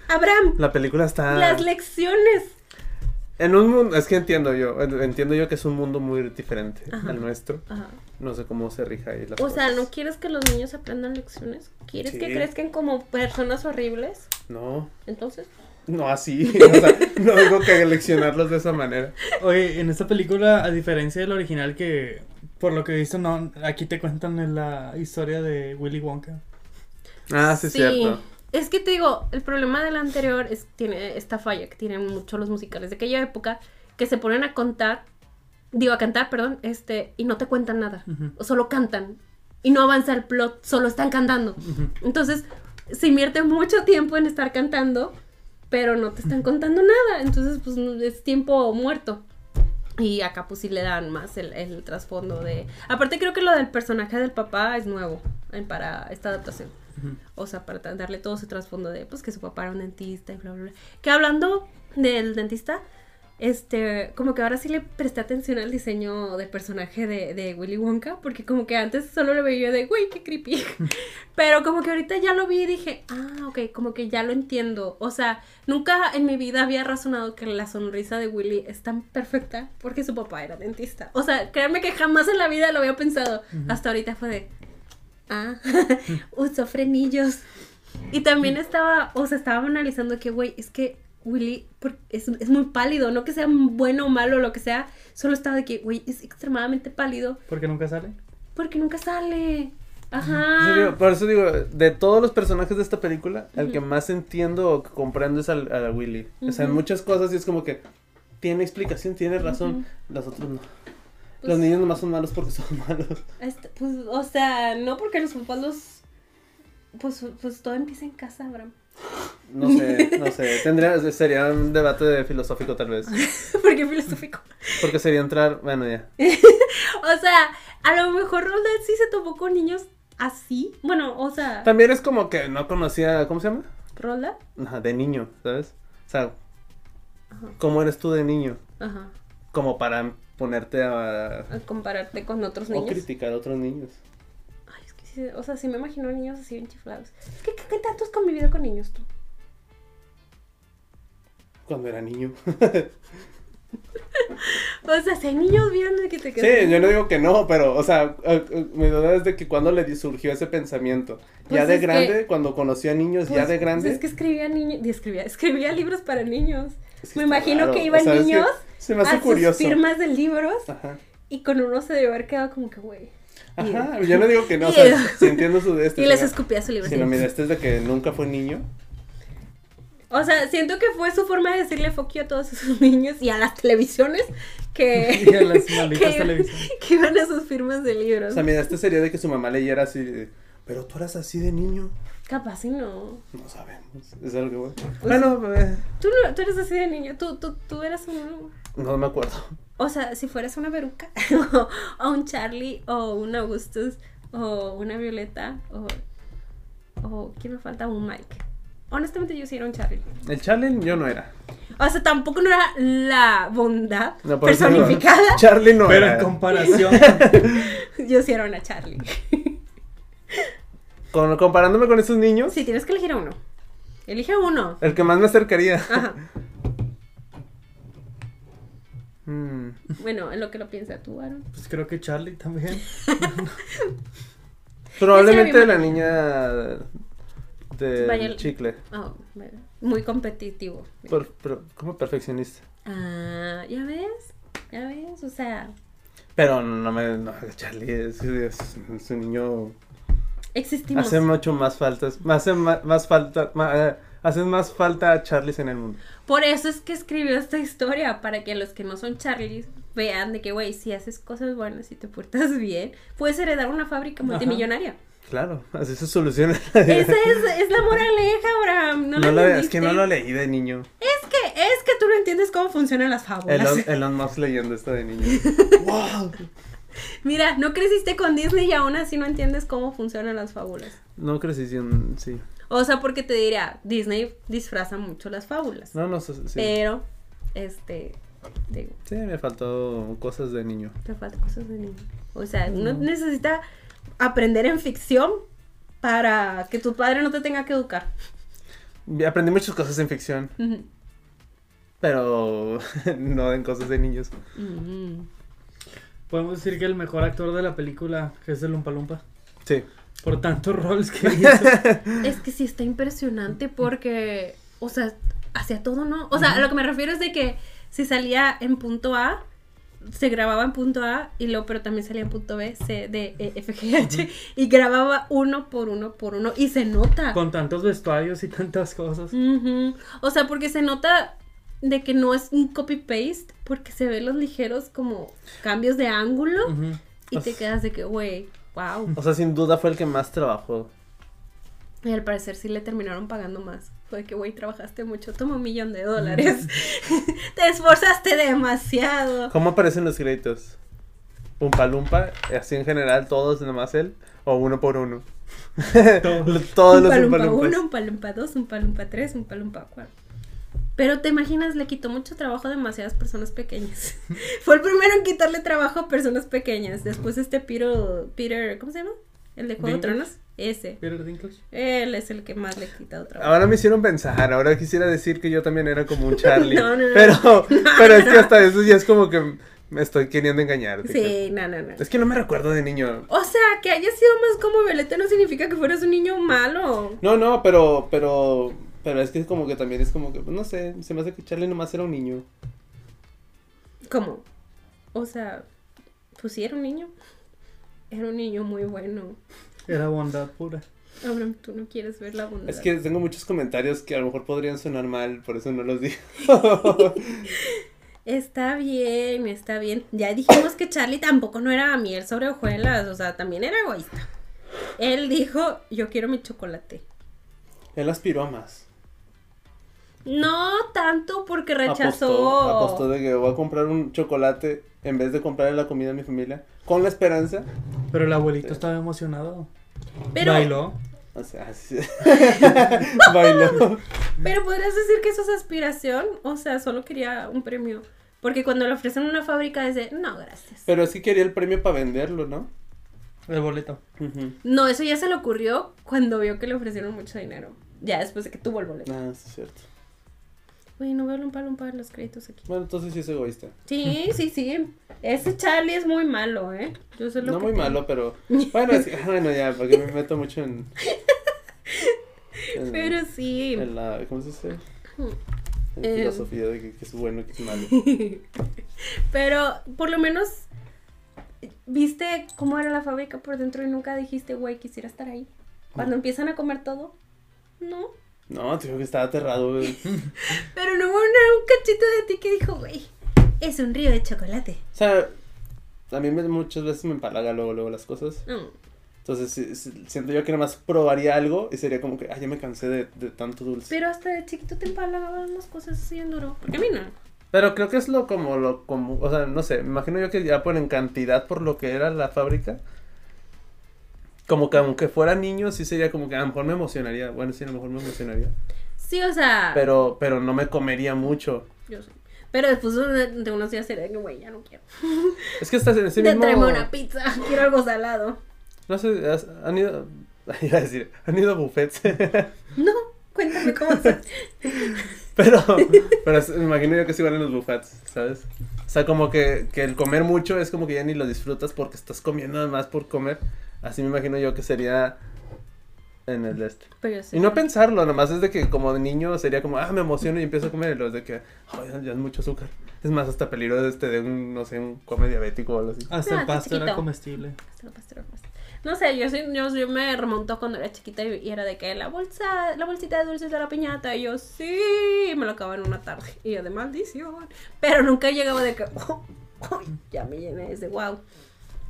Speaker 2: Abraham,
Speaker 1: La película está...
Speaker 2: las lecciones.
Speaker 1: En un mundo... Es que entiendo yo. en- Entiendo yo que es un mundo muy diferente
Speaker 2: Ajá.
Speaker 1: al nuestro.
Speaker 2: Ajá.
Speaker 1: No sé cómo se rija ahí la
Speaker 2: O sea, ¿no quieres que los niños aprendan lecciones? ¿Quieres que
Speaker 1: Sí.
Speaker 2: crezcan como personas horribles?
Speaker 1: No.
Speaker 2: Entonces,
Speaker 1: No así. o sea, no tengo que leccionarlos de esa manera.
Speaker 3: Oye, en esta película, a diferencia del original que, por lo que he visto, no, aquí te cuentan en la historia de Willy Wonka.
Speaker 1: Ah, sí, es cierto.
Speaker 2: Es que te digo, el problema del anterior es tiene esta falla que tienen muchos los musicales de aquella época que se ponen a contar, digo a cantar, perdón, este, y no te cuentan nada.
Speaker 3: Ujú.
Speaker 2: O Solo cantan y no avanza el plot, solo están cantando. Entonces, se invierte mucho tiempo en estar cantando, pero no te están contando nada. Entonces, pues no- es tiempo muerto. Y acá pues sí le dan más el, el trasfondo de... Aparte creo que lo del personaje del papá es nuevo eh, para esta adaptación.
Speaker 3: Ujú.
Speaker 2: O sea, para ta- darle todo ese trasfondo de, pues, que su papá era un dentista y bla, bla, bla. Que hablando del dentista, este, como que ahora sí le presté atención al diseño del personaje de, de Willy Wonka, porque como que antes solo lo veía de, güey, qué creepy. Pero como que ahorita ya lo vi y dije, ah, ok, como que ya lo entiendo. O sea, nunca en mi vida había razonado que la sonrisa de Willy es tan perfecta porque su papá era dentista. O sea, créanme que jamás en la vida lo había pensado. Hasta ahorita fue de, Ah, usó frenillos. Y también estaba, o sea, estaba analizando que, güey, es que Willy por- es, es muy pálido, no que sea bueno o malo, lo que sea, solo estaba de que, güey, es extremadamente pálido
Speaker 3: ¿Por qué nunca sale?
Speaker 2: porque nunca sale.
Speaker 1: En serio,
Speaker 2: Ajá.
Speaker 1: por eso digo, de todos los personajes de esta película, el que más entiendo o que comprendo es al, a Willy. O sea, en
Speaker 2: Ujú.
Speaker 1: muchas cosas y es como que tiene explicación, tiene razón, los otros
Speaker 2: Pues
Speaker 1: no. los niños nomás son malos porque son malos.
Speaker 2: Este, pues, o sea, no porque los papás los... Pues, pues todo empieza en casa, Abraham.
Speaker 1: No sé, no sé. Tendría, sería un debate de filosófico tal vez.
Speaker 2: porque filosófico.
Speaker 1: Porque sería entrar, bueno, ya.
Speaker 2: O sea, a lo mejor Roldán sí se tomó con niños así. Bueno, o sea,
Speaker 1: También es como que no conocía, ¿cómo se llama?
Speaker 2: Roldán.
Speaker 1: Ajá, de niño, ¿sabes? O sea,
Speaker 2: Ajá.
Speaker 1: ¿cómo eres tú de niño?
Speaker 2: Ajá.
Speaker 1: Como para ponerte a...
Speaker 2: a compararte con otros
Speaker 1: O
Speaker 2: niños.
Speaker 1: criticar a otros niños.
Speaker 2: Ay, es que sí, o sea, sí me imagino niños así bien chiflados. ¿Qué, qué, qué tanto has convivido con niños tú?
Speaker 1: Cuando era niño.
Speaker 2: O sea, si hay niños viendo que te quedas.
Speaker 1: Sí, yo no digo que no, pero, o sea, eh, eh, mi duda es de que cuando le di- surgió ese pensamiento.
Speaker 2: Pues
Speaker 1: ya de
Speaker 2: es que-
Speaker 1: grande, cuando conocí a niños,
Speaker 2: Pues,
Speaker 1: ya de grande.
Speaker 2: pues Es que escribía niños, escribía, escribía libros para niños.
Speaker 1: es que
Speaker 2: me
Speaker 1: está
Speaker 2: imagino
Speaker 1: raro,
Speaker 2: que iban
Speaker 1: o sea, es que
Speaker 2: niños
Speaker 1: se me
Speaker 2: a
Speaker 1: hace
Speaker 2: sus
Speaker 1: curioso.
Speaker 2: firmas de libros
Speaker 1: Ajá.
Speaker 2: y con uno se debió haber quedado como que, güey.
Speaker 1: Ajá, yo no digo que no, o sea,
Speaker 2: Ew.
Speaker 1: si entiendo su de este.
Speaker 2: Y les
Speaker 1: sino-
Speaker 2: escupía su libro.
Speaker 1: Sino mira, este es de que nunca fue niño.
Speaker 2: O sea, siento que fue su forma de decirle fuck you a todos esos niños y a las televisiones que,
Speaker 3: Y a las malditas
Speaker 2: que,
Speaker 3: televisiones.
Speaker 2: que iban a sus firmas de libros.
Speaker 1: O sea, mira, este sería de que su mamá leyera así. de, Pero tú eras así de niño.
Speaker 2: Capaz y no.
Speaker 1: No sabemos. Es algo que voy. Bueno, eh,
Speaker 2: Pues, Tú, no- tú eres así de niño, tú, tú, tú eras un...
Speaker 1: no me acuerdo.
Speaker 2: O sea, si fueras una Veruca o, o un Charlie o un Augustus o una Violeta o... o ¿Quién me falta? Un Mike. Honestamente yo sí era un Charlie.
Speaker 1: El Charlie yo no era.
Speaker 2: O sea, tampoco no era la bondad
Speaker 1: No, por eso no.
Speaker 2: personificada.
Speaker 1: Charlie no eh.
Speaker 3: Pero
Speaker 1: era.
Speaker 3: en comparación,
Speaker 2: Yo sí era una Charlie.
Speaker 1: Con- comparándome con esos niños,
Speaker 2: Si tienes que elegir a uno. Elige a uno.
Speaker 1: el que más me acercaría.
Speaker 2: Ajá.
Speaker 1: Mm,
Speaker 2: Bueno, en lo que lo piensa tú, Aaron.
Speaker 3: pues creo que Charlie también.
Speaker 1: Probablemente
Speaker 2: mi
Speaker 1: la
Speaker 2: mamá.
Speaker 1: niña de
Speaker 2: Vaya-
Speaker 1: chicle.
Speaker 2: Oh, bueno, muy competitivo.
Speaker 1: Por- pero, como perfeccionista.
Speaker 2: Ah, ya ves, ya ves, o sea,
Speaker 1: Pero no me. No, Charlie es, es- es un niño.
Speaker 2: existimos.
Speaker 1: Hace mucho más faltas. Hace ma- más, falta. ma- eh, hacen más falta a Charlies en el mundo.
Speaker 2: Por eso es que escribió esta historia, para que los que no son Charlies vean de que, güey, si haces cosas buenas y te portas bien, puedes heredar una fábrica
Speaker 3: Ajá.
Speaker 2: multimillonaria.
Speaker 1: Claro, así se soluciona.
Speaker 2: Esa es, es la moraleja, Abraham. No,
Speaker 1: No
Speaker 2: la
Speaker 1: lo- es que
Speaker 2: entendiste.
Speaker 1: no lo leí de niño.
Speaker 2: Es que, es que tú no entiendes cómo funcionan las fábulas.
Speaker 1: Elon, Elon Musk leyendo esto de niño. ¡Wow!
Speaker 2: Mira, no creciste con Disney y aún así no entiendes cómo funcionan las fábulas.
Speaker 1: No crecí sin. Sí.
Speaker 2: O sea, porque te dirá, Disney disfraza mucho las fábulas.
Speaker 1: No, no sé. Sí.
Speaker 2: Pero, este, digo,
Speaker 1: Sí, me faltó cosas de niño.
Speaker 2: te faltan cosas de niño. O sea, uno necesita aprender en ficción para que tu padre no te tenga que educar.
Speaker 1: Aprendí muchas cosas en ficción,
Speaker 2: Ujú.
Speaker 1: pero no en cosas de niños.
Speaker 2: Mm.
Speaker 3: Podemos decir que el mejor actor de la película es el Lumpa Lumpa.
Speaker 1: Sí.
Speaker 3: Por tantos roles que hizo.
Speaker 2: Es que sí está impresionante porque, o sea, hacía todo, ¿no? O sea, a lo que me refiero es de que si salía en punto A, se grababa en punto A, y luego, pero también salía en punto B, C, D, E, F, G, H, y grababa uno por uno por uno, y se nota.
Speaker 3: Con tantos vestuarios y tantas cosas.
Speaker 2: Ujú. O sea, porque se nota de que no es un copy-paste, porque se ven los ligeros como cambios de
Speaker 1: Mm.
Speaker 2: ángulo,
Speaker 3: Ujú.
Speaker 2: y te quedas de que, güey, wow.
Speaker 1: O sea, sin duda fue el que más trabajó.
Speaker 2: Y al parecer sí le terminaron pagando más. Fue que, güey, trabajaste mucho, toma un millón de dólares. Te esforzaste demasiado.
Speaker 1: ¿Cómo aparecen los créditos? Pumpa Lumpa, así en general, todos nomás él, o uno por uno.
Speaker 3: Todos.
Speaker 1: todos los
Speaker 2: un
Speaker 1: Pumpa
Speaker 2: palumpa uno,
Speaker 1: Lumpas.
Speaker 2: un palumpa dos, un palumpa tres, un palumpa cuatro. Pero te imaginas, le quitó mucho trabajo a demasiadas personas pequeñas. Fue el primero en quitarle trabajo a personas pequeñas. Después este Peter, Peter ¿cómo se llama? El de Juego de
Speaker 3: Dinklage.
Speaker 2: Tronos. Ese.
Speaker 3: Peter Dinklage.
Speaker 2: Él es el que más le ha quitado trabajo.
Speaker 1: Ahora me hicieron pensar, ahora quisiera decir que yo también era como un Charlie.
Speaker 2: No, no, no.
Speaker 1: Pero,
Speaker 2: No,
Speaker 1: pero es
Speaker 2: no.
Speaker 1: que hasta eso ya es como que me estoy queriendo engañar. dije.
Speaker 2: Sí, no, no, no.
Speaker 1: Es que no me recuerdo de niño.
Speaker 2: O sea, que haya sido más como Violeta no significa que fueras un niño malo.
Speaker 1: No, no, pero, pero, pero es que como que también es como que, pues, no sé, se me hace que Charlie nomás era un niño.
Speaker 2: ¿Cómo? O sea, pues sí, era un niño. Era un niño muy bueno.
Speaker 3: Era bondad pura.
Speaker 2: Abraham, tú no quieres ver la bondad.
Speaker 1: Es que tengo muchos comentarios que a lo mejor podrían sonar mal, por eso no los digo.
Speaker 2: Está bien, está bien. Ya dijimos que Charlie tampoco no era miel sobre hojuelas, o sea, también era egoísta. Él dijo, yo quiero mi chocolate.
Speaker 1: Él aspiró a más.
Speaker 2: No tanto porque rechazó.
Speaker 1: Apostó, apostó de que voy a comprar un chocolate en vez de comprarle la comida a mi familia, con la esperanza.
Speaker 3: Pero el abuelito estaba emocionado.
Speaker 2: Pero,
Speaker 3: Bailó.
Speaker 1: O sea, así- bailó.
Speaker 2: pero podrías decir que eso es aspiración, o sea, solo quería un premio. Porque cuando le ofrecen una fábrica dice, no, gracias.
Speaker 1: Pero sí quería el premio para venderlo, ¿no?
Speaker 3: El boleto.
Speaker 1: Ujú.
Speaker 2: No, eso ya se le ocurrió cuando vio que le ofrecieron mucho dinero. Ya después de que tuvo el boleto.
Speaker 1: Ah, sí, es cierto.
Speaker 2: Güey, no veo lumpa lumpa en los créditos aquí.
Speaker 1: Bueno, entonces sí es egoísta.
Speaker 2: Sí, sí, sí. Ese Charlie es muy malo, ¿eh? Yo sé lo
Speaker 1: No
Speaker 2: que
Speaker 1: muy
Speaker 2: te-
Speaker 1: malo, pero. Bueno, es que- bueno, ya, porque me meto mucho en. en-
Speaker 2: Pero sí.
Speaker 1: en la, ¿Cómo se dice? En
Speaker 2: Eh,
Speaker 1: filosofía de que, que es bueno y que es malo.
Speaker 2: Pero por lo menos viste cómo era la fábrica por dentro y nunca dijiste, güey, quisiera estar ahí. Cuando empiezan a comer todo. No.
Speaker 1: No, te digo que estaba aterrado. güey.
Speaker 2: Pero no hubo una- un cachito de ti que dijo, güey,
Speaker 4: Es un río de chocolate.
Speaker 1: O sea, a mí me- muchas veces me empalaga luego, luego las cosas.
Speaker 2: Mm.
Speaker 1: Entonces, si- si- siento yo que nomás probaría algo y sería como que, ay, ya me cansé de, de tanto dulce.
Speaker 2: Pero hasta de chiquito te empalagaban las cosas así en duro. Porque a mí no.
Speaker 1: Pero creo que es lo como lo como, o sea, no sé, me imagino yo que ya ponen cantidad por lo que era la fábrica. Como que aunque fuera niño, sí sería como que a lo mejor me emocionaría. Bueno, sí, a lo mejor me emocionaría.
Speaker 2: Sí, o sea.
Speaker 1: Pero, pero no me comería mucho.
Speaker 2: Yo sé. Pero después de, de unos días sería que, güey, ya no quiero.
Speaker 1: Es que estás en ese
Speaker 2: Te
Speaker 1: mismo.
Speaker 2: tráeme una pizza. Quiero algo salado.
Speaker 1: No sé, has- han ido. Iba a decir, han ido a buffets.
Speaker 2: No, cuéntame cómo se.
Speaker 1: pero, pero es- me imagino yo que sí van en los buffets, ¿sabes? O sea, como que, que el comer mucho es como que ya ni lo disfrutas porque estás comiendo nada más por comer. Así me imagino yo que sería en el de este.
Speaker 2: Pero yo sé.
Speaker 1: Y no pensarlo, nomás es de que como de niño sería como, ah, me emociono y empiezo a comer. Y luego es de que, ay, ya es mucho azúcar. Es más, hasta peligroso este de un, no sé, un come diabético o algo así.
Speaker 3: Hasta
Speaker 2: No,
Speaker 3: el
Speaker 2: está
Speaker 3: pasto era
Speaker 2: Ah, chiquito.
Speaker 3: comestible.
Speaker 2: Pastel, pastel, pastel. No sé, yo, soy, yo, yo me remontó cuando era chiquita y, y era de que la bolsa, la bolsita de dulces de la piñata, y yo sí, y me lo acababa en una tarde, y yo de maldición, pero nunca llegaba de que, oh, oh, ya me llené, es de wow,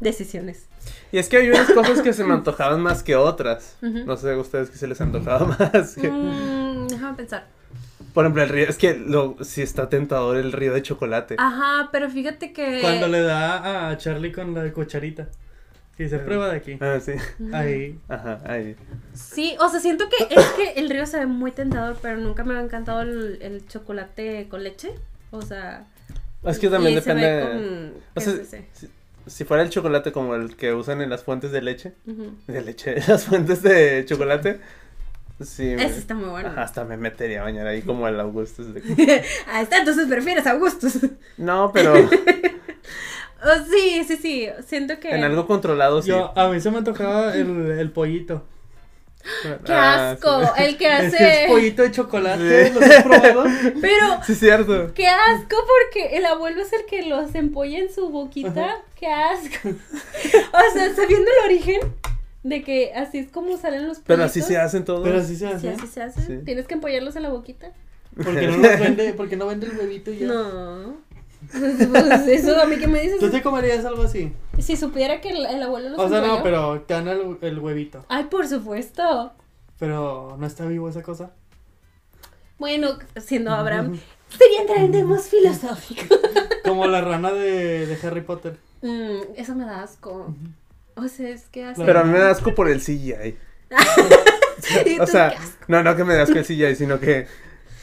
Speaker 2: decisiones.
Speaker 1: Y es que hay unas cosas que se me antojaban más que otras.
Speaker 2: Ujú.
Speaker 1: No sé a ustedes qué se les antojaba más. que-
Speaker 2: Mm, déjame pensar.
Speaker 1: Por ejemplo, el río, es que lo, sí está tentador el río de chocolate.
Speaker 2: Ajá, pero fíjate que...
Speaker 3: Cuando le da a Charlie con la cucharita. Y dice, prueba de aquí.
Speaker 1: Ah, sí.
Speaker 2: Mm.
Speaker 3: Ahí.
Speaker 1: Ajá, ahí.
Speaker 2: Sí, o sea, siento que es que el río se ve muy tentador, pero nunca me ha encantado el, el chocolate con leche, o sea...
Speaker 1: Es que también
Speaker 2: y se ve
Speaker 1: depende.
Speaker 2: con-
Speaker 1: O
Speaker 2: ¿qué
Speaker 1: sea,
Speaker 2: es ese?
Speaker 1: si, si fuera el chocolate como el que usan en las fuentes de leche,
Speaker 2: Ujú.
Speaker 1: de leche, las fuentes de chocolate, sí. me-
Speaker 2: Ese está muy bueno.
Speaker 1: Ajá, hasta me metería a bañar ahí como el Augusto. es de que-
Speaker 2: Ahí está, entonces prefieres a gustos.
Speaker 1: No, pero
Speaker 2: Oh, sí, sí, sí. Siento que.
Speaker 1: en algo controlado Oh, sí.
Speaker 3: Yo, a mí se me antojaba el, el pollito.
Speaker 2: ¡Qué
Speaker 1: Ah,
Speaker 2: asco! El que
Speaker 3: Es que
Speaker 2: hace.
Speaker 3: es pollito de chocolate.
Speaker 1: Sí.
Speaker 3: ¿Lo has probado?
Speaker 2: Pero,
Speaker 1: Sí, es cierto.
Speaker 2: qué asco, porque el abuelo es el que los empolla en su boquita. ¡Qué asco! O sea, sabiendo el origen de que así es como salen los
Speaker 1: Pero así se
Speaker 2: pollitos,
Speaker 1: hacen todos.
Speaker 3: Pero así se
Speaker 2: sí,
Speaker 3: hace.
Speaker 2: así se hace.
Speaker 1: Sí.
Speaker 2: Tienes que empollarlos en la boquita.
Speaker 3: Porque no los vende, porque no vende el huevito y ya.
Speaker 2: No. Pues, pues, eso a mí que me dices.
Speaker 3: ¿Tú te comerías algo así?
Speaker 2: Si supiera que el, el abuelo los
Speaker 3: O sea, no,
Speaker 2: empolló.
Speaker 3: pero te dan el, el huevito.
Speaker 2: Ay, por supuesto.
Speaker 3: Pero no está vivo esa cosa.
Speaker 2: Bueno, siendo Abraham, sería entrar en temas filosóficos.
Speaker 3: Como la rana de, de Harry Potter.
Speaker 2: Mm, eso me da asco. O sea, es que hace.
Speaker 1: Pero a mí me da asco por el CGI.
Speaker 2: Y tú,
Speaker 1: O sea,
Speaker 2: ¿qué asco?
Speaker 1: no, no que me das que el CGI, sino que,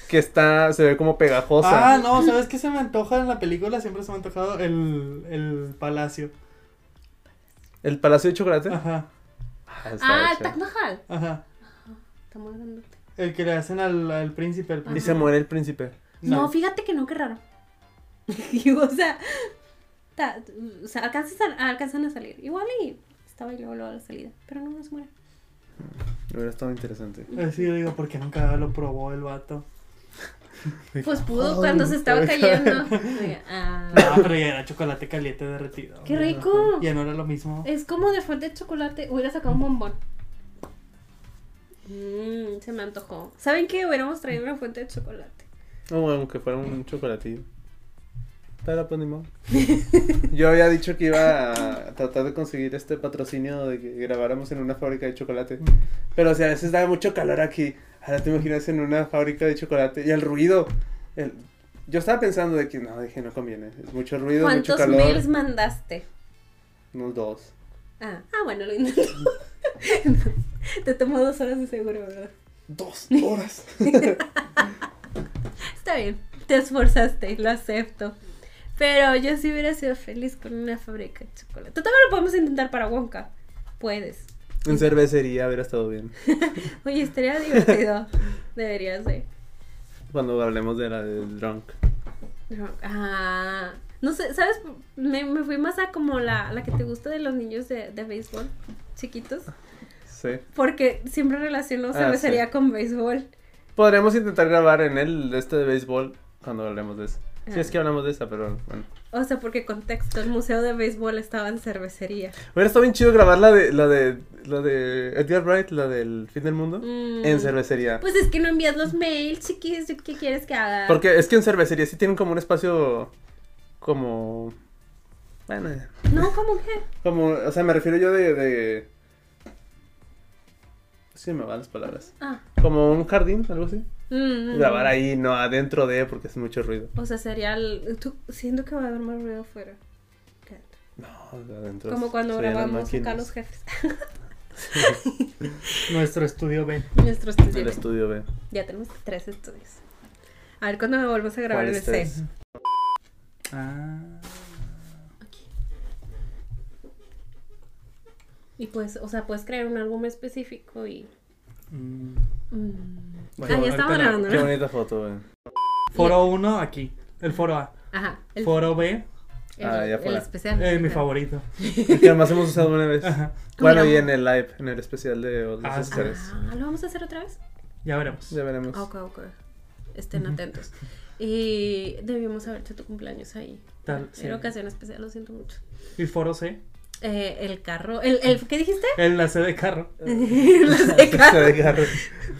Speaker 1: que está, se ve como pegajosa.
Speaker 3: Ah, no, ¿sabes qué se me antoja en la película? Siempre se me ha antojado el, el palacio.
Speaker 1: El Palacio de Chocolate.
Speaker 3: Ajá,
Speaker 1: Ah, está
Speaker 2: Ah, el
Speaker 1: hecho.
Speaker 2: Taj Mahal.
Speaker 3: ajá.
Speaker 2: Está muy grandote.
Speaker 3: El que le hacen al, al príncipe. al
Speaker 1: Y
Speaker 3: príncipe.
Speaker 1: se muere el príncipe.
Speaker 2: No. fíjate que no, qué raro. o sea, ta- o sea, alcanzas a- alcanzan a salir. Igual y estaba ahí luego, luego a la salida. Pero no nos muere.
Speaker 1: Hubiera estado interesante.
Speaker 3: Así eh, yo digo, porque nunca lo probó el vato.
Speaker 2: Pues pudo cuando se estaba cayendo. Oiga, ah,
Speaker 3: No, pero ya era chocolate caliente derretido.
Speaker 2: ¡Qué rico! Eh.
Speaker 3: Ya no era lo mismo.
Speaker 2: Es como de fuente de chocolate. Hubiera sacado un bombón. Mmm, se me antojó. ¿Saben qué? Hubiéramos traído una fuente de chocolate.
Speaker 1: No, bueno, aunque fuera un chocolatillo. Pero pues ni modo. Yo había dicho que iba a tratar de conseguir este patrocinio de que grabáramos en una fábrica de chocolate. Pero o sea, a veces da mucho calor aquí. Ahora te imaginas en una fábrica de chocolate y el ruido. el- Yo estaba pensando de que no, dije, no conviene. Es mucho ruido, mucho
Speaker 2: ¿Cuántos
Speaker 1: calor.
Speaker 2: mails mandaste?
Speaker 1: Unos dos.
Speaker 2: Ah, ah, bueno, lo intento. Te tomó dos horas de seguro, ¿verdad?
Speaker 1: Dos horas.
Speaker 2: Está bien, te esforzaste, lo acepto. Pero yo sí hubiera sido feliz con una fábrica de chocolate. Todavía lo podemos intentar para Wonka. Puedes.
Speaker 1: en cervecería hubiera estado bien.
Speaker 2: Oye, estaría divertido. Deberías de.
Speaker 1: Cuando hablemos de la del drunk.
Speaker 2: Ah, no sé, ¿sabes? Me, me fui más a como la, la que te gusta de los niños de, de béisbol, chiquitos,
Speaker 1: Sí.
Speaker 2: porque siempre relaciono
Speaker 1: Ah,
Speaker 2: cervecería
Speaker 1: sí.
Speaker 2: con béisbol.
Speaker 1: Podríamos intentar grabar en el de este de béisbol cuando hablemos de eso. Si
Speaker 2: Ah.
Speaker 1: es que hablamos de esa, pero bueno.
Speaker 2: O sea, porque contexto, el museo de béisbol estaba en cervecería.
Speaker 1: Hubiera estado bien chido grabar la de, la de, la de Edgar Wright, la del fin del mundo,
Speaker 2: Mm.
Speaker 1: en cervecería.
Speaker 2: Pues ah. es que no envías los mails, chiquis, ¿qué quieres que haga?
Speaker 1: Porque es que en cervecería sí tienen como un espacio como... Bueno,
Speaker 2: No, ¿cómo que?
Speaker 1: como, o sea, me refiero yo de... de... Sí, me van las palabras.
Speaker 2: Ah.
Speaker 1: Como un jardín, algo así.
Speaker 2: mm, mm,
Speaker 1: Grabar ahí, no adentro de, porque es mucho ruido.
Speaker 2: O sea, sería el... tú- siento que va a haber más ruido afuera. que adentro.
Speaker 1: No, adentro.
Speaker 2: Como cuando
Speaker 1: serían las
Speaker 2: grabamos acá
Speaker 1: máquinas.
Speaker 2: los jefes.
Speaker 3: Nuestro estudio B.
Speaker 2: Nuestro estudio.
Speaker 1: El estudio B.
Speaker 2: Ya tenemos tres estudios. A ver cuándo me volvemos a grabar
Speaker 1: ¿Cuál
Speaker 2: el C.
Speaker 1: estás?
Speaker 3: Ah.
Speaker 2: Aquí. Y pues, o sea, puedes crear un álbum específico y.
Speaker 3: mm.
Speaker 2: ah, ya
Speaker 3: ahorita
Speaker 2: estamos
Speaker 3: no.
Speaker 2: grabando,
Speaker 1: Qué
Speaker 2: ¿no?
Speaker 1: bonita foto, güey.
Speaker 3: Foro 1 aquí. El foro A.
Speaker 2: Ajá. El,
Speaker 3: Foro B,
Speaker 2: el-
Speaker 1: Ah, ya
Speaker 2: el
Speaker 1: fuera.
Speaker 2: especial.
Speaker 3: eh, mi
Speaker 2: Ajá.
Speaker 3: favorito.
Speaker 1: El que más hemos usado una vez.
Speaker 3: Ajá.
Speaker 1: Bueno,
Speaker 2: Mira.
Speaker 1: y en el live, en el especial de Old
Speaker 3: Ah,
Speaker 2: Ah,
Speaker 1: Oscars.
Speaker 2: ¿lo vamos a hacer otra vez?
Speaker 3: Ya veremos.
Speaker 1: Ya veremos.
Speaker 2: Ok, ok. Estén atentos. Y debíamos haber hecho tu cumpleaños ahí.
Speaker 3: Tal- sí.
Speaker 2: Era ocasión especial, lo siento mucho.
Speaker 3: Y foro C.
Speaker 2: Eh, el carro. El, el, ¿Qué dijiste?
Speaker 3: El la C de carro.
Speaker 2: Los de
Speaker 1: Se
Speaker 2: carro.
Speaker 1: deja re-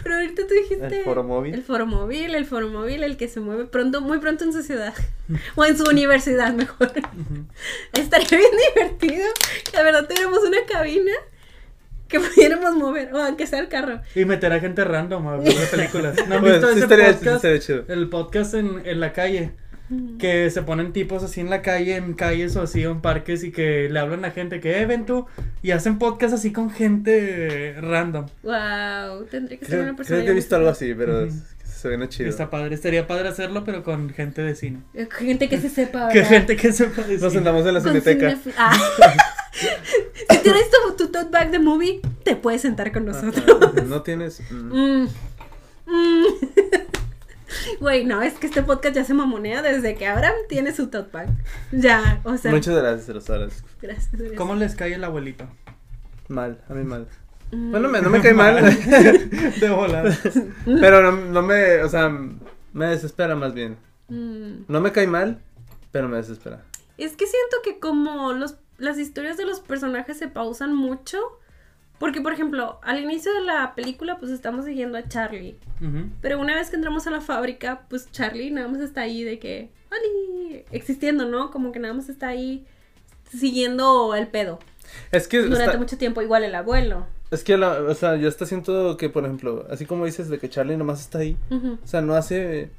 Speaker 2: Pero ahorita tú dijiste.
Speaker 1: El foro móvil.
Speaker 2: El foro móvil, el foro móvil, el que se mueve pronto, muy pronto en su ciudad. o en su universidad, mejor. Estaría bien divertido. La verdad, tenemos una cabina que pudiéramos mover, o aunque sea el carro.
Speaker 3: Y meter a gente random a ver las películas. ¿No han
Speaker 1: Bueno,
Speaker 3: visto
Speaker 1: Pues, sí
Speaker 3: ese
Speaker 1: estaría- sí
Speaker 3: podcast?
Speaker 1: estaría chido.
Speaker 3: El podcast en, en la calle. Que se ponen tipos así en la calle, en calles o así, o en parques, y que le hablan a gente que, eh, ven tú, y hacen podcast así con gente eh, random.
Speaker 2: Wow, tendría que ser
Speaker 1: Creo,
Speaker 2: una
Speaker 1: creo
Speaker 2: persona.
Speaker 1: que he visto algo así, pero
Speaker 3: Ujú.
Speaker 1: es- se ve no
Speaker 3: Y
Speaker 1: chido.
Speaker 3: Está padre, estaría padre hacerlo, pero con gente de cine.
Speaker 2: Eh, Gente que se sepa.
Speaker 3: Que
Speaker 2: ¿verdad?
Speaker 3: gente que sepa de
Speaker 1: Nos
Speaker 3: cine.
Speaker 1: sentamos en la
Speaker 2: Con
Speaker 1: cineteca.
Speaker 2: cinefi- Ah. si tienes tu, tu tote bag de movie, te puedes sentar
Speaker 1: Ah.
Speaker 2: con nosotros.
Speaker 1: No tienes. mm,
Speaker 2: Mm. Mm. Güey, no, es que este podcast ya se mamonea desde que Abraham tiene su tote bag. Ya, o sea.
Speaker 1: Muchas gracias, los horas.
Speaker 2: Gracias. gracias.
Speaker 3: ¿Cómo les cae el abuelito?
Speaker 1: Mal, a mí mal.
Speaker 2: Mm.
Speaker 1: Bueno, me- Ah, no me cae mal,
Speaker 3: De volada.
Speaker 1: pero no, no me, o sea, me desespera más bien.
Speaker 2: Mm.
Speaker 1: No me cae mal, pero me desespera.
Speaker 2: Es que siento que como los, las historias de los personajes se pausan mucho. Porque, por ejemplo, al inicio de la película, pues estamos siguiendo a Charlie.
Speaker 3: Ujú.
Speaker 2: Pero una vez que entramos a la fábrica, pues Charlie nada más está ahí de que, ¡Oli! Existiendo, ¿no? Como que nada más está ahí siguiendo el pedo.
Speaker 1: Es que,
Speaker 2: Durante
Speaker 1: está-
Speaker 2: mucho tiempo, igual el abuelo.
Speaker 1: es que, la- o sea, yo hasta siento que, por ejemplo, así como dices de que Charlie nomás está ahí,
Speaker 2: Ujú.
Speaker 1: o sea, no hace,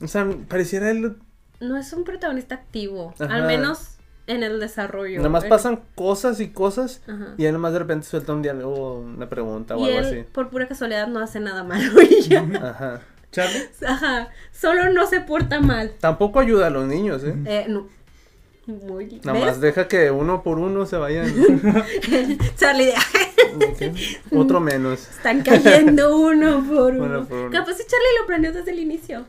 Speaker 1: o sea, pareciera él,
Speaker 2: No es un protagonista activo,
Speaker 1: Ajá.
Speaker 2: al menos en el desarrollo.
Speaker 1: nomás
Speaker 2: En-
Speaker 1: pasan cosas y cosas,
Speaker 2: Ajá.
Speaker 1: y él nomás de repente suelta un diálogo, una pregunta o
Speaker 2: Y
Speaker 1: algo
Speaker 2: él,
Speaker 1: así.
Speaker 2: por pura casualidad, no hace nada malo. y ya.
Speaker 1: Ajá.
Speaker 3: Charlie,
Speaker 2: Ajá. Solo no se porta mal.
Speaker 1: Tampoco ayuda a los niños, ¿eh?
Speaker 2: Eh, no. Muy
Speaker 1: Nomás
Speaker 2: ¿ves?
Speaker 1: deja que uno por uno se vayan.
Speaker 2: Charlie, de,
Speaker 1: Ok. Otro menos.
Speaker 2: están cayendo uno por uno.
Speaker 1: Uno por uno.
Speaker 2: Capaz si Charlie lo planeó desde el inicio.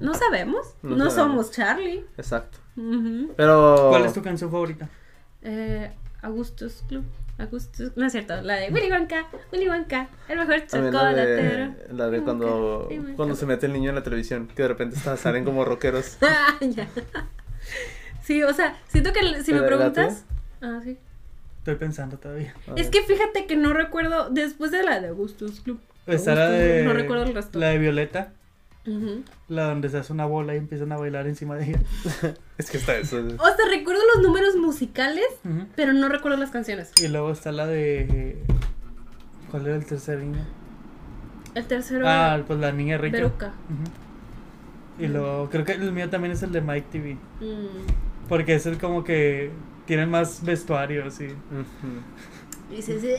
Speaker 2: No sabemos. No,
Speaker 1: No sabemos.
Speaker 2: somos Charlie.
Speaker 1: Exacto.
Speaker 2: Ujú.
Speaker 1: Pero.
Speaker 3: ¿cuál es tu canción favorita?
Speaker 2: Eh, Augustus Club. Augustus. No es cierto. La de Willy Wonka. Willy Wonka. El mejor
Speaker 1: También la
Speaker 2: chocolatero.
Speaker 1: de, la de cuando,
Speaker 2: Dime, dime.
Speaker 1: cuando se mete el niño en la televisión, que de repente está- salen como rockeros.
Speaker 2: Ah, ya. Sí, o sea, siento que si me
Speaker 1: ¿Pero la
Speaker 2: preguntas. Ah, sí.
Speaker 3: Estoy pensando todavía.
Speaker 1: Ah,
Speaker 2: Es que fíjate que no recuerdo. Después de la de Augustus Club.
Speaker 3: Está la
Speaker 2: Augustus Gloop,
Speaker 3: de.
Speaker 2: No recuerdo el resto.
Speaker 3: La de Violeta.
Speaker 2: Ujú.
Speaker 3: La donde se hace una bola y empiezan a bailar encima de ella.
Speaker 1: Es que está eso.
Speaker 2: O sea, recuerdo los números musicales,
Speaker 3: Ujú.
Speaker 2: pero no recuerdo las canciones.
Speaker 3: Y luego está la de. ¿Cuál era el tercer niño?
Speaker 2: El tercero.
Speaker 3: ah, pues la niña rica.
Speaker 2: Veruca.
Speaker 3: Ujú. Y luego, creo que el mío también es el de Mike TV.
Speaker 2: Mm.
Speaker 3: Porque es el como que tienen más vestuarios y.
Speaker 2: Oh.
Speaker 1: Ujú.
Speaker 2: Y dices, "Eh,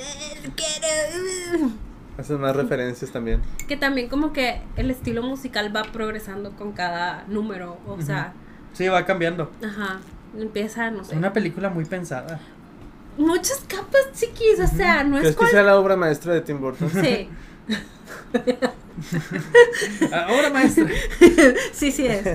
Speaker 2: quiero".
Speaker 1: Hacen más referencias también.
Speaker 2: Que también como que el estilo musical va progresando con cada número. O sea,
Speaker 3: Sí, va cambiando.
Speaker 2: ajá. Empieza, no sé.
Speaker 3: Es una película muy pensada.
Speaker 2: Muchas capas, chiquis. O sea, no es
Speaker 1: ¿Crees que
Speaker 2: cual...
Speaker 1: sea la obra maestra de Tim Burton?
Speaker 2: Sí,
Speaker 3: Ahora, Ah, maestra.
Speaker 2: sí, sí es.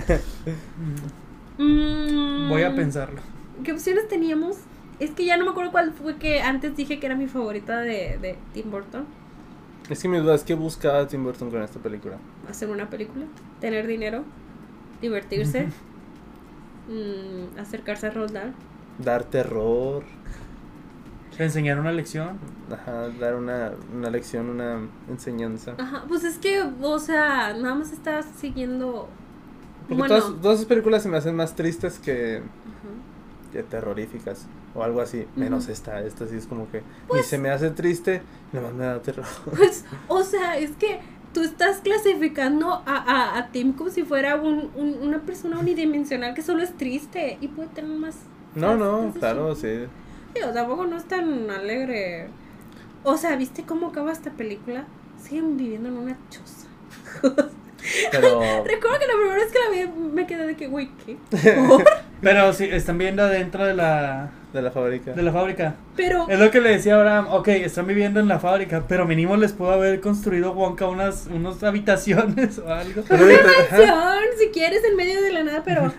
Speaker 2: Mm,
Speaker 3: Voy a pensarlo.
Speaker 2: ¿Qué opciones teníamos? Es que ya no me acuerdo cuál fue que antes dije que era mi favorita de, de Tim Burton.
Speaker 1: Es que mi duda es que buscaba Tim Burton con esta película.
Speaker 2: Hacer una película, tener dinero, divertirse, mm, acercarse a Roldán.
Speaker 1: Dar terror,
Speaker 3: Enseñar una lección.
Speaker 1: ajá, dar una, una lección, una enseñanza.
Speaker 2: Ah, Ajá, pues es que, o sea, nada más estás siguiendo
Speaker 1: Porque
Speaker 2: Bueno.
Speaker 1: todas, todas sus películas se me hacen más tristes que,
Speaker 2: Ujú.
Speaker 1: que terroríficas o algo así. Menos
Speaker 2: Ujú.
Speaker 1: esta. Esta sí es como que ni se me hace triste, nada más me da terror.
Speaker 2: Pues, o sea, es que tú estás clasificando a, a, a Tim como si fuera un, un- una persona unidimensional que solo es triste y puede tener más.
Speaker 1: No,
Speaker 2: más-
Speaker 1: no,
Speaker 2: más de
Speaker 1: claro,
Speaker 2: su-
Speaker 1: sí.
Speaker 2: Digo, tampoco no es tan alegre. O sea, ¿viste cómo acaba esta película? Siguen viviendo en una choza.
Speaker 1: Pero.
Speaker 2: Recuerdo que la primera vez que la vi me quedé de que, güey, ¿qué?
Speaker 3: Pero sí, están viviendo adentro de la,
Speaker 1: De la fábrica.
Speaker 3: de la fábrica.
Speaker 2: Pero,
Speaker 3: Es lo que le decía Abraham, ok, están viviendo en la fábrica, pero mínimo les pudo haber construido Wonka unas, unas habitaciones o algo.
Speaker 1: Pero ahorita- ajá,
Speaker 2: acción, si quieres, en medio de la nada, pero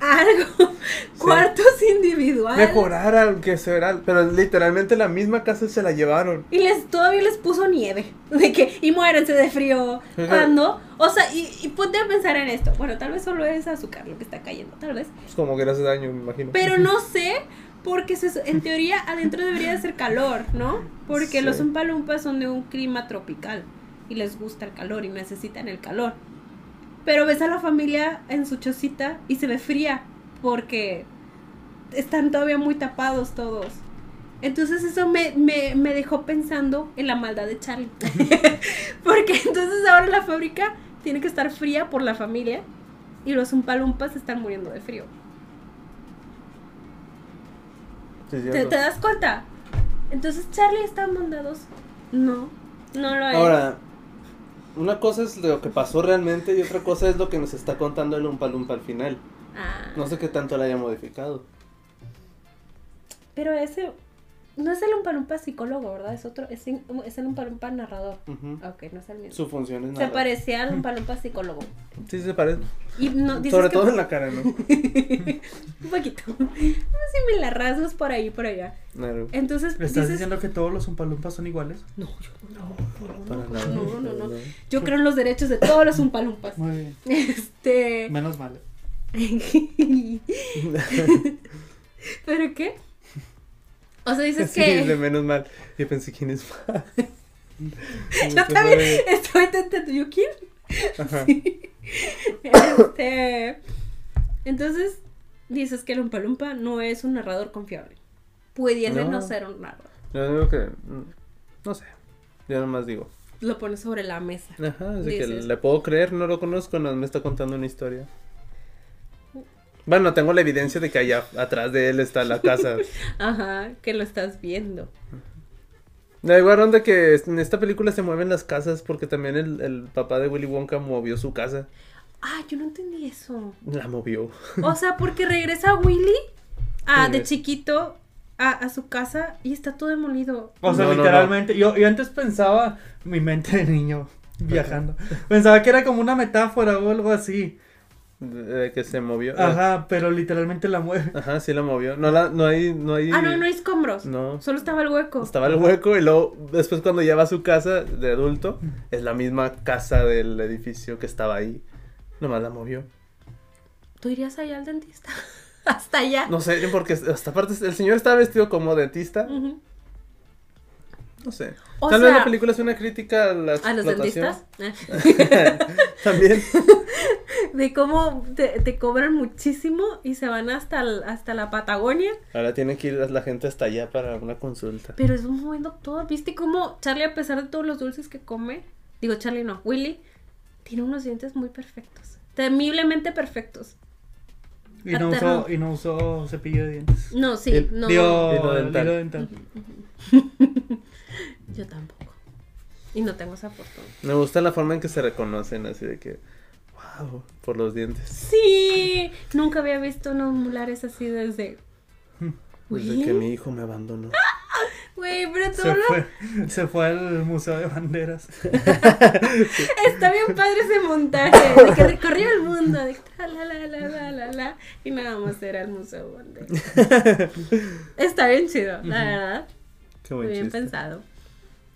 Speaker 2: algo. Cuartos individuales.
Speaker 1: Mejorar al que será. Pero literalmente la misma casa se la llevaron.
Speaker 2: Y les, todavía les puso nieve. De que, y muéranse de frío.
Speaker 1: Ujú.
Speaker 2: ¿Cuándo? O sea, y, y ponte a pensar en esto. Bueno, tal vez solo es azúcar lo que está cayendo, tal vez.
Speaker 1: Pues como que le hace daño, me imagino.
Speaker 2: Pero no sé, porque se su- en teoría adentro debería de ser calor, ¿no? Porque
Speaker 1: Sí.
Speaker 2: los umpalumpas son de un clima tropical y les gusta el calor y necesitan el calor. Pero ves a la familia en su chocita y se ve fría porque están todavía muy tapados todos. Entonces eso me, me, me dejó pensando en la maldad de Charlie. porque entonces ahora la fábrica tiene que estar fría por la familia y los umpalumpas están muriendo de frío.
Speaker 1: Sí,
Speaker 2: ¿Te,
Speaker 1: cierto.
Speaker 2: te das cuenta? Entonces, Charlie está mandados. No, no lo es.
Speaker 1: Ahora, una cosa es lo que pasó realmente y otra cosa es lo que nos está contando el Umpa Lumpa al final.
Speaker 2: Ah,
Speaker 1: No sé qué tanto la haya modificado.
Speaker 2: Pero ese no es el Umpalumpa psicólogo, ¿verdad? Es otro, es, in- uh, es el Umpalumpa narrador.
Speaker 1: Ujú.
Speaker 2: Ok, no es el mismo.
Speaker 1: Su función es
Speaker 2: Se
Speaker 1: nada.
Speaker 2: parecía al Umpalumpa psicólogo.
Speaker 1: Sí, se parece.
Speaker 2: Y no, dices
Speaker 1: Sobre
Speaker 2: que-
Speaker 1: todo en la cara, ¿no?
Speaker 2: un poquito. No sé me la rasgos por ahí, por allá.
Speaker 1: No,
Speaker 2: Entonces,
Speaker 3: ¿Le estás
Speaker 2: dices,
Speaker 3: diciendo que todos los umpalumpas son iguales?
Speaker 2: no, yo no,
Speaker 1: para
Speaker 2: no, no,
Speaker 1: nada.
Speaker 2: no, no, no,
Speaker 1: para
Speaker 2: no.
Speaker 1: nada.
Speaker 2: Yo creo en los derechos de todos los Umpalumpas.
Speaker 3: Muy bien.
Speaker 2: Este.
Speaker 3: Menos mal.
Speaker 2: ¿Pero qué? O sea, dices
Speaker 1: Sí,
Speaker 2: que.
Speaker 1: de menos mal. Yo pensé quién es más.
Speaker 2: Yo también estoy intentando. ¿Yo quién? Este, Entonces, dices que el Oompa Loompa no es un narrador confiable. Pudiera no.
Speaker 1: No.
Speaker 2: ser un narrador.
Speaker 1: Yo digo que. mm, No sé. Yo nomás digo.
Speaker 2: Lo pones sobre la mesa.
Speaker 1: Ajá, así que
Speaker 2: Dices.
Speaker 1: le puedo creer, no lo conozco, no me está contando una historia. Bueno, tengo la evidencia de que allá atrás de él está la casa.
Speaker 2: Ajá, que lo estás viendo.
Speaker 1: Da igual onda que en esta película se mueven las casas porque también el, el papá de Willy Wonka movió su casa.
Speaker 2: Ah, yo no entendí eso.
Speaker 1: La movió.
Speaker 2: O sea, porque regresa Willy a, de
Speaker 1: Regresa.
Speaker 2: chiquito a, a su casa y está todo demolido.
Speaker 3: O sea,
Speaker 1: No, no,
Speaker 3: literalmente, Yo, yo antes pensaba, mi mente de niño viajando, pensaba que era como una metáfora o algo así.
Speaker 1: De que se movió. Eh,
Speaker 3: Ajá, pero literalmente la mueve.
Speaker 1: Ajá, sí la movió. No, la, no hay, no hay.
Speaker 2: Ah, no, no hay escombros.
Speaker 1: No.
Speaker 2: Solo estaba el hueco.
Speaker 1: Estaba el hueco y luego después cuando ya va a su casa de adulto,
Speaker 2: Mm.
Speaker 1: es la misma casa del edificio que estaba ahí. Nomás la movió.
Speaker 2: ¿Tú irías allá al dentista? Hasta allá.
Speaker 1: No sé, porque hasta aparte el señor estaba vestido como dentista.
Speaker 2: Ujú.
Speaker 1: No sé.
Speaker 2: Mm. O
Speaker 1: Tal vez
Speaker 2: sea,
Speaker 1: la película es una crítica a la
Speaker 2: ¿A los
Speaker 1: explotación.
Speaker 2: dentistas? Ah.
Speaker 1: También.
Speaker 2: De cómo te, te cobran muchísimo y se van hasta, el- hasta la Patagonia.
Speaker 1: Ahora tiene que ir la gente hasta allá para una consulta.
Speaker 2: Pero es un buen doctor. ¿Viste cómo Charlie, a pesar de todos los dulces que come, digo Charlie no, Willy, tiene unos dientes muy perfectos. Temiblemente perfectos.
Speaker 3: Y no,
Speaker 2: Aterrado.
Speaker 3: usó, y no usó cepillo de dientes.
Speaker 2: No, sí,
Speaker 1: El-
Speaker 2: no.
Speaker 3: Digo,
Speaker 1: Hilo
Speaker 3: hilo
Speaker 1: dental.
Speaker 3: dental.
Speaker 2: Yo tampoco. Y no tengo esa fortuna.
Speaker 1: Me gusta la forma en que se reconocen, así de que, wow, por los dientes.
Speaker 2: Sí, nunca había visto unos mulares así desde.
Speaker 1: Desde
Speaker 2: Willy.
Speaker 1: que mi hijo me abandonó.
Speaker 2: Ah. Güey, pero todo
Speaker 3: Se
Speaker 2: lo
Speaker 3: fue, se fue al Museo de Banderas.
Speaker 2: Está bien padre ese montaje de que recorrió el mundo, de tra, la, la, la, la, la, la, y nada más era el museo. Banderas. Está bien chido, la verdad.
Speaker 1: Qué
Speaker 2: Muy
Speaker 1: buen
Speaker 2: bien
Speaker 1: chiste.
Speaker 2: pensado.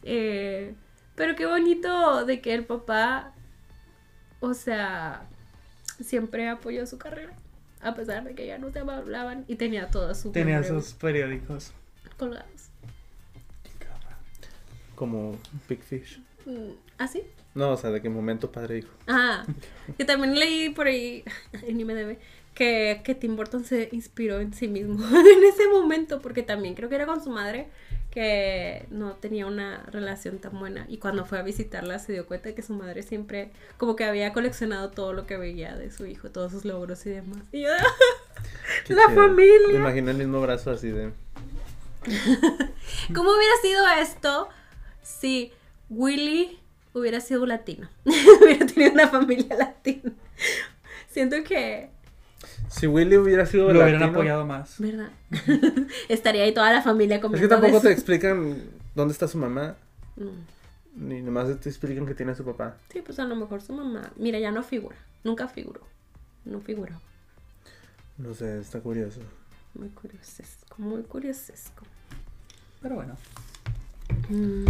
Speaker 2: Eh, pero qué bonito de que el papá, o sea, siempre apoyó su carrera, a pesar de que ya no se hablaban y tenía todo su
Speaker 3: Tenía
Speaker 2: correo
Speaker 3: sus periódicos.
Speaker 2: colgados.
Speaker 1: Como Big Fish.
Speaker 2: Mm, ¿Así?
Speaker 1: No, o sea, de qué momento padre hijo.
Speaker 2: Ah, que también leí por ahí en IMDb que, que Tim Burton se inspiró en sí mismo en ese momento, porque también creo que era con su madre que no tenía una relación tan buena y cuando fue a visitarla se dio cuenta de que su madre siempre como que había coleccionado todo lo que veía de su hijo, todos sus logros y demás. Y yo,
Speaker 1: Qué
Speaker 2: la
Speaker 1: chido. Me
Speaker 2: familia.
Speaker 1: imagino el mismo brazo así de.
Speaker 2: ¿Cómo hubiera sido esto si Willy hubiera sido latino? hubiera tenido una familia latina. Siento que,
Speaker 1: Si Willy hubiera sido
Speaker 3: Lo hubieran
Speaker 1: latino,
Speaker 3: apoyado más.
Speaker 2: ¿verdad? Estaría ahí toda la familia
Speaker 1: Es que
Speaker 2: comiendo
Speaker 1: tampoco te
Speaker 2: de su-
Speaker 1: explican dónde está su mamá,
Speaker 2: Mm.
Speaker 1: ni nomás te explican que tiene a su papá.
Speaker 2: Sí, pues a lo mejor su mamá. Mira, ya no figura. Nunca figuró. No figuró.
Speaker 1: No sé, está curioso.
Speaker 2: Muy curiosesco, muy curiosesco.
Speaker 3: Pero bueno.
Speaker 2: Mm.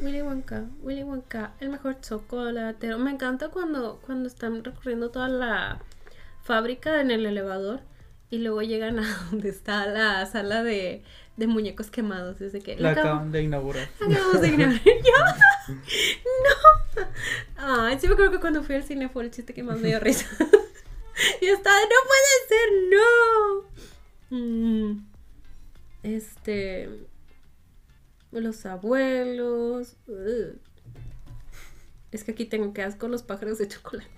Speaker 2: Willy Wonka, Willy Wonka, el mejor chocolatero. Me encanta cuando, cuando están recorriendo toda la fábrica en el elevador y luego llegan a donde está la sala de, de muñecos quemados. Desde que
Speaker 3: La
Speaker 2: la acabo-
Speaker 3: acaban de inaugurar.
Speaker 2: Acabamos de ignorar. Yo. No. Ay, sí me acuerdo que cuando fui al cine fue el chiste que más me dio risa. Y estaba, de, no puede ser, no. Mm. Este. Los abuelos. Ugh. Es que aquí tengo que asco los pájaros de chocolate.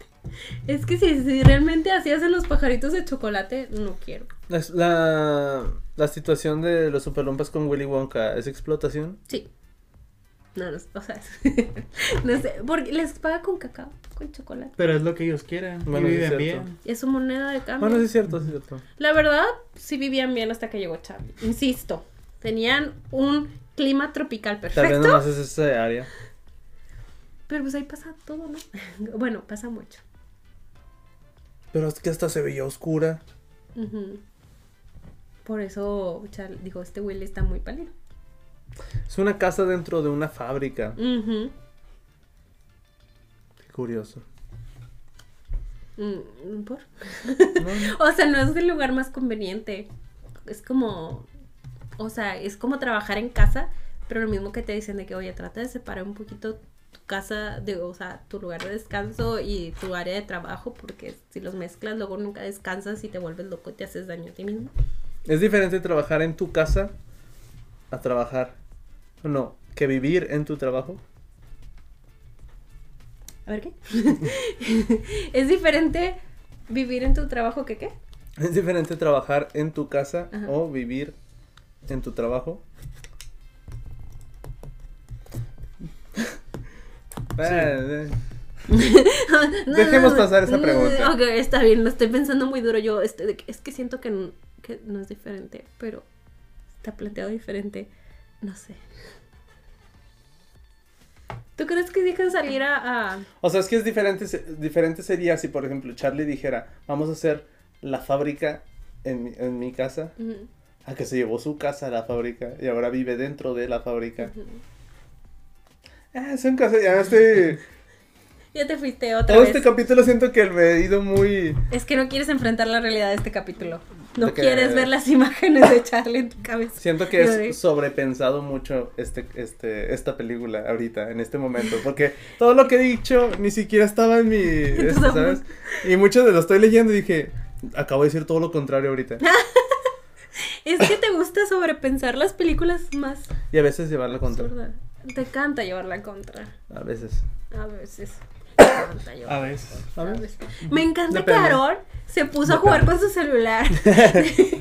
Speaker 2: Es que si, si realmente así hacen los pajaritos de chocolate, no quiero.
Speaker 1: La, la, la situación de los superlompas con Willy Wonka, ¿es explotación?
Speaker 2: Sí. No, no, o sea, no sé, porque les paga con cacao, con chocolate.
Speaker 3: Pero es lo que ellos quieren.
Speaker 1: Bueno, sí
Speaker 3: y
Speaker 1: es
Speaker 3: viven
Speaker 1: cierto.
Speaker 3: bien.
Speaker 2: Es su moneda de cambio.
Speaker 1: Bueno, sí es cierto, sí es cierto.
Speaker 2: La verdad, sí vivían bien hasta que llegó Charlie. Insisto, tenían un clima tropical
Speaker 1: Tal vez
Speaker 2: perfecto.
Speaker 1: nomás es esa área.
Speaker 2: Pero pues ahí pasa todo, ¿no? bueno, pasa mucho.
Speaker 1: Pero es que hasta se veía oscura.
Speaker 2: Ujú. Por eso, Charlie, digo, este Willy está muy pálido.
Speaker 1: Es una casa dentro de una fábrica.
Speaker 2: Mm. Ujú.
Speaker 1: Qué curioso.
Speaker 2: Mm, ¿Por?
Speaker 1: No,
Speaker 2: O sea, no es el lugar más conveniente. Es como, o sea, es como trabajar en casa, pero lo mismo que te dicen de que, oye, trata de separar un poquito tu casa, de, o sea, tu lugar de descanso y tu área de trabajo, porque si los mezclas, luego nunca descansas y te vuelves loco y te haces daño a ti mismo.
Speaker 1: Es diferente trabajar en tu casa a trabajar. No, que vivir en tu trabajo.
Speaker 2: A ver qué. es diferente vivir en tu trabajo que qué.
Speaker 1: Es diferente trabajar en tu casa
Speaker 2: Ajá.
Speaker 1: o vivir en tu trabajo. Eh, eh,
Speaker 2: No,
Speaker 1: Dejemos
Speaker 2: no,
Speaker 1: pasar esa
Speaker 2: no,
Speaker 1: pregunta.
Speaker 2: Ok, está bien, lo estoy pensando muy duro yo. este, de que- es que siento que, n- que no es diferente, pero está planteado diferente. No sé. ¿Tú crees que dejan salir a... a-
Speaker 1: O sea, es que es diferente, se- diferente sería si, por ejemplo, Charlie dijera, vamos a hacer la fábrica en, mi- en mi casa,
Speaker 2: Ujú,
Speaker 1: a que se llevó su casa a la fábrica y ahora vive dentro de la fábrica.
Speaker 2: ujú.
Speaker 1: Ah, son cosas, ya este,
Speaker 2: Ya te fuiste otra
Speaker 1: todo
Speaker 2: vez.
Speaker 1: este capítulo siento que me he ido muy...
Speaker 2: Es que no quieres enfrentar la realidad de este capítulo.
Speaker 1: De
Speaker 2: No
Speaker 1: que-
Speaker 2: quieres ver las imágenes de Charlie en tu cabeza.
Speaker 1: Siento que
Speaker 2: Yo de-
Speaker 1: es sobrepensado mucho este, este, esta película ahorita, en este momento, porque todo lo que he dicho ni siquiera estaba en mi...
Speaker 2: tus
Speaker 1: este, ¿sabes?
Speaker 2: ojos.
Speaker 1: Y mucho de lo estoy leyendo y dije, acabo de decir todo lo contrario ahorita.
Speaker 2: Es que te gusta sobrepensar las películas más
Speaker 1: Y a veces llevarla contra.
Speaker 2: absurdas. Te encanta llevarla contra.
Speaker 1: A veces.
Speaker 2: A veces. Me encanta yo.
Speaker 3: A veces.
Speaker 2: A veces. Me encanta
Speaker 1: Depende.
Speaker 2: que Aarón se puso a
Speaker 1: Depende.
Speaker 2: jugar con su celular.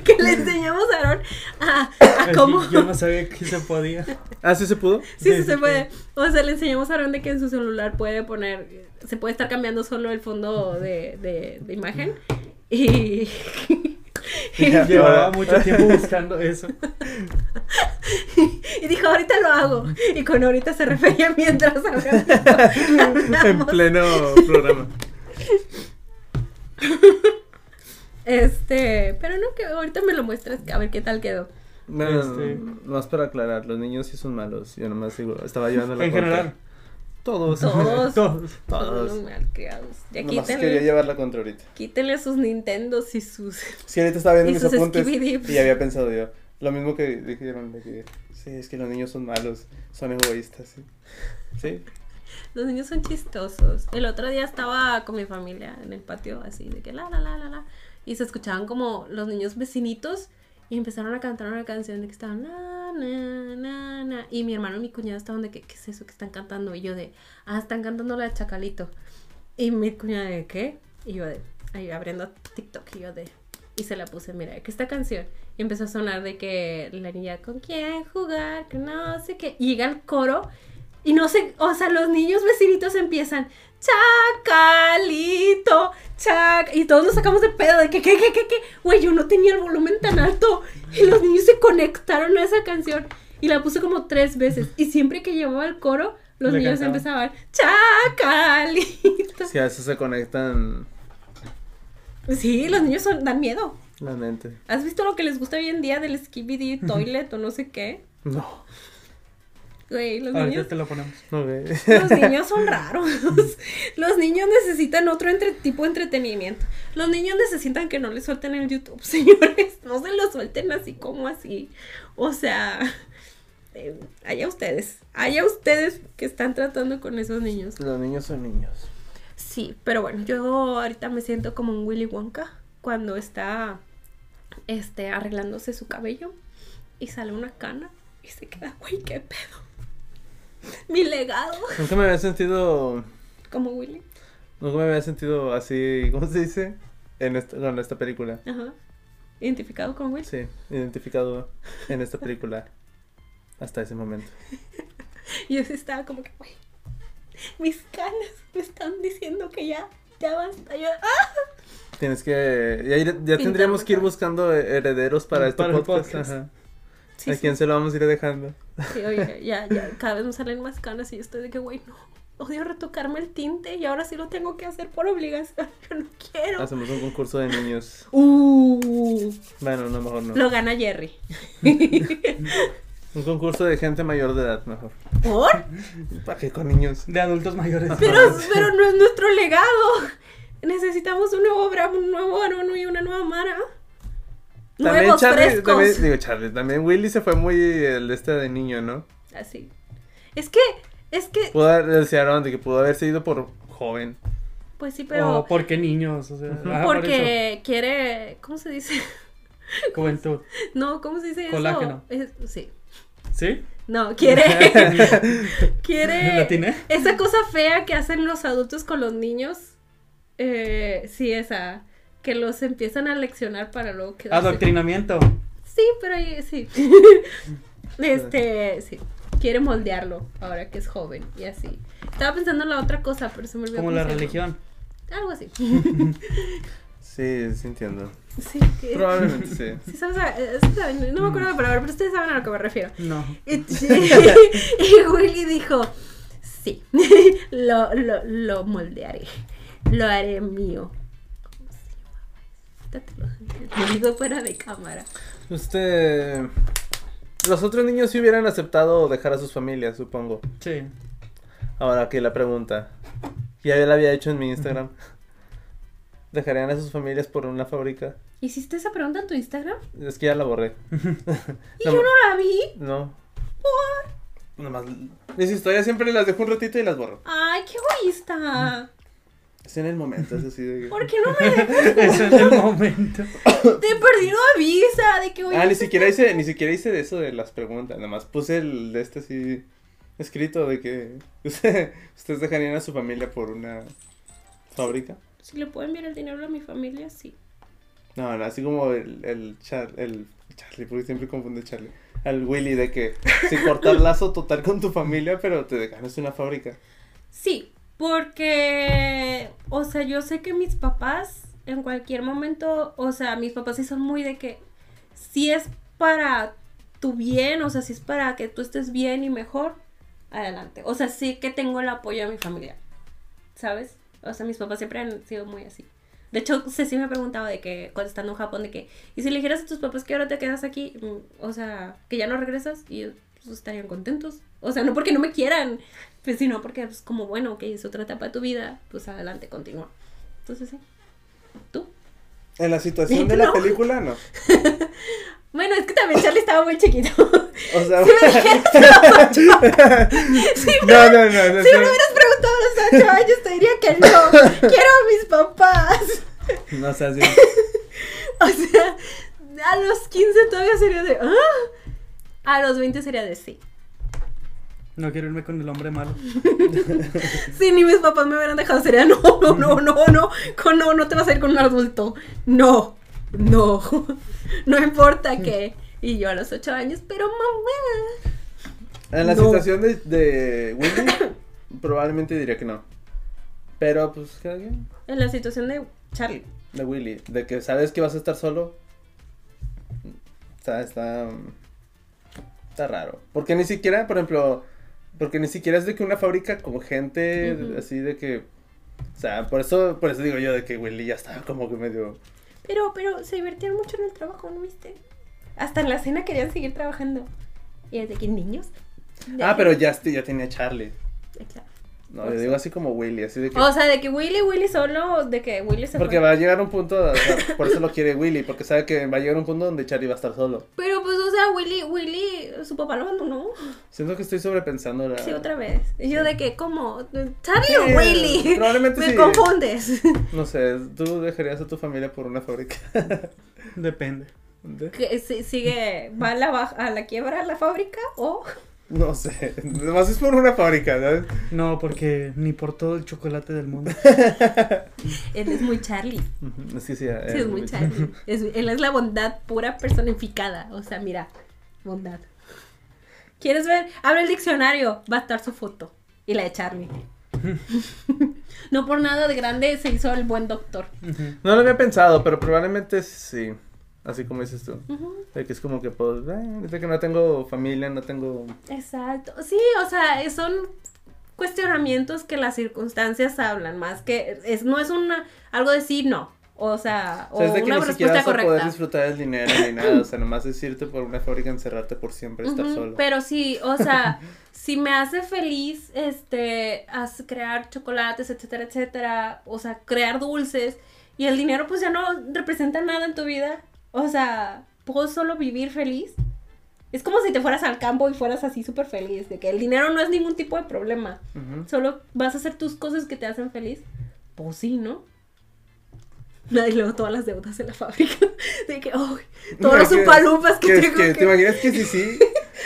Speaker 2: que le enseñamos a Aarón a, a Ah, cómo.
Speaker 3: Yo no sabía que se podía.
Speaker 1: ¿Ah, sí se pudo?
Speaker 2: Sí, sí, se puede. O sea, le enseñamos a Aarón de que en su celular puede poner. Se puede estar cambiando solo el fondo de, de, de imagen. Y.
Speaker 1: Ya.
Speaker 3: Llevaba mucho tiempo buscando eso.
Speaker 2: y dijo, ahorita lo hago. Y con ahorita se refería mientras Aarón.
Speaker 1: en pleno programa.
Speaker 2: Este. Pero no, que ahorita me lo muestras. A ver qué tal quedó.
Speaker 1: No, no, no,
Speaker 3: Este-
Speaker 1: más para aclarar, los niños sí son malos. Yo nomás digo, estaba llevando la
Speaker 3: En
Speaker 1: contra.
Speaker 3: general.
Speaker 1: Todos.
Speaker 2: Todos.
Speaker 3: Todos.
Speaker 1: Todos.
Speaker 2: Son malcriados. Ya
Speaker 1: Nomás
Speaker 2: quítenle-
Speaker 1: quería llevarla contra ahorita.
Speaker 2: Quítenle sus Nintendos y sus.
Speaker 1: Sí, ahorita estaba viendo
Speaker 2: Y
Speaker 1: mis
Speaker 2: sus
Speaker 1: apuntes
Speaker 2: Skibidi.
Speaker 1: y había pensado yo. Lo mismo que dijeron de que sí, es que los niños son malos, son egoístas, sí. Sí.
Speaker 2: Los niños son chistosos. El otro día estaba con mi familia en el patio, así de que la, la, la, la, la. Y se escuchaban como los niños vecinitos y empezaron a cantar una canción de que estaban na, na, na, na. Y mi hermano y mi cuñada estaban de que, ¿qué es eso que están cantando? Y yo de, ah, están cantando la de Chacalito. Y mi cuñada de, ¿qué? Y yo de, ahí abriendo TikTok y yo de, y se la puse, mira, que esta canción. Y empezó a sonar de que la niña con quién jugar, que no sé qué. Y llega el coro y no sé, o sea, los niños vecinitos empiezan, chacalito, chac. Y todos nos sacamos de pedo de que, que, que, que, que. Güey, yo no tenía el volumen tan alto. Y los niños se conectaron a esa canción. Y la puse como tres veces. Y siempre que llevaba el coro, los
Speaker 3: Le
Speaker 2: niños
Speaker 3: cantaban.
Speaker 2: empezaban, chacalito.
Speaker 1: Si a eso se conectan
Speaker 2: Sí, los niños son- dan miedo.
Speaker 1: la mente.
Speaker 2: ¿Has visto lo que les gusta hoy en día del Skibidi Toilet o no sé qué?
Speaker 1: No,
Speaker 2: Güey, los niños,
Speaker 3: Ahorita te lo ponemos.
Speaker 1: no ve.
Speaker 2: los niños son raros. Los niños necesitan otro entre- tipo de entretenimiento. Los niños necesitan que no les suelten el YouTube, señores. No se lo suelten así como así. O sea, eh, allá ustedes. Allá ustedes que están tratando con esos niños.
Speaker 1: Los niños son niños.
Speaker 2: Sí, pero bueno, yo ahorita me siento como un Willy Wonka cuando está este, arreglándose su cabello y sale una cana y se queda, güey, qué pedo. Mi legado.
Speaker 1: Nunca me había sentido,
Speaker 2: Como Willy.
Speaker 1: nunca me había sentido así, ¿cómo se dice? En esta, no, en esta película.
Speaker 2: Ajá. Identificado con Willy.
Speaker 1: Sí, identificado en esta película. Hasta ese momento.
Speaker 2: Y yo sí estaba como que, güey, mis canas me están diciendo que ya, ya basta. Yo, ¡ah!
Speaker 1: Tienes que. Ya, ir- ya tendríamos que ir buscando herederos para este
Speaker 3: Mm, Para el
Speaker 1: podcast.
Speaker 3: podcast.
Speaker 1: ajá.
Speaker 2: Sí,
Speaker 1: ¿A
Speaker 2: sí,
Speaker 1: quién se lo vamos a ir dejando?
Speaker 2: Sí, oye, ya, ya, cada vez me salen más canas y yo estoy de que, güey, no, odio retocarme el tinte y ahora sí lo tengo que hacer por obligación, yo no quiero.
Speaker 1: Hacemos un concurso de niños.
Speaker 2: Uh,
Speaker 1: Bueno, no, mejor no.
Speaker 2: lo gana Jerry.
Speaker 1: Un concurso de gente mayor de edad, mejor.
Speaker 2: ¿Por?
Speaker 1: ¿Para qué con niños?
Speaker 3: De adultos mayores.
Speaker 2: Pero, pero no es nuestro legado. Necesitamos un nuevo Bram, un nuevo Arono y una nueva Mara. Nuevos frescos.
Speaker 1: también, digo, Charlie, también Willy se fue muy el este de niño, ¿no?
Speaker 2: Así. Es que, es que,
Speaker 1: Pudo haber, decía Aaron, de que pudo haberse ido por joven.
Speaker 2: pues sí, pero
Speaker 3: O porque niños, o sea, Oh, ah, por
Speaker 2: porque quiere, ¿cómo se dice?
Speaker 3: eso, juventud.
Speaker 2: No, ¿cómo se dice
Speaker 3: Colágeno.
Speaker 2: eso? Es- sí.
Speaker 3: ¿Sí?
Speaker 2: No, quiere. quiere.
Speaker 3: ¿La tiene?
Speaker 2: Esa cosa fea que hacen los adultos con los niños. eh, sí, esa. Que los empiezan a leccionar para luego que.
Speaker 3: Ah, Adoctrinamiento.
Speaker 2: Sí, pero ahí- sí. este, sí. Quiere moldearlo ahora que es joven y así. Estaba pensando en la otra cosa, pero se me olvidó.
Speaker 3: Como
Speaker 2: cómo
Speaker 3: la
Speaker 2: se llama.
Speaker 3: religión.
Speaker 2: Algo así.
Speaker 1: Sí, sí entiendo.
Speaker 2: sí, que-
Speaker 1: Probablemente sí.
Speaker 2: sí, sabes, eh, saben, no me acuerdo la palabra, pero ustedes saben a lo que me refiero.
Speaker 3: No.
Speaker 2: Y, y Willy dijo, sí, lo, lo, lo moldearé, lo haré mío. ¿Cómo se llamaba? Ahorita te lo- Te digo fuera de cámara.
Speaker 1: Usted. Este, Los otros niños sí hubieran aceptado dejar a sus familias, supongo.
Speaker 3: Sí.
Speaker 1: Ahora aquí la pregunta. Ya la había hecho en mi Instagram. ¿Dejarían a sus familias por una fábrica?
Speaker 2: ¿Hiciste esa pregunta en tu Instagram?
Speaker 1: Es que ya la borré.
Speaker 2: Y
Speaker 1: No,
Speaker 2: yo no la vi.
Speaker 1: No. Nomás. Mis historias siempre las dejo un ratito y las borro.
Speaker 2: Ay, qué egoísta.
Speaker 1: Es en el momento, es así de.
Speaker 2: ¿Por qué no me dejas?
Speaker 3: Ese es el momento.
Speaker 2: Te he perdido avisa de que voy
Speaker 1: Ah, ni siquiera hice, ni siquiera hice de eso de las preguntas, nada más puse el de este así escrito de que usted- ustedes dejarían a su familia por una fábrica.
Speaker 2: Si le puedo enviar el dinero a mi familia, sí.
Speaker 1: No, no, así como el, el, Char- el Charlie, porque siempre confundo a Charlie. Al Willy de que si cortar lazo total con tu familia, pero te dejaras una fábrica.
Speaker 2: Sí, porque, o sea, yo sé que mis papás en cualquier momento, o sea, mis papás sí son muy de que si es para tu bien, o sea, si es para que tú estés bien y mejor, adelante. O sea, sí que tengo el apoyo de mi familia, ¿sabes? O sea, mis papás siempre han sido muy así. De hecho, Ceci me preguntaba de que cuando estando en Japón, de que, ¿y si le dijeras a tus papás que ahora te quedas aquí? Mm, O sea, que ya no regresas y pues, estarían contentos. O sea, no porque no me quieran, pues sino porque es como bueno, que es otra etapa de tu vida, pues adelante, continúa. Entonces sí. ¿Tú?
Speaker 1: En la situación de la
Speaker 2: No.
Speaker 1: película, no.
Speaker 2: Bueno, es que también Charlie estaba muy chiquito.
Speaker 1: O sea,
Speaker 2: Si me dijeras a los ocho si me,
Speaker 1: no, no, no, no.
Speaker 2: si me hubieras preguntado a los ocho años, te diría que no. Quiero a mis papás.
Speaker 1: No, no seas bien.
Speaker 2: O sea, a los 15 todavía sería de. "Ah". A los 20 sería de sí.
Speaker 3: No quiero irme con el hombre malo.
Speaker 2: Si ni mis papás me hubieran dejado, sería no, no, no, no, no. Con no, no te vas a ir con un adulto. No, no. No importa qué. Y yo a los 8 años, pero mamá.
Speaker 1: En la
Speaker 2: No.
Speaker 1: situación de, de Whitney, probablemente diría que no. Pero pues cada quien.
Speaker 2: En la situación de Charlie.
Speaker 1: De Willy, de que sabes que vas a estar solo. Está, está. mm, Está raro. Porque ni siquiera, por ejemplo, porque ni siquiera es de que una fábrica con gente
Speaker 2: Ujú.
Speaker 1: así de que. O sea, por eso, por eso digo yo de que Willy ya estaba como que medio.
Speaker 2: Pero, pero se divertían mucho en el trabajo, ¿no viste? Hasta en la cena querían seguir trabajando. Y desde que niños.
Speaker 1: ah, pero ya, este- ya tenía Charlie.
Speaker 2: Claro.
Speaker 1: No,
Speaker 2: Por
Speaker 1: yo
Speaker 2: eso.
Speaker 1: digo así como Willy, así de que.
Speaker 2: O sea, de que Willy, Willy solo, de que Willy se
Speaker 1: porque
Speaker 2: fue.
Speaker 1: va a llegar un punto, o sea, por eso lo quiere Willy, porque sabe que va a llegar un punto donde Charlie va a estar solo.
Speaker 2: Pero pues, o sea, Willy, Willy, su papá lo abandonó.
Speaker 1: Siento que estoy sobrepensando la...
Speaker 2: Sí, otra vez. Y yo de que, ¿cómo? ¿Charlie
Speaker 1: Sí,
Speaker 2: o Willy?
Speaker 1: probablemente
Speaker 2: Me
Speaker 1: sí.
Speaker 2: confundes.
Speaker 1: No sé, tú dejarías a tu familia por una fábrica.
Speaker 3: Depende.
Speaker 1: ¿De?
Speaker 2: Que si- sigue, va a la, baj- a la quiebra la fábrica o...
Speaker 1: No sé, nomás es por una fábrica, ¿sabes?
Speaker 3: No, porque ni por todo el chocolate del mundo.
Speaker 2: Él es muy Charlie.
Speaker 1: Es que sí, eh,
Speaker 2: Sí, es muy Charlie. Es- él es la bondad pura personificada. O sea, mira, bondad. ¿Quieres ver? Abre el diccionario. Va a estar su foto. Y la de Charlie. no por nada de grande se hizo el buen doctor.
Speaker 3: Ujú.
Speaker 1: No lo había pensado, pero probablemente sí. Así como dices tú.
Speaker 2: Ujú,
Speaker 1: De que es como que pues, eh, ahorita que no tengo familia, no tengo.
Speaker 2: Exacto. Sí, o sea, eh, son cuestionamientos que las circunstancias hablan más que es no es una algo de sí no o sea
Speaker 1: O
Speaker 2: o
Speaker 1: sea, es de que
Speaker 2: una
Speaker 1: ni siquiera
Speaker 2: respuesta
Speaker 1: vas a poder
Speaker 2: correcta
Speaker 1: disfrutar del dinero ni nada. O sea, nomás es irte por una fábrica, encerrarte por siempre, estar
Speaker 2: Ujú,
Speaker 1: solo.
Speaker 2: Pero sí, o sea, si me hace feliz, este, as- crear chocolates, etcétera, etcétera, o sea, crear dulces, y el dinero pues ya no representa nada en tu vida, o sea, puedo solo vivir feliz. Es como si te fueras al campo y fueras así súper feliz, de que el dinero no es ningún tipo de problema,
Speaker 1: Ujú.
Speaker 2: solo vas a hacer tus cosas que te hacen feliz. Pues sí, ¿no? Y luego todas las deudas de la fábrica. De que, ¡ay! todos los
Speaker 1: Que-
Speaker 2: upalupas que,
Speaker 1: que,
Speaker 2: tengo
Speaker 1: que-
Speaker 2: que-
Speaker 1: ¿Te imaginas que sí, sí?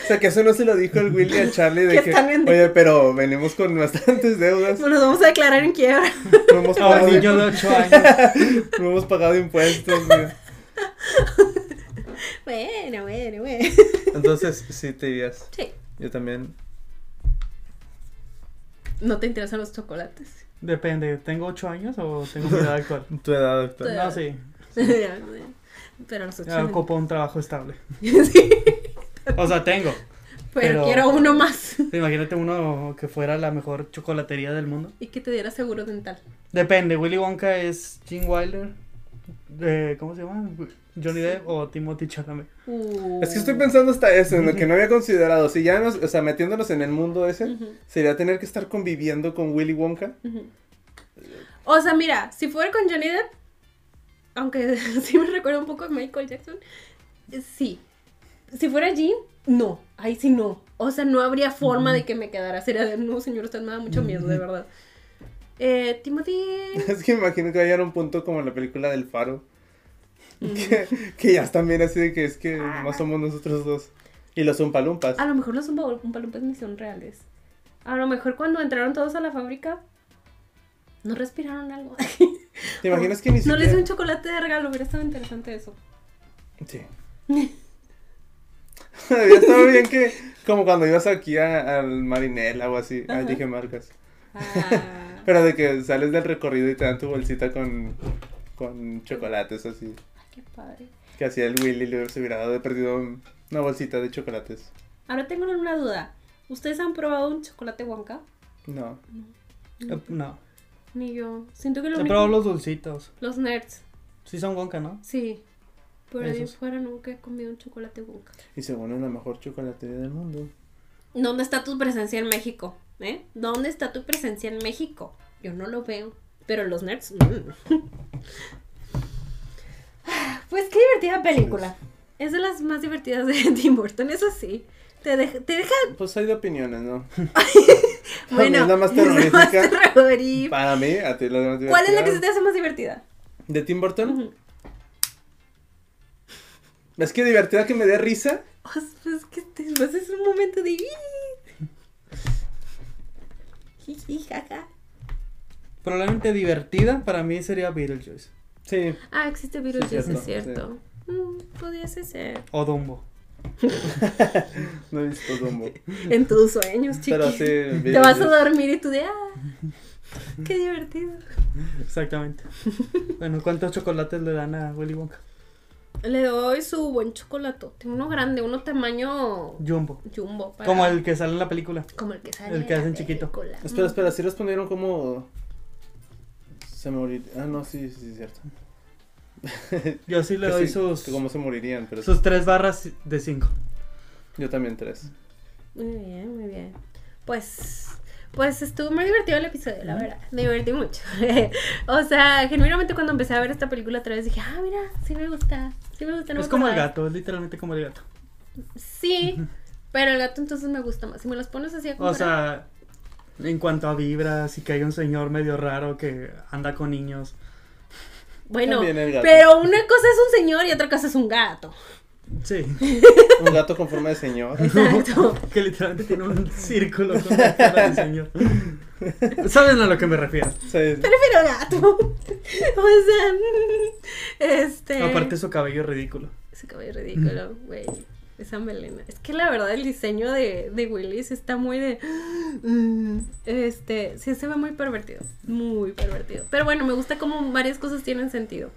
Speaker 1: O sea, que eso no se lo dijo el Willy a Charlie de
Speaker 2: Que
Speaker 1: que,
Speaker 2: están en-
Speaker 1: oye, pero venimos con bastantes deudas, no
Speaker 2: Nos vamos a declarar en quiebra.
Speaker 1: hemos
Speaker 3: A
Speaker 1: pagado,
Speaker 3: un niño de 8 años.
Speaker 1: no hemos pagado impuestos. mira.
Speaker 2: Bueno, bueno, bueno.
Speaker 1: Entonces, sí te dirías,
Speaker 2: Sí.
Speaker 1: yo también.
Speaker 2: No te interesan los chocolates.
Speaker 3: Depende, ¿tengo 8 años o tengo mi edad actual?
Speaker 1: Tu edad actual.
Speaker 3: No, sí.
Speaker 2: pero los
Speaker 3: Ya
Speaker 2: ocho. no.
Speaker 3: ocupo un trabajo estable.
Speaker 2: Sí,
Speaker 3: O sea, tengo.
Speaker 2: pero,
Speaker 3: Pero-
Speaker 2: quiero uno más.
Speaker 3: Imagínate uno que fuera la mejor chocolatería del mundo.
Speaker 2: Y que te diera seguro dental.
Speaker 3: Depende, Willy Wonka es Gene Wilder. eh, ¿Cómo se llama? Johnny Depp o Timothy Chalamet.
Speaker 2: Uh.
Speaker 1: Es que estoy pensando hasta eso, en lo que no había considerado. Si ya nos, o sea, metiéndonos en el mundo ese,
Speaker 2: Ujú,
Speaker 1: sería tener que estar conviviendo con Willy Wonka.
Speaker 2: ujú. O sea, mira, si fuera con Johnny Depp, aunque sí me recuerda un poco a Michael Jackson, eh, sí. Si fuera Jean, no. Ahí sí no. O sea, no habría forma de que me quedara. Sería de, no, señor, usted me da mucho miedo, de verdad. Eh, Timothy.
Speaker 1: Es que me imagino que va a llegar un punto como en la película del faro. Que, que ya están bien así de que es
Speaker 2: Ah,
Speaker 1: que no somos nosotros dos. Y los umpalumpas.
Speaker 2: A lo mejor los Umpalumpas ni son reales. A lo mejor cuando entraron todos a la fábrica, no respiraron algo.
Speaker 1: ¿Te imaginas que ni
Speaker 2: No
Speaker 1: siquiera...
Speaker 2: les di un chocolate de regalo, hubiera estado interesante eso.
Speaker 1: Sí. Había estado bien que, como cuando ibas aquí a- al Marinela o así, ah,
Speaker 2: Ajá.
Speaker 1: dije marcas.
Speaker 2: Ah,
Speaker 1: Pero de que sales del recorrido y te dan tu bolsita con, con chocolates así.
Speaker 2: ay, qué padre.
Speaker 1: Que hacía el Willy, le se hubiera dado de perdido una bolsita de chocolates.
Speaker 2: Ahora tengo una duda. ¿Ustedes han probado un chocolate Wonka?
Speaker 1: No.
Speaker 3: Eh, No.
Speaker 2: Ni yo. Siento que lo
Speaker 3: He
Speaker 2: único...
Speaker 3: probado los dulcitos.
Speaker 2: los nerds.
Speaker 3: Sí son Wonka, ¿no?
Speaker 2: Sí. Por ahí
Speaker 3: Esos.
Speaker 2: fuera nunca he comido un chocolate Wonka.
Speaker 1: Y según es la mejor chocolatería del mundo.
Speaker 2: ¿Dónde está tu presencia en México? ¿Eh? ¿Dónde está tu presencia en México? Yo no lo veo. Pero los nerds. mm. Pues qué divertida película. Es de las más divertidas de Tim Burton, eso sí. Te, deja- te deja.
Speaker 1: Pues hay de opiniones, ¿no?
Speaker 2: Bueno,
Speaker 1: es la más
Speaker 2: es la
Speaker 1: terrorífica.
Speaker 2: más terrorífica.
Speaker 1: Para mí, a ti la más divertida.
Speaker 2: ¿Cuál es la que se te hace más divertida?
Speaker 1: ¿De Tim Burton?
Speaker 2: Ujú.
Speaker 1: Es que divertida que me dé risa.
Speaker 2: O sea, es que te vas a hacer un momento de. Jiji, jaja.
Speaker 3: Probablemente divertida para mí sería Beetlejuice
Speaker 1: Sí.
Speaker 2: Ah, existe Beetlejuice,
Speaker 1: Sí,
Speaker 2: es
Speaker 1: cierto,
Speaker 2: cierto. Mm, pudiese ser.
Speaker 3: o Dumbo.
Speaker 1: No he visto Dumbo.
Speaker 2: En tus sueños, chiqui.
Speaker 1: Pero sí.
Speaker 2: Te vas a dormir y tú de. ¡Ah! ¡Qué divertido!
Speaker 3: Exactamente. Bueno, ¿cuántos chocolates le dan a Willy Wonka?
Speaker 2: Le doy su buen chocolatote. Uno grande, uno tamaño
Speaker 3: Jumbo.
Speaker 2: jumbo. para-
Speaker 3: Como el que sale en la película.
Speaker 2: como el que sale.
Speaker 3: el que
Speaker 2: en la
Speaker 3: hacen chiquito.
Speaker 2: película.
Speaker 1: Espera, espera, si respondieron como. Se morirían. Ah, no, sí, sí, es cierto.
Speaker 3: Yo sí le
Speaker 1: Que
Speaker 3: doy
Speaker 1: sí,
Speaker 3: sus,
Speaker 1: que cómo se morirían, pero
Speaker 3: sus tres barras de cinco.
Speaker 1: yo también tres.
Speaker 2: Muy bien, muy bien. Pues, pues estuvo muy divertido el episodio, la verdad. Me divertí mucho. o sea, genuinamente cuando empecé a ver esta película otra vez dije, ah, mira, sí me gusta. Sí me gusta. No
Speaker 3: es
Speaker 2: me
Speaker 3: como el
Speaker 2: acordaba".
Speaker 3: gato, es literalmente como el gato.
Speaker 2: Sí, pero el gato entonces me gusta más. Si me los pones así a
Speaker 3: O
Speaker 2: comparar,
Speaker 3: sea, en cuanto a vibras y que hay un señor medio raro que anda con niños.
Speaker 2: bueno,
Speaker 1: también el gato.
Speaker 2: pero una cosa es un señor y otra cosa es un gato.
Speaker 3: Sí,
Speaker 1: Un gato con forma de señor.
Speaker 2: Exacto.
Speaker 3: que literalmente tiene un círculo con la cara del señor. ¿Saben a lo que me refiero?
Speaker 1: Sí.
Speaker 2: Prefiero gato. o sea, este.
Speaker 3: Aparte su cabello es ridículo.
Speaker 2: Ese cabello es ridículo,
Speaker 1: Mm.
Speaker 2: güey. Esa melena. Es que la verdad el diseño de, de Willy sí está muy de... Mm, Este, sí se ve muy pervertido. Muy pervertido. Pero bueno, me gusta como varias cosas tienen sentido.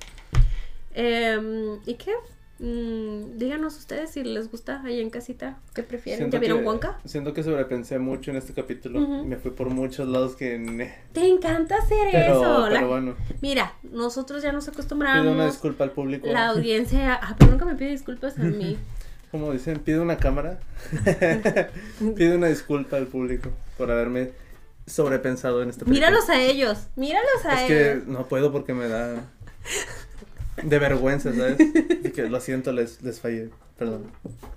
Speaker 2: Em, ¿Y qué? Mm, díganos ustedes si les gusta ahí en casita. ¿Qué prefieren?
Speaker 1: Siento
Speaker 2: ¿Ya vieron
Speaker 1: que-
Speaker 2: Wonka?
Speaker 1: Siento que sobrepensé mucho en este capítulo.
Speaker 2: Ujú.
Speaker 1: Me fui por muchos lados que. ne-
Speaker 2: Te encanta hacer
Speaker 1: Pero,
Speaker 2: eso. La-
Speaker 1: pero bueno,
Speaker 2: Mira, nosotros ya nos
Speaker 1: pido una
Speaker 2: acostumbramos.
Speaker 1: disculpa al público.
Speaker 2: La audiencia... Ah, pero nunca me pide disculpas a mí.
Speaker 1: Como dicen, pido una cámara. pido una disculpa al público por haberme sobrepensado en este capítulo.
Speaker 2: Míralos a ellos. Míralos a
Speaker 1: Es
Speaker 2: ellos.
Speaker 1: que no puedo porque me da de vergüenza, ¿sabes? Así que lo siento, les, les fallé. Perdón.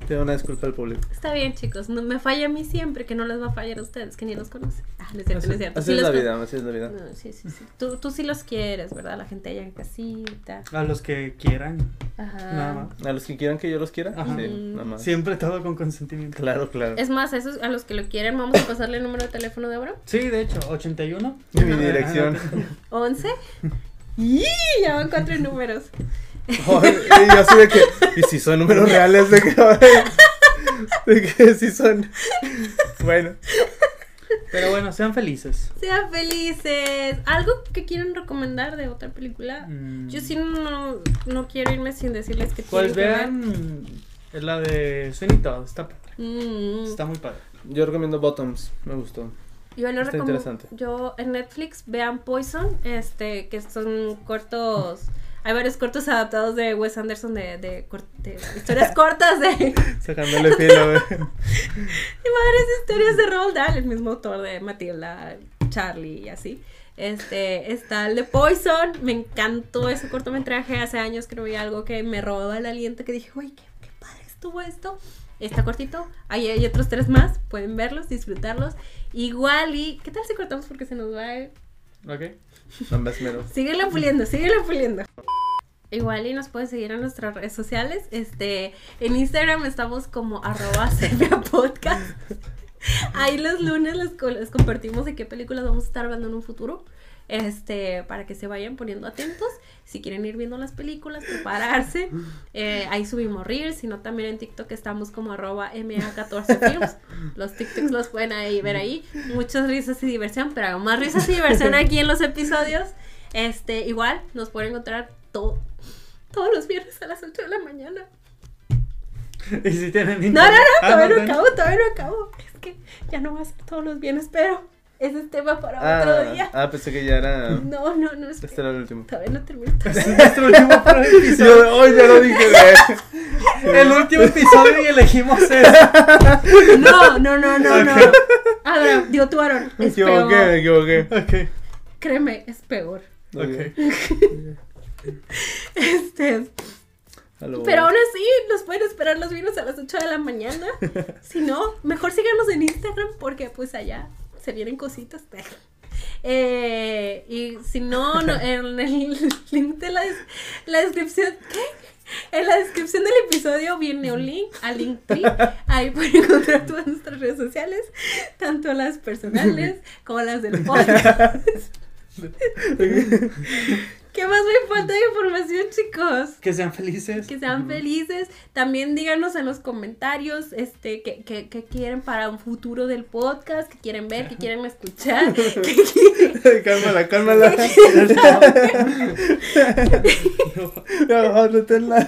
Speaker 1: Pido una disculpa al público.
Speaker 2: Está bien, chicos. No me falla a mí siempre, que no les va a fallar a ustedes, que ni los conocen. Ah, no es cierto, no es cierto.
Speaker 1: Así
Speaker 2: Sí
Speaker 1: es la
Speaker 2: los con-
Speaker 1: vida, así es la vida.
Speaker 2: No, sí, sí, sí. Tú, tú sí los quieres, ¿verdad? La gente allá en casita.
Speaker 3: A los que quieran.
Speaker 2: Ajá.
Speaker 3: Nada más.
Speaker 1: A los que quieran que yo los quiera,
Speaker 3: Ajá.
Speaker 1: sí,
Speaker 2: Ujú.
Speaker 1: nada más.
Speaker 3: Siempre todo con consentimiento.
Speaker 1: Claro, claro.
Speaker 2: Mm. Es más, a esos, a los que lo quieren, vamos a pasarle el número de teléfono de ahora.
Speaker 3: Sí, de hecho, 81.
Speaker 1: Y mi dirección.
Speaker 2: 11. ¡Y! Ya van cuatro números.
Speaker 1: Oh, y yo así de que, y si son números reales, de que, de que si son. Bueno,
Speaker 3: Pero bueno, sean felices.
Speaker 2: Sean felices. ¿Algo que quieren recomendar de otra película?
Speaker 3: Mm.
Speaker 2: Yo sí no, no quiero irme sin decirles que
Speaker 3: Pues
Speaker 2: tienen que
Speaker 3: vean es la de Sweeney Todd, está padre.
Speaker 2: ver. Mm.
Speaker 3: Está muy padre.
Speaker 1: yo recomiendo Bottoms, me gustó.
Speaker 2: Yo lo
Speaker 1: Está
Speaker 2: recomiendo.
Speaker 1: interesante.
Speaker 2: Yo en Netflix vean Poison, este, que son cortos. Hay varios cortos adaptados de Wes Anderson de, de cor- de historias cortas de, de
Speaker 1: Sacándole filo, güey.
Speaker 2: varias historias de Roald Dahl, el mismo autor de Matilda, Charlie y así. Este, está el de Poison, me encantó ese cortometraje, hace años que no vi algo que me robó el aliento, que dije, uy, qué, qué padre estuvo esto. Está cortito, ahí hay otros tres más, pueden verlos, disfrutarlos. Igual y, ¿qué tal si cortamos porque se nos va el-
Speaker 3: ¿Ok?
Speaker 1: No más mero.
Speaker 2: Síguela puliendo, síguela puliendo. Igual y nos pueden seguir en nuestras redes sociales. Este, en Instagram estamos como arroba sepia podcast. Ahí los lunes les, co- les compartimos de qué películas vamos a estar hablando en un futuro. Este, para que se vayan poniendo atentos. Si quieren ir viendo las películas, prepararse. Eh, ahí subimos reels, sino también en TikTok estamos como arroba MA14films. Los TikToks los pueden ahí ver ahí. Muchas risas y diversión, pero más risas y diversión aquí en los episodios. Este, igual nos pueden encontrar todo, todos los viernes a las 8 de la mañana.
Speaker 3: Y si tienen
Speaker 2: No, no,
Speaker 3: internet-
Speaker 2: no,
Speaker 3: Ah,
Speaker 2: todavía no
Speaker 3: ten-
Speaker 2: acabo, todavía no acabo. Es que ya no va a ser todos los viernes, pero ese es tema para otro
Speaker 1: Ah,
Speaker 2: día.
Speaker 1: ah, pensé que ya era.
Speaker 2: No, no, no, es
Speaker 1: Este era el último.
Speaker 2: todavía no termino.
Speaker 3: Ese es nuestro último pro- episodio.
Speaker 1: Yo hoy ya lo dije, güey.
Speaker 3: El último episodio y elegimos este. eso.
Speaker 2: No, no, no, no, no. Ahora, digo tú, Aaron,
Speaker 1: Me
Speaker 2: es
Speaker 1: equivoqué, me
Speaker 2: peor.
Speaker 1: equivoqué.
Speaker 3: Ok.
Speaker 2: Créeme, es peor.
Speaker 1: Ok.
Speaker 3: Ok.
Speaker 2: Este,
Speaker 1: A lo-
Speaker 2: Pero aún así, nos pueden esperar los vinos a las 8 de la mañana. Si no, mejor síganos en Instagram porque pues allá se vienen cositas. Eh, y si no, no, en el link de la, des- la descripción... ¿qué? En la descripción del episodio viene un link a Linktree. Ahí pueden encontrar todas nuestras redes sociales, tanto las personales como las del podcast. ¿Qué más me falta de información, chicos?
Speaker 3: Que sean felices.
Speaker 2: Que sean felices. También díganos en los comentarios este qué, qué- qué quieren para un futuro del podcast, qué quieren ver, qué quieren escuchar. qué quieren-
Speaker 1: cálmala, cálmala. No, no tenla.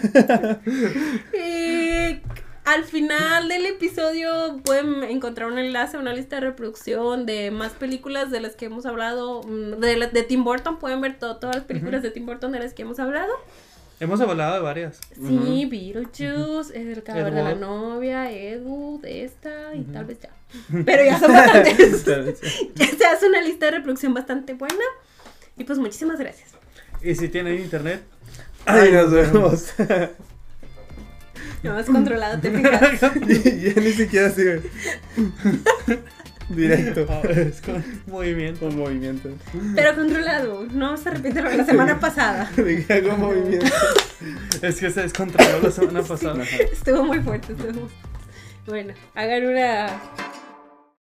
Speaker 2: Eh, al final del episodio pueden encontrar un enlace a una lista de reproducción de más películas de las que hemos hablado. mm, De, la- de Tim Burton, pueden ver to- todas las películas de Tim Burton de las que hemos hablado.
Speaker 3: Hemos hablado de varias.
Speaker 2: Sí, Beetlejuice, El cadáver de la
Speaker 3: Edward.
Speaker 2: novia, Edu, de esta y tal vez ya. Pero ya son bastantes. ya se hace una lista de reproducción bastante buena. Y pues muchísimas gracias.
Speaker 3: Y si tienen internet.
Speaker 1: Ay, nos vemos.
Speaker 2: No has controlado, te fijas.
Speaker 1: ya ni siquiera sigue. Directo.
Speaker 3: Ah, es con movimiento.
Speaker 1: Con movimiento.
Speaker 2: Pero controlado, no se arrepiente lo de la semana pasada.
Speaker 1: De que hago movimiento.
Speaker 3: Es que se descontroló la semana pasada.
Speaker 2: Estuvo muy fuerte, estuvo. Bueno, hagan una